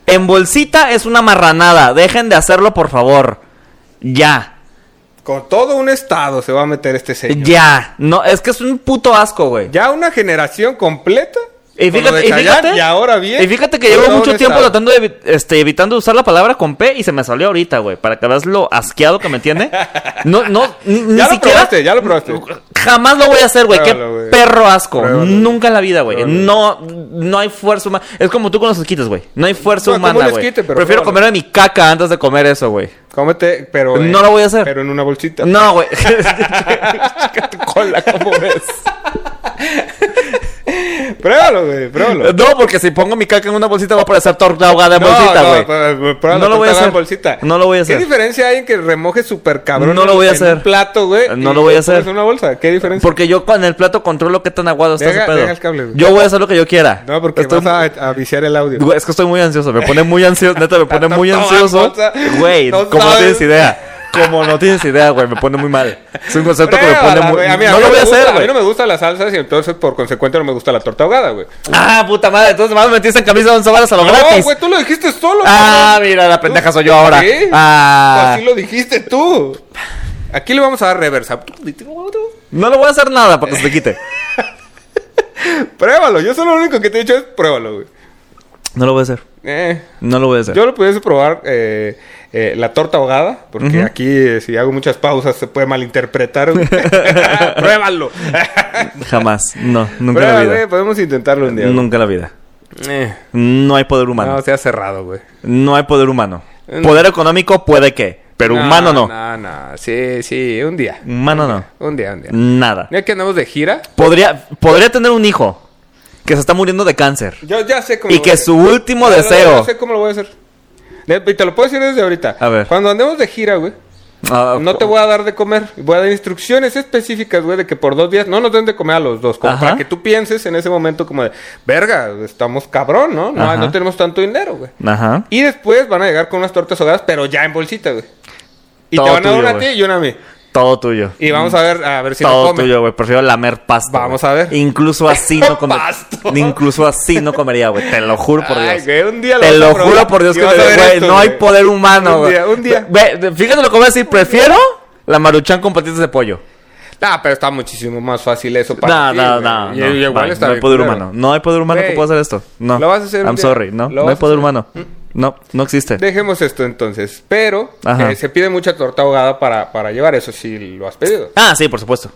Speaker 2: en bolsita es una marranada. Dejen de hacerlo, por favor. Ya.
Speaker 1: Con todo un estado se va a meter este señor. Ya,
Speaker 2: Ya. No, es que es un puto asco, güey.
Speaker 1: una generación completa.
Speaker 2: Y
Speaker 1: con lo
Speaker 2: fíjate,
Speaker 1: de
Speaker 2: y
Speaker 1: Chayanne,
Speaker 2: fíjate-
Speaker 1: y ahora bien.
Speaker 2: Y fíjate que
Speaker 1: con
Speaker 2: llevo
Speaker 1: todo
Speaker 2: mucho
Speaker 1: un
Speaker 2: tiempo
Speaker 1: estado.
Speaker 2: tratando de evi- este, evitando usar la palabra con P y se me salió ahorita, güey. Para que veas lo asqueado que me tiene. No, no, ni,
Speaker 1: (laughs)
Speaker 2: ni
Speaker 1: Ya lo
Speaker 2: siquiera.
Speaker 1: probaste, ya lo probaste.
Speaker 2: Jamás lo voy a hacer, güey. Qué
Speaker 1: Pruébalo, güey.
Speaker 2: perro asco.
Speaker 1: Pruébalo.
Speaker 2: Nunca en la vida, güey.
Speaker 1: Pruébalo.
Speaker 2: No, no hay fuerza humana. Es como tú con los esquites, güey. No hay fuerza
Speaker 1: No, como
Speaker 2: humana,
Speaker 1: un
Speaker 2: güey.
Speaker 1: esquite, pero
Speaker 2: Prefiero
Speaker 1: pruébalo.
Speaker 2: comerme mi caca antes de comer
Speaker 1: (laughs)
Speaker 2: eso, güey.
Speaker 1: Cómete, pero.
Speaker 2: No lo voy a hacer.
Speaker 1: Pero en una bolsita. (laughs)
Speaker 2: No, güey. (laughs) Chica tu cola, ¿cómo ves?
Speaker 1: (laughs) Pruébalo, güey, pruébalo.
Speaker 2: No, porque si pongo mi caca en una bolsita va a parecer torta ahogada en
Speaker 1: No,
Speaker 2: bolsita,
Speaker 1: no,
Speaker 2: güey.
Speaker 1: pero- pero- pero
Speaker 2: No lo
Speaker 1: la
Speaker 2: voy a
Speaker 1: torta
Speaker 2: hacer.
Speaker 1: en bolsita.
Speaker 2: No lo voy a hacer.
Speaker 1: ¿Qué diferencia hay en que remoje súper cabrón?
Speaker 2: No lo voy a
Speaker 1: en
Speaker 2: hacer.
Speaker 1: un plato, güey.
Speaker 2: No
Speaker 1: y
Speaker 2: lo voy a
Speaker 1: lo pones
Speaker 2: hacer.
Speaker 1: en una bolsa. ¿Qué diferencia?
Speaker 2: Porque yo con el plato controlo qué tan aguado está
Speaker 1: Pues, Deja-
Speaker 2: ese pedo.
Speaker 1: deja el cable, güey.
Speaker 2: yo voy a hacer lo que yo quiera.
Speaker 1: No, porque
Speaker 2: Estoy-
Speaker 1: vas a, a viciar el audio.
Speaker 2: Güey, es que estoy muy ansioso, me pone
Speaker 1: (laughs)
Speaker 2: muy ansioso, neta, me pone
Speaker 1: Está
Speaker 2: muy
Speaker 1: toda
Speaker 2: ansioso.
Speaker 1: cosa.
Speaker 2: Güey,
Speaker 1: No
Speaker 2: como no
Speaker 1: sabes.
Speaker 2: tienes idea. Como no tienes idea, güey, me pone muy mal. Es un concepto que me pone
Speaker 1: Pruébala,
Speaker 2: muy...
Speaker 1: güey. A mí- a
Speaker 2: no
Speaker 1: mí
Speaker 2: lo
Speaker 1: me
Speaker 2: voy a
Speaker 1: gusta-
Speaker 2: hacer,
Speaker 1: A mí
Speaker 2: güey.
Speaker 1: no me gustan las salsas y entonces por consecuente no me gusta la torta ahogada, güey.
Speaker 2: Ah, puta madre, entonces mames, metiste en camisa de once varas a lo
Speaker 1: No,
Speaker 2: gratis.
Speaker 1: güey, tú lo dijiste solo.
Speaker 2: ah,
Speaker 1: cabrón.
Speaker 2: mira, la pendeja soy yo
Speaker 1: ¿Tú
Speaker 2: ahora.
Speaker 1: qué?
Speaker 2: Ah.
Speaker 1: Así lo dijiste tú. Aquí le vamos a dar reversa.
Speaker 2: No le voy a hacer nada para que se te quite.
Speaker 1: Pruébalo. Yo solo lo único que te he dicho es pruébalo, güey.
Speaker 2: No lo voy a hacer.
Speaker 1: Eh,
Speaker 2: No lo voy a hacer.
Speaker 1: yo lo pudiese probar eh, eh, la torta ahogada, porque aquí eh, si hago muchas pausas se puede
Speaker 2: (laughs)
Speaker 1: malinterpretar. (laughs) güey. Pruébalo.
Speaker 2: Jamás. No, nunca en la
Speaker 1: Pruébalo,
Speaker 2: vida.
Speaker 1: eh, podemos intentarlo un día. güey.
Speaker 2: Nunca en la vida.
Speaker 1: Eh,
Speaker 2: No hay poder humano.
Speaker 1: no, se ha cerrado, güey.
Speaker 2: No hay poder humano.
Speaker 1: Mm.
Speaker 2: Poder económico puede que, pero humano no. Mm.
Speaker 1: No, no, sí, sí, un día.
Speaker 2: Humano no.
Speaker 1: Un día, un
Speaker 2: Mm.
Speaker 1: día.
Speaker 2: Nada.
Speaker 1: Ya que andamos de gira.
Speaker 2: Podría, podría tener un hijo que se está muriendo de cáncer.
Speaker 1: Yo ya sé cómo
Speaker 2: Y
Speaker 1: lo voy
Speaker 2: que
Speaker 1: a hacer.
Speaker 2: su último
Speaker 1: No, no, no,
Speaker 2: deseo-
Speaker 1: No sé cómo lo voy a hacer. De- Y te lo puedo decir desde ahorita.
Speaker 2: A ver.
Speaker 1: Cuando andemos de gira, güey.
Speaker 2: Ah,
Speaker 1: No te voy a dar de comer. Voy a dar instrucciones específicas, güey, de que por dos días no nos den de comer a los dos. Como
Speaker 2: Ajá.
Speaker 1: para que tú pienses en ese momento como de, verga, estamos cabrón, ¿no? No,
Speaker 2: Ajá.
Speaker 1: no tenemos tanto dinero, güey.
Speaker 2: Ajá.
Speaker 1: Y después van a llegar con unas tortas ahogadas, pero ya en bolsita, güey. Y
Speaker 2: Todo
Speaker 1: te van a dar
Speaker 2: tuyo,
Speaker 1: una a ti
Speaker 2: güey.
Speaker 1: y una a mí.
Speaker 2: Todo tuyo.
Speaker 1: Y vamos a ver, a ver si lo
Speaker 2: Todo
Speaker 1: comen.
Speaker 2: tuyo, güey. Prefiero lamer pasto.
Speaker 1: Vamos
Speaker 2: güey.
Speaker 1: a ver. (laughs)
Speaker 2: Incluso así no comería.
Speaker 1: Pasto.
Speaker 2: Incluso así no comería, güey. Te lo juro por Dios.
Speaker 1: Ay, güey, un día lo
Speaker 2: te
Speaker 1: vas a
Speaker 2: lo
Speaker 1: probar
Speaker 2: juro por Dios
Speaker 1: y
Speaker 2: que
Speaker 1: vas
Speaker 2: te
Speaker 1: a ver
Speaker 2: güey,
Speaker 1: esto,
Speaker 2: no hay
Speaker 1: güey.
Speaker 2: poder humano,
Speaker 1: Un
Speaker 2: güey.
Speaker 1: día, un día.
Speaker 2: Ve, ve, fíjate lo que voy a decir. Prefiero la maruchan con patitas de pollo.
Speaker 1: Nah, pero está muchísimo más fácil eso para
Speaker 2: No,
Speaker 1: ti,
Speaker 2: no,
Speaker 1: güey.
Speaker 2: no.
Speaker 1: Y-
Speaker 2: No,
Speaker 1: y igual
Speaker 2: bye,
Speaker 1: está
Speaker 2: no hay
Speaker 1: bien
Speaker 2: poder
Speaker 1: culero.
Speaker 2: humano. No hay poder humano
Speaker 1: Güey,
Speaker 2: que pueda hacer esto. No.
Speaker 1: lo vas a hacer un
Speaker 2: I'm
Speaker 1: día.
Speaker 2: sorry.
Speaker 1: Lo
Speaker 2: No, no hay
Speaker 1: vas a
Speaker 2: poder
Speaker 1: hacer.
Speaker 2: humano. No, no existe.
Speaker 1: Dejemos esto entonces. Pero
Speaker 2: Ajá.
Speaker 1: eh, se pide mucha torta ahogada para, para llevar, eso sí lo has pedido.
Speaker 2: Ah, sí, por supuesto.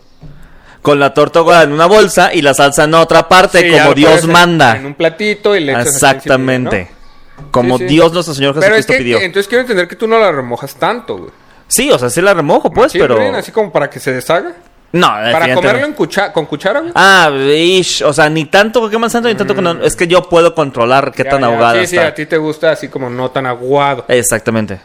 Speaker 2: Con la torta ahogada en una bolsa y la salsa en otra parte,
Speaker 1: Sí, ya
Speaker 2: como
Speaker 1: lo
Speaker 2: Dios
Speaker 1: pones en-
Speaker 2: manda.
Speaker 1: En un platito y le echas así
Speaker 2: Exactamente.
Speaker 1: encima,
Speaker 2: Como
Speaker 1: Sí, sí.
Speaker 2: Dios nuestro Señor
Speaker 1: ¿no? Pero es
Speaker 2: Jesucristo
Speaker 1: que
Speaker 2: pidió.
Speaker 1: entonces quiero entender que tú no la remojas tanto, güey.
Speaker 2: Sí, o sea, sí la remojo, pues,
Speaker 1: Sí,
Speaker 2: pero.
Speaker 1: bien, así como para que se deshaga.
Speaker 2: No,
Speaker 1: Para
Speaker 2: definitivamente
Speaker 1: comerlo
Speaker 2: no.
Speaker 1: en cucha- con cuchara, güey.
Speaker 2: Ah, ish. O sea, ni tanto que queman santo, ni tanto que no. Es que yo puedo controlar qué
Speaker 1: Ya,
Speaker 2: tan
Speaker 1: ya,
Speaker 2: ahogada
Speaker 1: Sí, sí,
Speaker 2: está.
Speaker 1: a ti te gusta así como no tan aguado.
Speaker 2: Exactamente.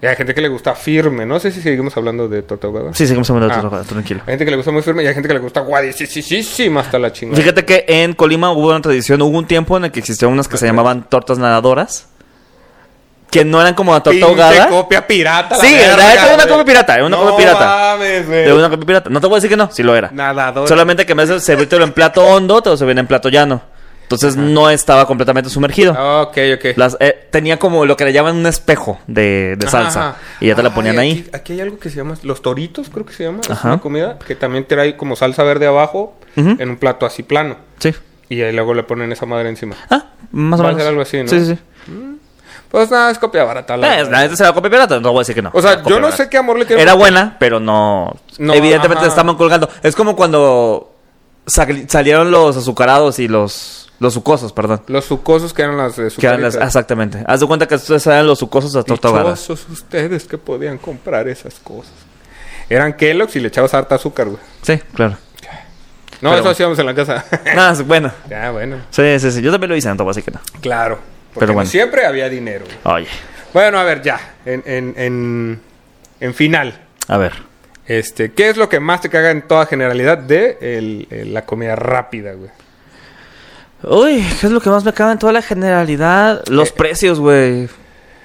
Speaker 1: Y hay gente que le gusta firme. No sé si seguimos hablando de torta ahogada.
Speaker 2: Sí, seguimos hablando de
Speaker 1: Ah.
Speaker 2: torta ahogada, tranquilo.
Speaker 1: Hay gente que le gusta muy firme y hay gente que le gusta guadisísima hasta la chingada.
Speaker 2: (laughs) Fíjate que en Colima hubo una tradición, hubo un tiempo en el que existían unas que se llamaban tortas nadadoras, que no eran como la torta
Speaker 1: Pinte
Speaker 2: ahogada.
Speaker 1: copia pirata.
Speaker 2: Sí,
Speaker 1: era
Speaker 2: era- era una copia pirata, era una copia pirata.
Speaker 1: mames, güey.
Speaker 2: De una copia pirata. No te voy a decir que no, sí lo era.
Speaker 1: Nadadora.
Speaker 2: Solamente que en vez de servírtelo en plato hondo, te lo servían en plato llano. Entonces no estaba completamente sumergido.
Speaker 1: Ok, Ah, ok.
Speaker 2: Las- eh, tenía como lo que le llaman un espejo de, de
Speaker 1: Ajá,
Speaker 2: salsa.
Speaker 1: ajá.
Speaker 2: Y ya te la
Speaker 1: Ay,
Speaker 2: ponían ahí.
Speaker 1: Aquí, aquí hay algo que se llama los toritos, creo que se llama. Es
Speaker 2: Ajá.
Speaker 1: una comida que también trae como salsa verde abajo
Speaker 2: Ujú.
Speaker 1: en un plato así plano.
Speaker 2: Sí.
Speaker 1: Y ahí luego le ponen esa madre encima.
Speaker 2: Ah, más o
Speaker 1: Va a
Speaker 2: menos.
Speaker 1: ser algo así, ¿no?
Speaker 2: Sí, sí, sí.
Speaker 1: Pues nada, es copia barata. la
Speaker 2: Eh,
Speaker 1: verdad.
Speaker 2: la gente se la copia pirata, no voy a decir que no.
Speaker 1: o sea,
Speaker 2: Era copia
Speaker 1: yo no
Speaker 2: pirata.
Speaker 1: sé qué amor le tiene.
Speaker 2: Era buena, pero no.
Speaker 1: No,
Speaker 2: evidentemente
Speaker 1: ajá.
Speaker 2: estaban colgando. Es como cuando sal- salieron los azucarados y los. Los sucosos, perdón.
Speaker 1: Los sucosos que eran las de
Speaker 2: Que eran las-
Speaker 1: Sucaritas.
Speaker 2: exactamente. Haz de cuenta que ustedes eran los sucosos a torta ahogada.
Speaker 1: Dichosos ustedes que podían comprar esas cosas. eran Kellogg's y le echabas harta azúcar, güey.
Speaker 2: Sí, claro.
Speaker 1: No,
Speaker 2: Pero-
Speaker 1: eso hacíamos en la casa.
Speaker 2: (laughs) Nada, bueno.
Speaker 1: ya, bueno.
Speaker 2: Sí, sí, sí. Yo también lo hice en Antoba, así que no.
Speaker 1: Claro. Porque
Speaker 2: Pero bueno.
Speaker 1: siempre había dinero. güey.
Speaker 2: Oye,
Speaker 1: Bueno, a ver, ya. En, en, en, en final.
Speaker 2: a ver.
Speaker 1: Este, ¿qué es lo que más te caga en toda generalidad de el- el- la comida rápida, güey?
Speaker 2: Uy, ¿qué es lo que más me caga en toda la generalidad? Los
Speaker 1: Eh.
Speaker 2: precios, güey.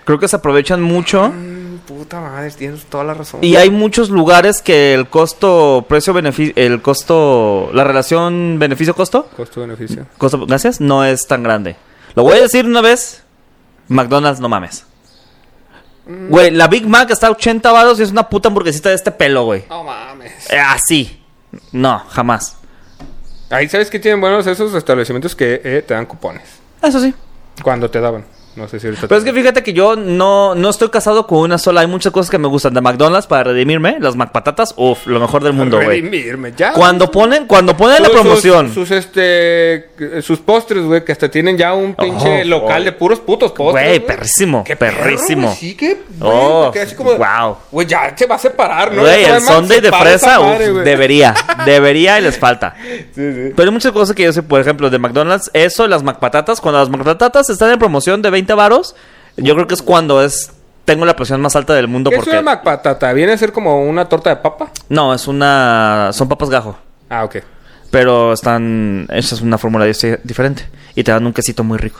Speaker 2: Creo que se aprovechan mucho.
Speaker 1: Mm, Puta madre, tienes toda la razón.
Speaker 2: Y hay muchos lugares que el costo, precio, beneficio, el costo, la relación beneficio-costo,
Speaker 1: Costo-beneficio.
Speaker 2: costo, gracias, no es tan grande. Lo voy a decir una vez, McDonald's, no mames. Güey, la Big Mac está a 80 varos y es una puta hamburguesita de este pelo, güey.
Speaker 1: No mames.
Speaker 2: Eh, Así. No, jamás.
Speaker 1: Ahí sabes que tienen buenos esos establecimientos que eh, te dan cupones.
Speaker 2: Eso sí.
Speaker 1: Cuando te daban. No sé si ahorita.
Speaker 2: Pero Pues es
Speaker 1: te-
Speaker 2: que fíjate que yo no, no estoy casado con una sola. Hay muchas cosas que me gustan de McDonald's para redimirme. Las McPatatas, uff, lo mejor del mundo, güey.
Speaker 1: Redimirme, ya.
Speaker 2: Cuando ponen, cuando ponen la
Speaker 1: Sus-
Speaker 2: promoción.
Speaker 1: Sus, sus, este, sus postres, güey, que hasta tienen ya un pinche
Speaker 2: Oh,
Speaker 1: local
Speaker 2: oh.
Speaker 1: de puros putos postres.
Speaker 2: Güey, perrísimo,
Speaker 1: perro,
Speaker 2: perrísimo.
Speaker 1: güey, sí, que. güey,
Speaker 2: Oh,
Speaker 1: porque así como.
Speaker 2: wow.
Speaker 1: Güey, ya se va a separar, ¿no?
Speaker 2: Güey,
Speaker 1: Ya se va
Speaker 2: el
Speaker 1: a
Speaker 2: Sunday de
Speaker 1: emancipar
Speaker 2: fresa,
Speaker 1: esa madre,
Speaker 2: uf,
Speaker 1: güey. (laughs)
Speaker 2: debería, debería y les falta.
Speaker 1: Sí, sí.
Speaker 2: Pero hay muchas cosas que yo sé, por ejemplo, de McDonald's, eso, las McPatatas, cuando las McPatatas están en promoción de 20 varos, yo creo que es cuando es tengo la presión más alta del mundo
Speaker 1: ¿Qué es
Speaker 2: porque
Speaker 1: una macpatata? ¿Viene a ser como una torta de papa?
Speaker 2: no, es una son papas gajo,
Speaker 1: Ah, ok.
Speaker 2: pero están esa es una fórmula di- diferente y te dan un quesito muy rico.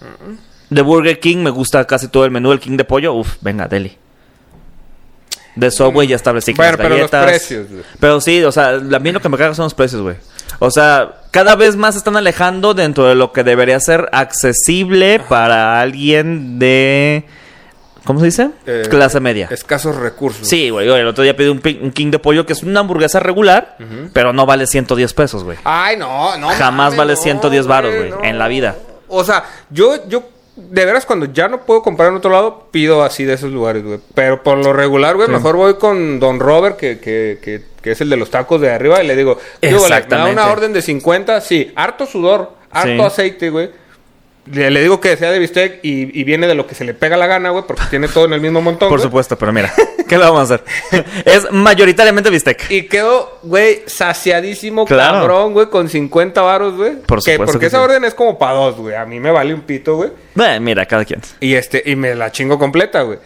Speaker 1: Mm.
Speaker 2: De Burger King me gusta casi todo el menú, el King de pollo, uf, venga, deli. De Subway ya establecí que
Speaker 1: Bueno,
Speaker 2: las
Speaker 1: pero los
Speaker 2: galletas-
Speaker 1: precios, güey.
Speaker 2: Pero sí, o sea, a mí lo que me caga son los precios, güey. O sea, cada vez más se están alejando dentro de lo que debería ser accesible para alguien de... ¿Cómo se dice?
Speaker 1: Eh,
Speaker 2: Clase media.
Speaker 1: Escasos recursos.
Speaker 2: Sí, güey. yo El otro día pedí un, pi- un king de pollo que es una hamburguesa regular, pero no vale 110 pesos, güey.
Speaker 1: Ay, no, no.
Speaker 2: Jamás vale 110 varos, güey,
Speaker 1: no.
Speaker 2: en la vida.
Speaker 1: O sea, yo, yo, de veras, cuando ya no puedo comprar en otro lado, pido así de esos lugares, güey. Pero por lo regular, güey, mejor voy con Don Robert, que, que, que, que es el de los tacos de arriba, y le digo, ¿qué hubo, le- ¿me da
Speaker 2: Exactamente.
Speaker 1: una orden de 50? Sí, harto sudor, harto
Speaker 2: Sí.
Speaker 1: aceite, güey. Le, le digo que sea de bistec y, y viene de lo que se le pega la gana, güey, porque tiene todo en el mismo montón.
Speaker 2: Por
Speaker 1: güey.
Speaker 2: supuesto, pero mira, (laughs) ¿qué le vamos a
Speaker 1: (laughs)
Speaker 2: hacer? es mayoritariamente bistec.
Speaker 1: Y quedo, güey, saciadísimo,
Speaker 2: Claro.
Speaker 1: cabrón, güey, con 50 varos, güey.
Speaker 2: Por
Speaker 1: Que-
Speaker 2: supuesto
Speaker 1: Porque
Speaker 2: que
Speaker 1: esa
Speaker 2: sí.
Speaker 1: orden es como para dos, güey. A mí me vale un pito, güey.
Speaker 2: Bueno, mira, cada quien.
Speaker 1: Y este, y me la chingo completa, güey.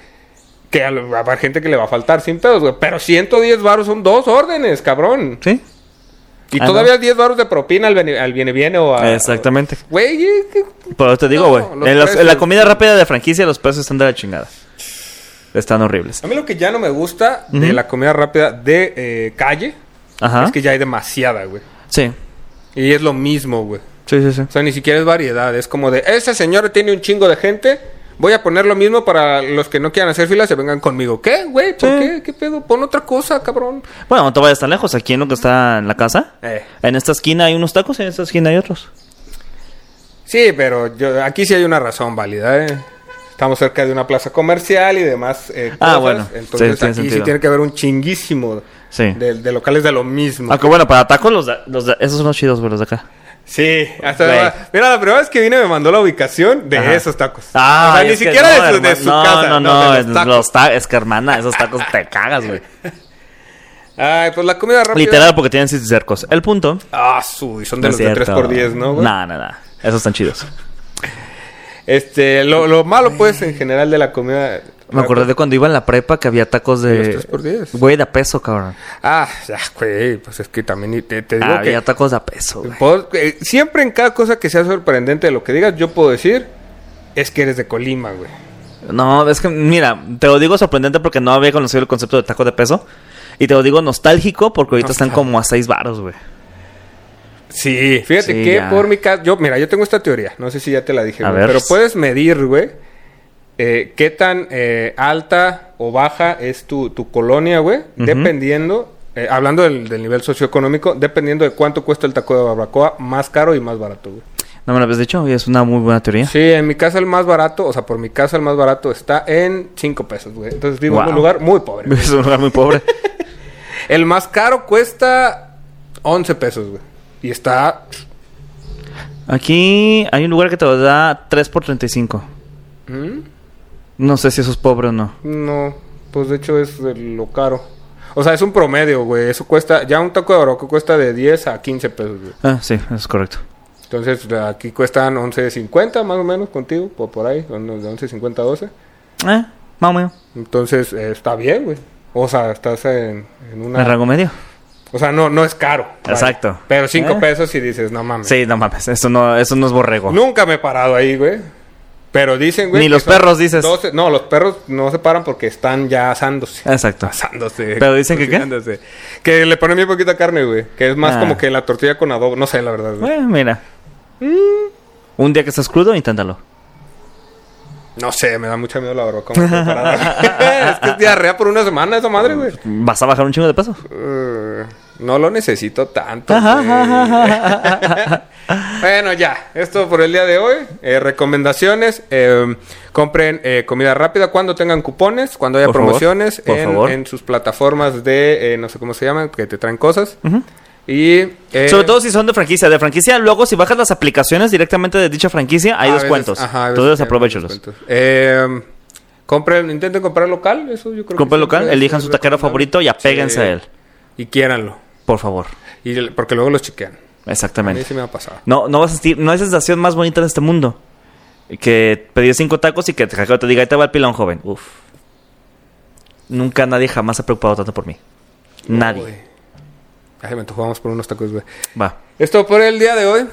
Speaker 1: Que a lo- va a haber gente que le va a faltar sin pedos, güey. Pero 110 varos son dos órdenes, cabrón.
Speaker 2: ¿Sí?
Speaker 1: Y
Speaker 2: Ah,
Speaker 1: todavía 10 varos de propina al bene- al viene-viene o a...
Speaker 2: Exactamente.
Speaker 1: Ah, Güey, eh, que-
Speaker 2: Pero te digo,
Speaker 1: No,
Speaker 2: güey.
Speaker 1: los
Speaker 2: en, las- en
Speaker 1: precios.
Speaker 2: la comida rápida de franquicia los precios están de la chingada. Están horribles.
Speaker 1: a mí lo que ya no me gusta de
Speaker 2: Ujú. ¿Ah?
Speaker 1: la comida rápida de eh, calle
Speaker 2: Ajá.
Speaker 1: es que ya hay demasiada, güey.
Speaker 2: Sí.
Speaker 1: Y es lo mismo, güey.
Speaker 2: Sí, sí, sí.
Speaker 1: O sea, ni siquiera es variedad. Es como de, ese señor tiene un chingo de gente. Voy a poner lo mismo para los que no quieran hacer fila, se vengan conmigo. ¿Qué, güey? ¿Por
Speaker 2: Sí.
Speaker 1: qué? ¿Qué pedo? Pon otra cosa, cabrón.
Speaker 2: Bueno, no te vayas tan lejos. Aquí en lo que está en la casa.
Speaker 1: Eh.
Speaker 2: En esta esquina hay unos tacos y en esta esquina hay otros.
Speaker 1: Sí, pero yo, aquí sí hay una razón válida, ¿eh? Estamos cerca de una plaza comercial y demás eh,
Speaker 2: Ah, bueno.
Speaker 1: Entonces
Speaker 2: Sí, tiene
Speaker 1: aquí sí
Speaker 2: sentido.
Speaker 1: tiene que haber un chinguísimo
Speaker 2: Sí.
Speaker 1: de, de locales de lo mismo.
Speaker 2: Aunque bueno, para tacos los, de- los de- esos son los chidos, güey, los de acá.
Speaker 1: Sí, hasta
Speaker 2: Güey.
Speaker 1: la- mira, la primera vez que vine me mandó la ubicación de
Speaker 2: Ajá.
Speaker 1: esos tacos.
Speaker 2: Ah,
Speaker 1: o sea,
Speaker 2: y
Speaker 1: ni
Speaker 2: es que
Speaker 1: siquiera
Speaker 2: no,
Speaker 1: de, su, de
Speaker 2: hermano,
Speaker 1: su
Speaker 2: no,
Speaker 1: casa.
Speaker 2: No, no,
Speaker 1: de
Speaker 2: es,
Speaker 1: los tacos.
Speaker 2: los ta- es que hermana, esos tacos te
Speaker 1: (laughs)
Speaker 2: cagas, güey.
Speaker 1: Ay, pues la comida rápida.
Speaker 2: Literal, porque tienen cis cercos. El punto.
Speaker 1: Ah, su, y son de
Speaker 2: no
Speaker 1: los
Speaker 2: es
Speaker 1: de 3
Speaker 2: cierto.
Speaker 1: por 10 ¿no? güey?
Speaker 2: No, no, no. Esos están chidos.
Speaker 1: Este, lo, lo malo, pues, en general de la comida.
Speaker 2: Me acordé de cuando iba en la prepa que había tacos de.
Speaker 1: Los tres por diez.
Speaker 2: Güey, de a peso, cabrón.
Speaker 1: Ah, ya, güey, pues es que también y te, te digo
Speaker 2: Ah,
Speaker 1: que.
Speaker 2: había tacos de a peso, güey.
Speaker 1: puedo- eh, siempre en cada cosa que sea sorprendente de lo que digas, yo puedo decir es que eres de Colima, güey.
Speaker 2: No, es que, mira, te lo digo sorprendente porque no había conocido el concepto de taco de peso. Y te lo digo nostálgico porque ahorita están como a seis baros, güey.
Speaker 1: Sí. Fíjate
Speaker 2: Sí,
Speaker 1: que
Speaker 2: ya.
Speaker 1: por mi casa. Yo, mira, yo tengo esta teoría. No sé si ya te la dije,
Speaker 2: A
Speaker 1: güey,
Speaker 2: ver.
Speaker 1: Pero puedes medir, güey. eh, qué tan eh, alta o baja es tu, tu colonia, güey. Dependiendo. eh, hablando del, del nivel socioeconómico, dependiendo de cuánto cuesta el taco de barbacoa, más caro y más barato, güey.
Speaker 2: No me lo habías dicho, y es una muy buena teoría.
Speaker 1: Sí, en mi casa el más barato, o sea, por mi casa el más barato está en 5 pesos, güey. Entonces vivo en un
Speaker 2: Wow.
Speaker 1: lugar muy pobre.
Speaker 2: (laughs)
Speaker 1: güey.
Speaker 2: (laughs) Es un lugar muy pobre.
Speaker 1: El más caro cuesta 11 pesos, güey. Y está...
Speaker 2: Aquí hay un lugar que te lo da 3 por 35.
Speaker 1: ¿Mm?
Speaker 2: No sé si eso es pobre o no.
Speaker 1: No, pues de hecho es de lo caro. O sea, es un promedio, güey. Eso cuesta, ya un taco de oroco cuesta de 10 a 15 pesos, güey.
Speaker 2: Ah, sí, eso es correcto.
Speaker 1: Entonces, aquí cuestan 11.50 más o menos contigo, por, por ahí, son de 11.50 a 12.
Speaker 2: Eh, más o menos.
Speaker 1: Entonces, eh, está bien, güey. O sea, estás en, en
Speaker 2: En el
Speaker 1: una...
Speaker 2: rango medio.
Speaker 1: O sea, no, no es caro. vaya.
Speaker 2: Exacto.
Speaker 1: Pero 5
Speaker 2: Eh.
Speaker 1: pesos y dices, no mames.
Speaker 2: Sí, no mames, eso no, eso no es borrego.
Speaker 1: Nunca me he parado ahí, güey. Pero dicen, güey...
Speaker 2: Ni
Speaker 1: que
Speaker 2: los
Speaker 1: son
Speaker 2: perros, dices.
Speaker 1: 12 No, los perros no se paran porque están ya asándose.
Speaker 2: Exacto.
Speaker 1: Asándose.
Speaker 2: Pero dicen que qué?
Speaker 1: cocinándose. Que le ponen bien poquita carne, güey. Que es más
Speaker 2: Ah.
Speaker 1: como que la tortilla con adobo. No sé, la verdad, güey.
Speaker 2: Bueno, mira.
Speaker 1: Mm.
Speaker 2: Un día que estás crudo, inténtalo.
Speaker 1: No sé, me da mucha miedo la barbacoa. muy
Speaker 2: (laughs)
Speaker 1: preparada. (laughs) es que es diarrea por una semana esa madre, güey.
Speaker 2: Vas a bajar un chingo de peso.
Speaker 1: Eh, no lo necesito tanto.
Speaker 2: Ajá,
Speaker 1: güey.
Speaker 2: ajá, ajá, ajá.
Speaker 1: (laughs) bueno, ya. Esto por el día de hoy. Eh, recomendaciones. eh, compren eh, comida rápida cuando tengan cupones, cuando haya
Speaker 2: Por favor,
Speaker 1: promociones
Speaker 2: por
Speaker 1: en,
Speaker 2: favor.
Speaker 1: en sus plataformas de, eh, no sé cómo se llaman, que te traen cosas. Y... eh,
Speaker 2: Sobre todo si son de franquicia. De franquicia, luego si bajas las aplicaciones directamente de dicha franquicia, hay
Speaker 1: a veces-
Speaker 2: descuentos.
Speaker 1: Ah, ajá, a veces
Speaker 2: Entonces
Speaker 1: tienen
Speaker 2: aprovechalos.
Speaker 1: descuentos. Eh, compren, intenten comprar local, eso yo creo que
Speaker 2: Compren local,
Speaker 1: siempre es
Speaker 2: elijan su taquero
Speaker 1: recomendable.
Speaker 2: favorito y apéguense
Speaker 1: Sí.
Speaker 2: a él.
Speaker 1: Y quiéranlo.
Speaker 2: Por favor.
Speaker 1: Y el- porque luego los chequean. A mí
Speaker 2: Exactamente.
Speaker 1: sí me ha pasado.
Speaker 2: No, no vas a sentir, no hay sensación más bonita de este mundo. Que pedir cinco tacos y que el taquero te diga, ahí te va el pilón joven. Uf. Nunca nadie jamás se ha preocupado tanto por mí. Nadie.
Speaker 1: Uy. Ay, me antojó, vamos por unos tacos, güey.
Speaker 2: Va.
Speaker 1: Esto por el día de hoy.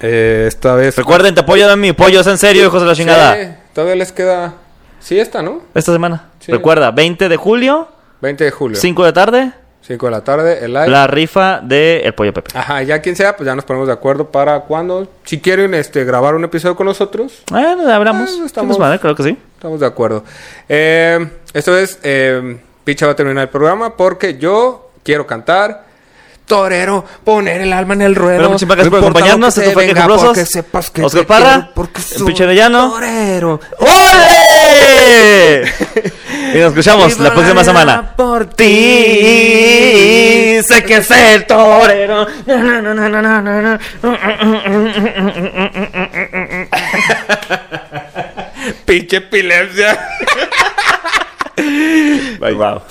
Speaker 1: Eh, esta vez.
Speaker 2: Recuerden, te apoyo de mi pollo, es en serio, hijos de la chingada.
Speaker 1: Sí, todavía les queda. Sí, esta, ¿no?
Speaker 2: Esta semana.
Speaker 1: Sí.
Speaker 2: Recuerda, 20 de julio,
Speaker 1: 20 de julio.
Speaker 2: 5 de tarde,
Speaker 1: 5 de la tarde, el live.
Speaker 2: la rifa de El Pollo Pepe.
Speaker 1: Ajá, ya quien sea, pues ya nos ponemos de acuerdo para cuando. Si quieren este, grabar un episodio con nosotros,
Speaker 2: Bueno, hablamos.
Speaker 1: Ah,
Speaker 2: ¿Qué
Speaker 1: estamos-
Speaker 2: nos vale? Creo que sí.
Speaker 1: estamos de acuerdo. Eh, esto es. eh, Picha va a terminar el programa porque yo quiero cantar. Torero, poner el alma en el ruedo.
Speaker 2: Pero muchas gracias
Speaker 1: No
Speaker 2: por
Speaker 1: importa lo
Speaker 2: acompañarnos.
Speaker 1: que
Speaker 2: Esto
Speaker 1: te
Speaker 2: fue
Speaker 1: venga,
Speaker 2: Quejumbrosos.
Speaker 1: porque sepas que
Speaker 2: Oscar
Speaker 1: te
Speaker 2: Parra,
Speaker 1: quiero, porque
Speaker 2: el
Speaker 1: soy
Speaker 2: Picha Arellano. (laughs)
Speaker 1: Torero.
Speaker 2: ¡Ole! y nos escuchamos la próxima semana.
Speaker 1: Por
Speaker 2: ti, sé que sé el torero.
Speaker 1: Pinche epilepsia.
Speaker 2: Wow.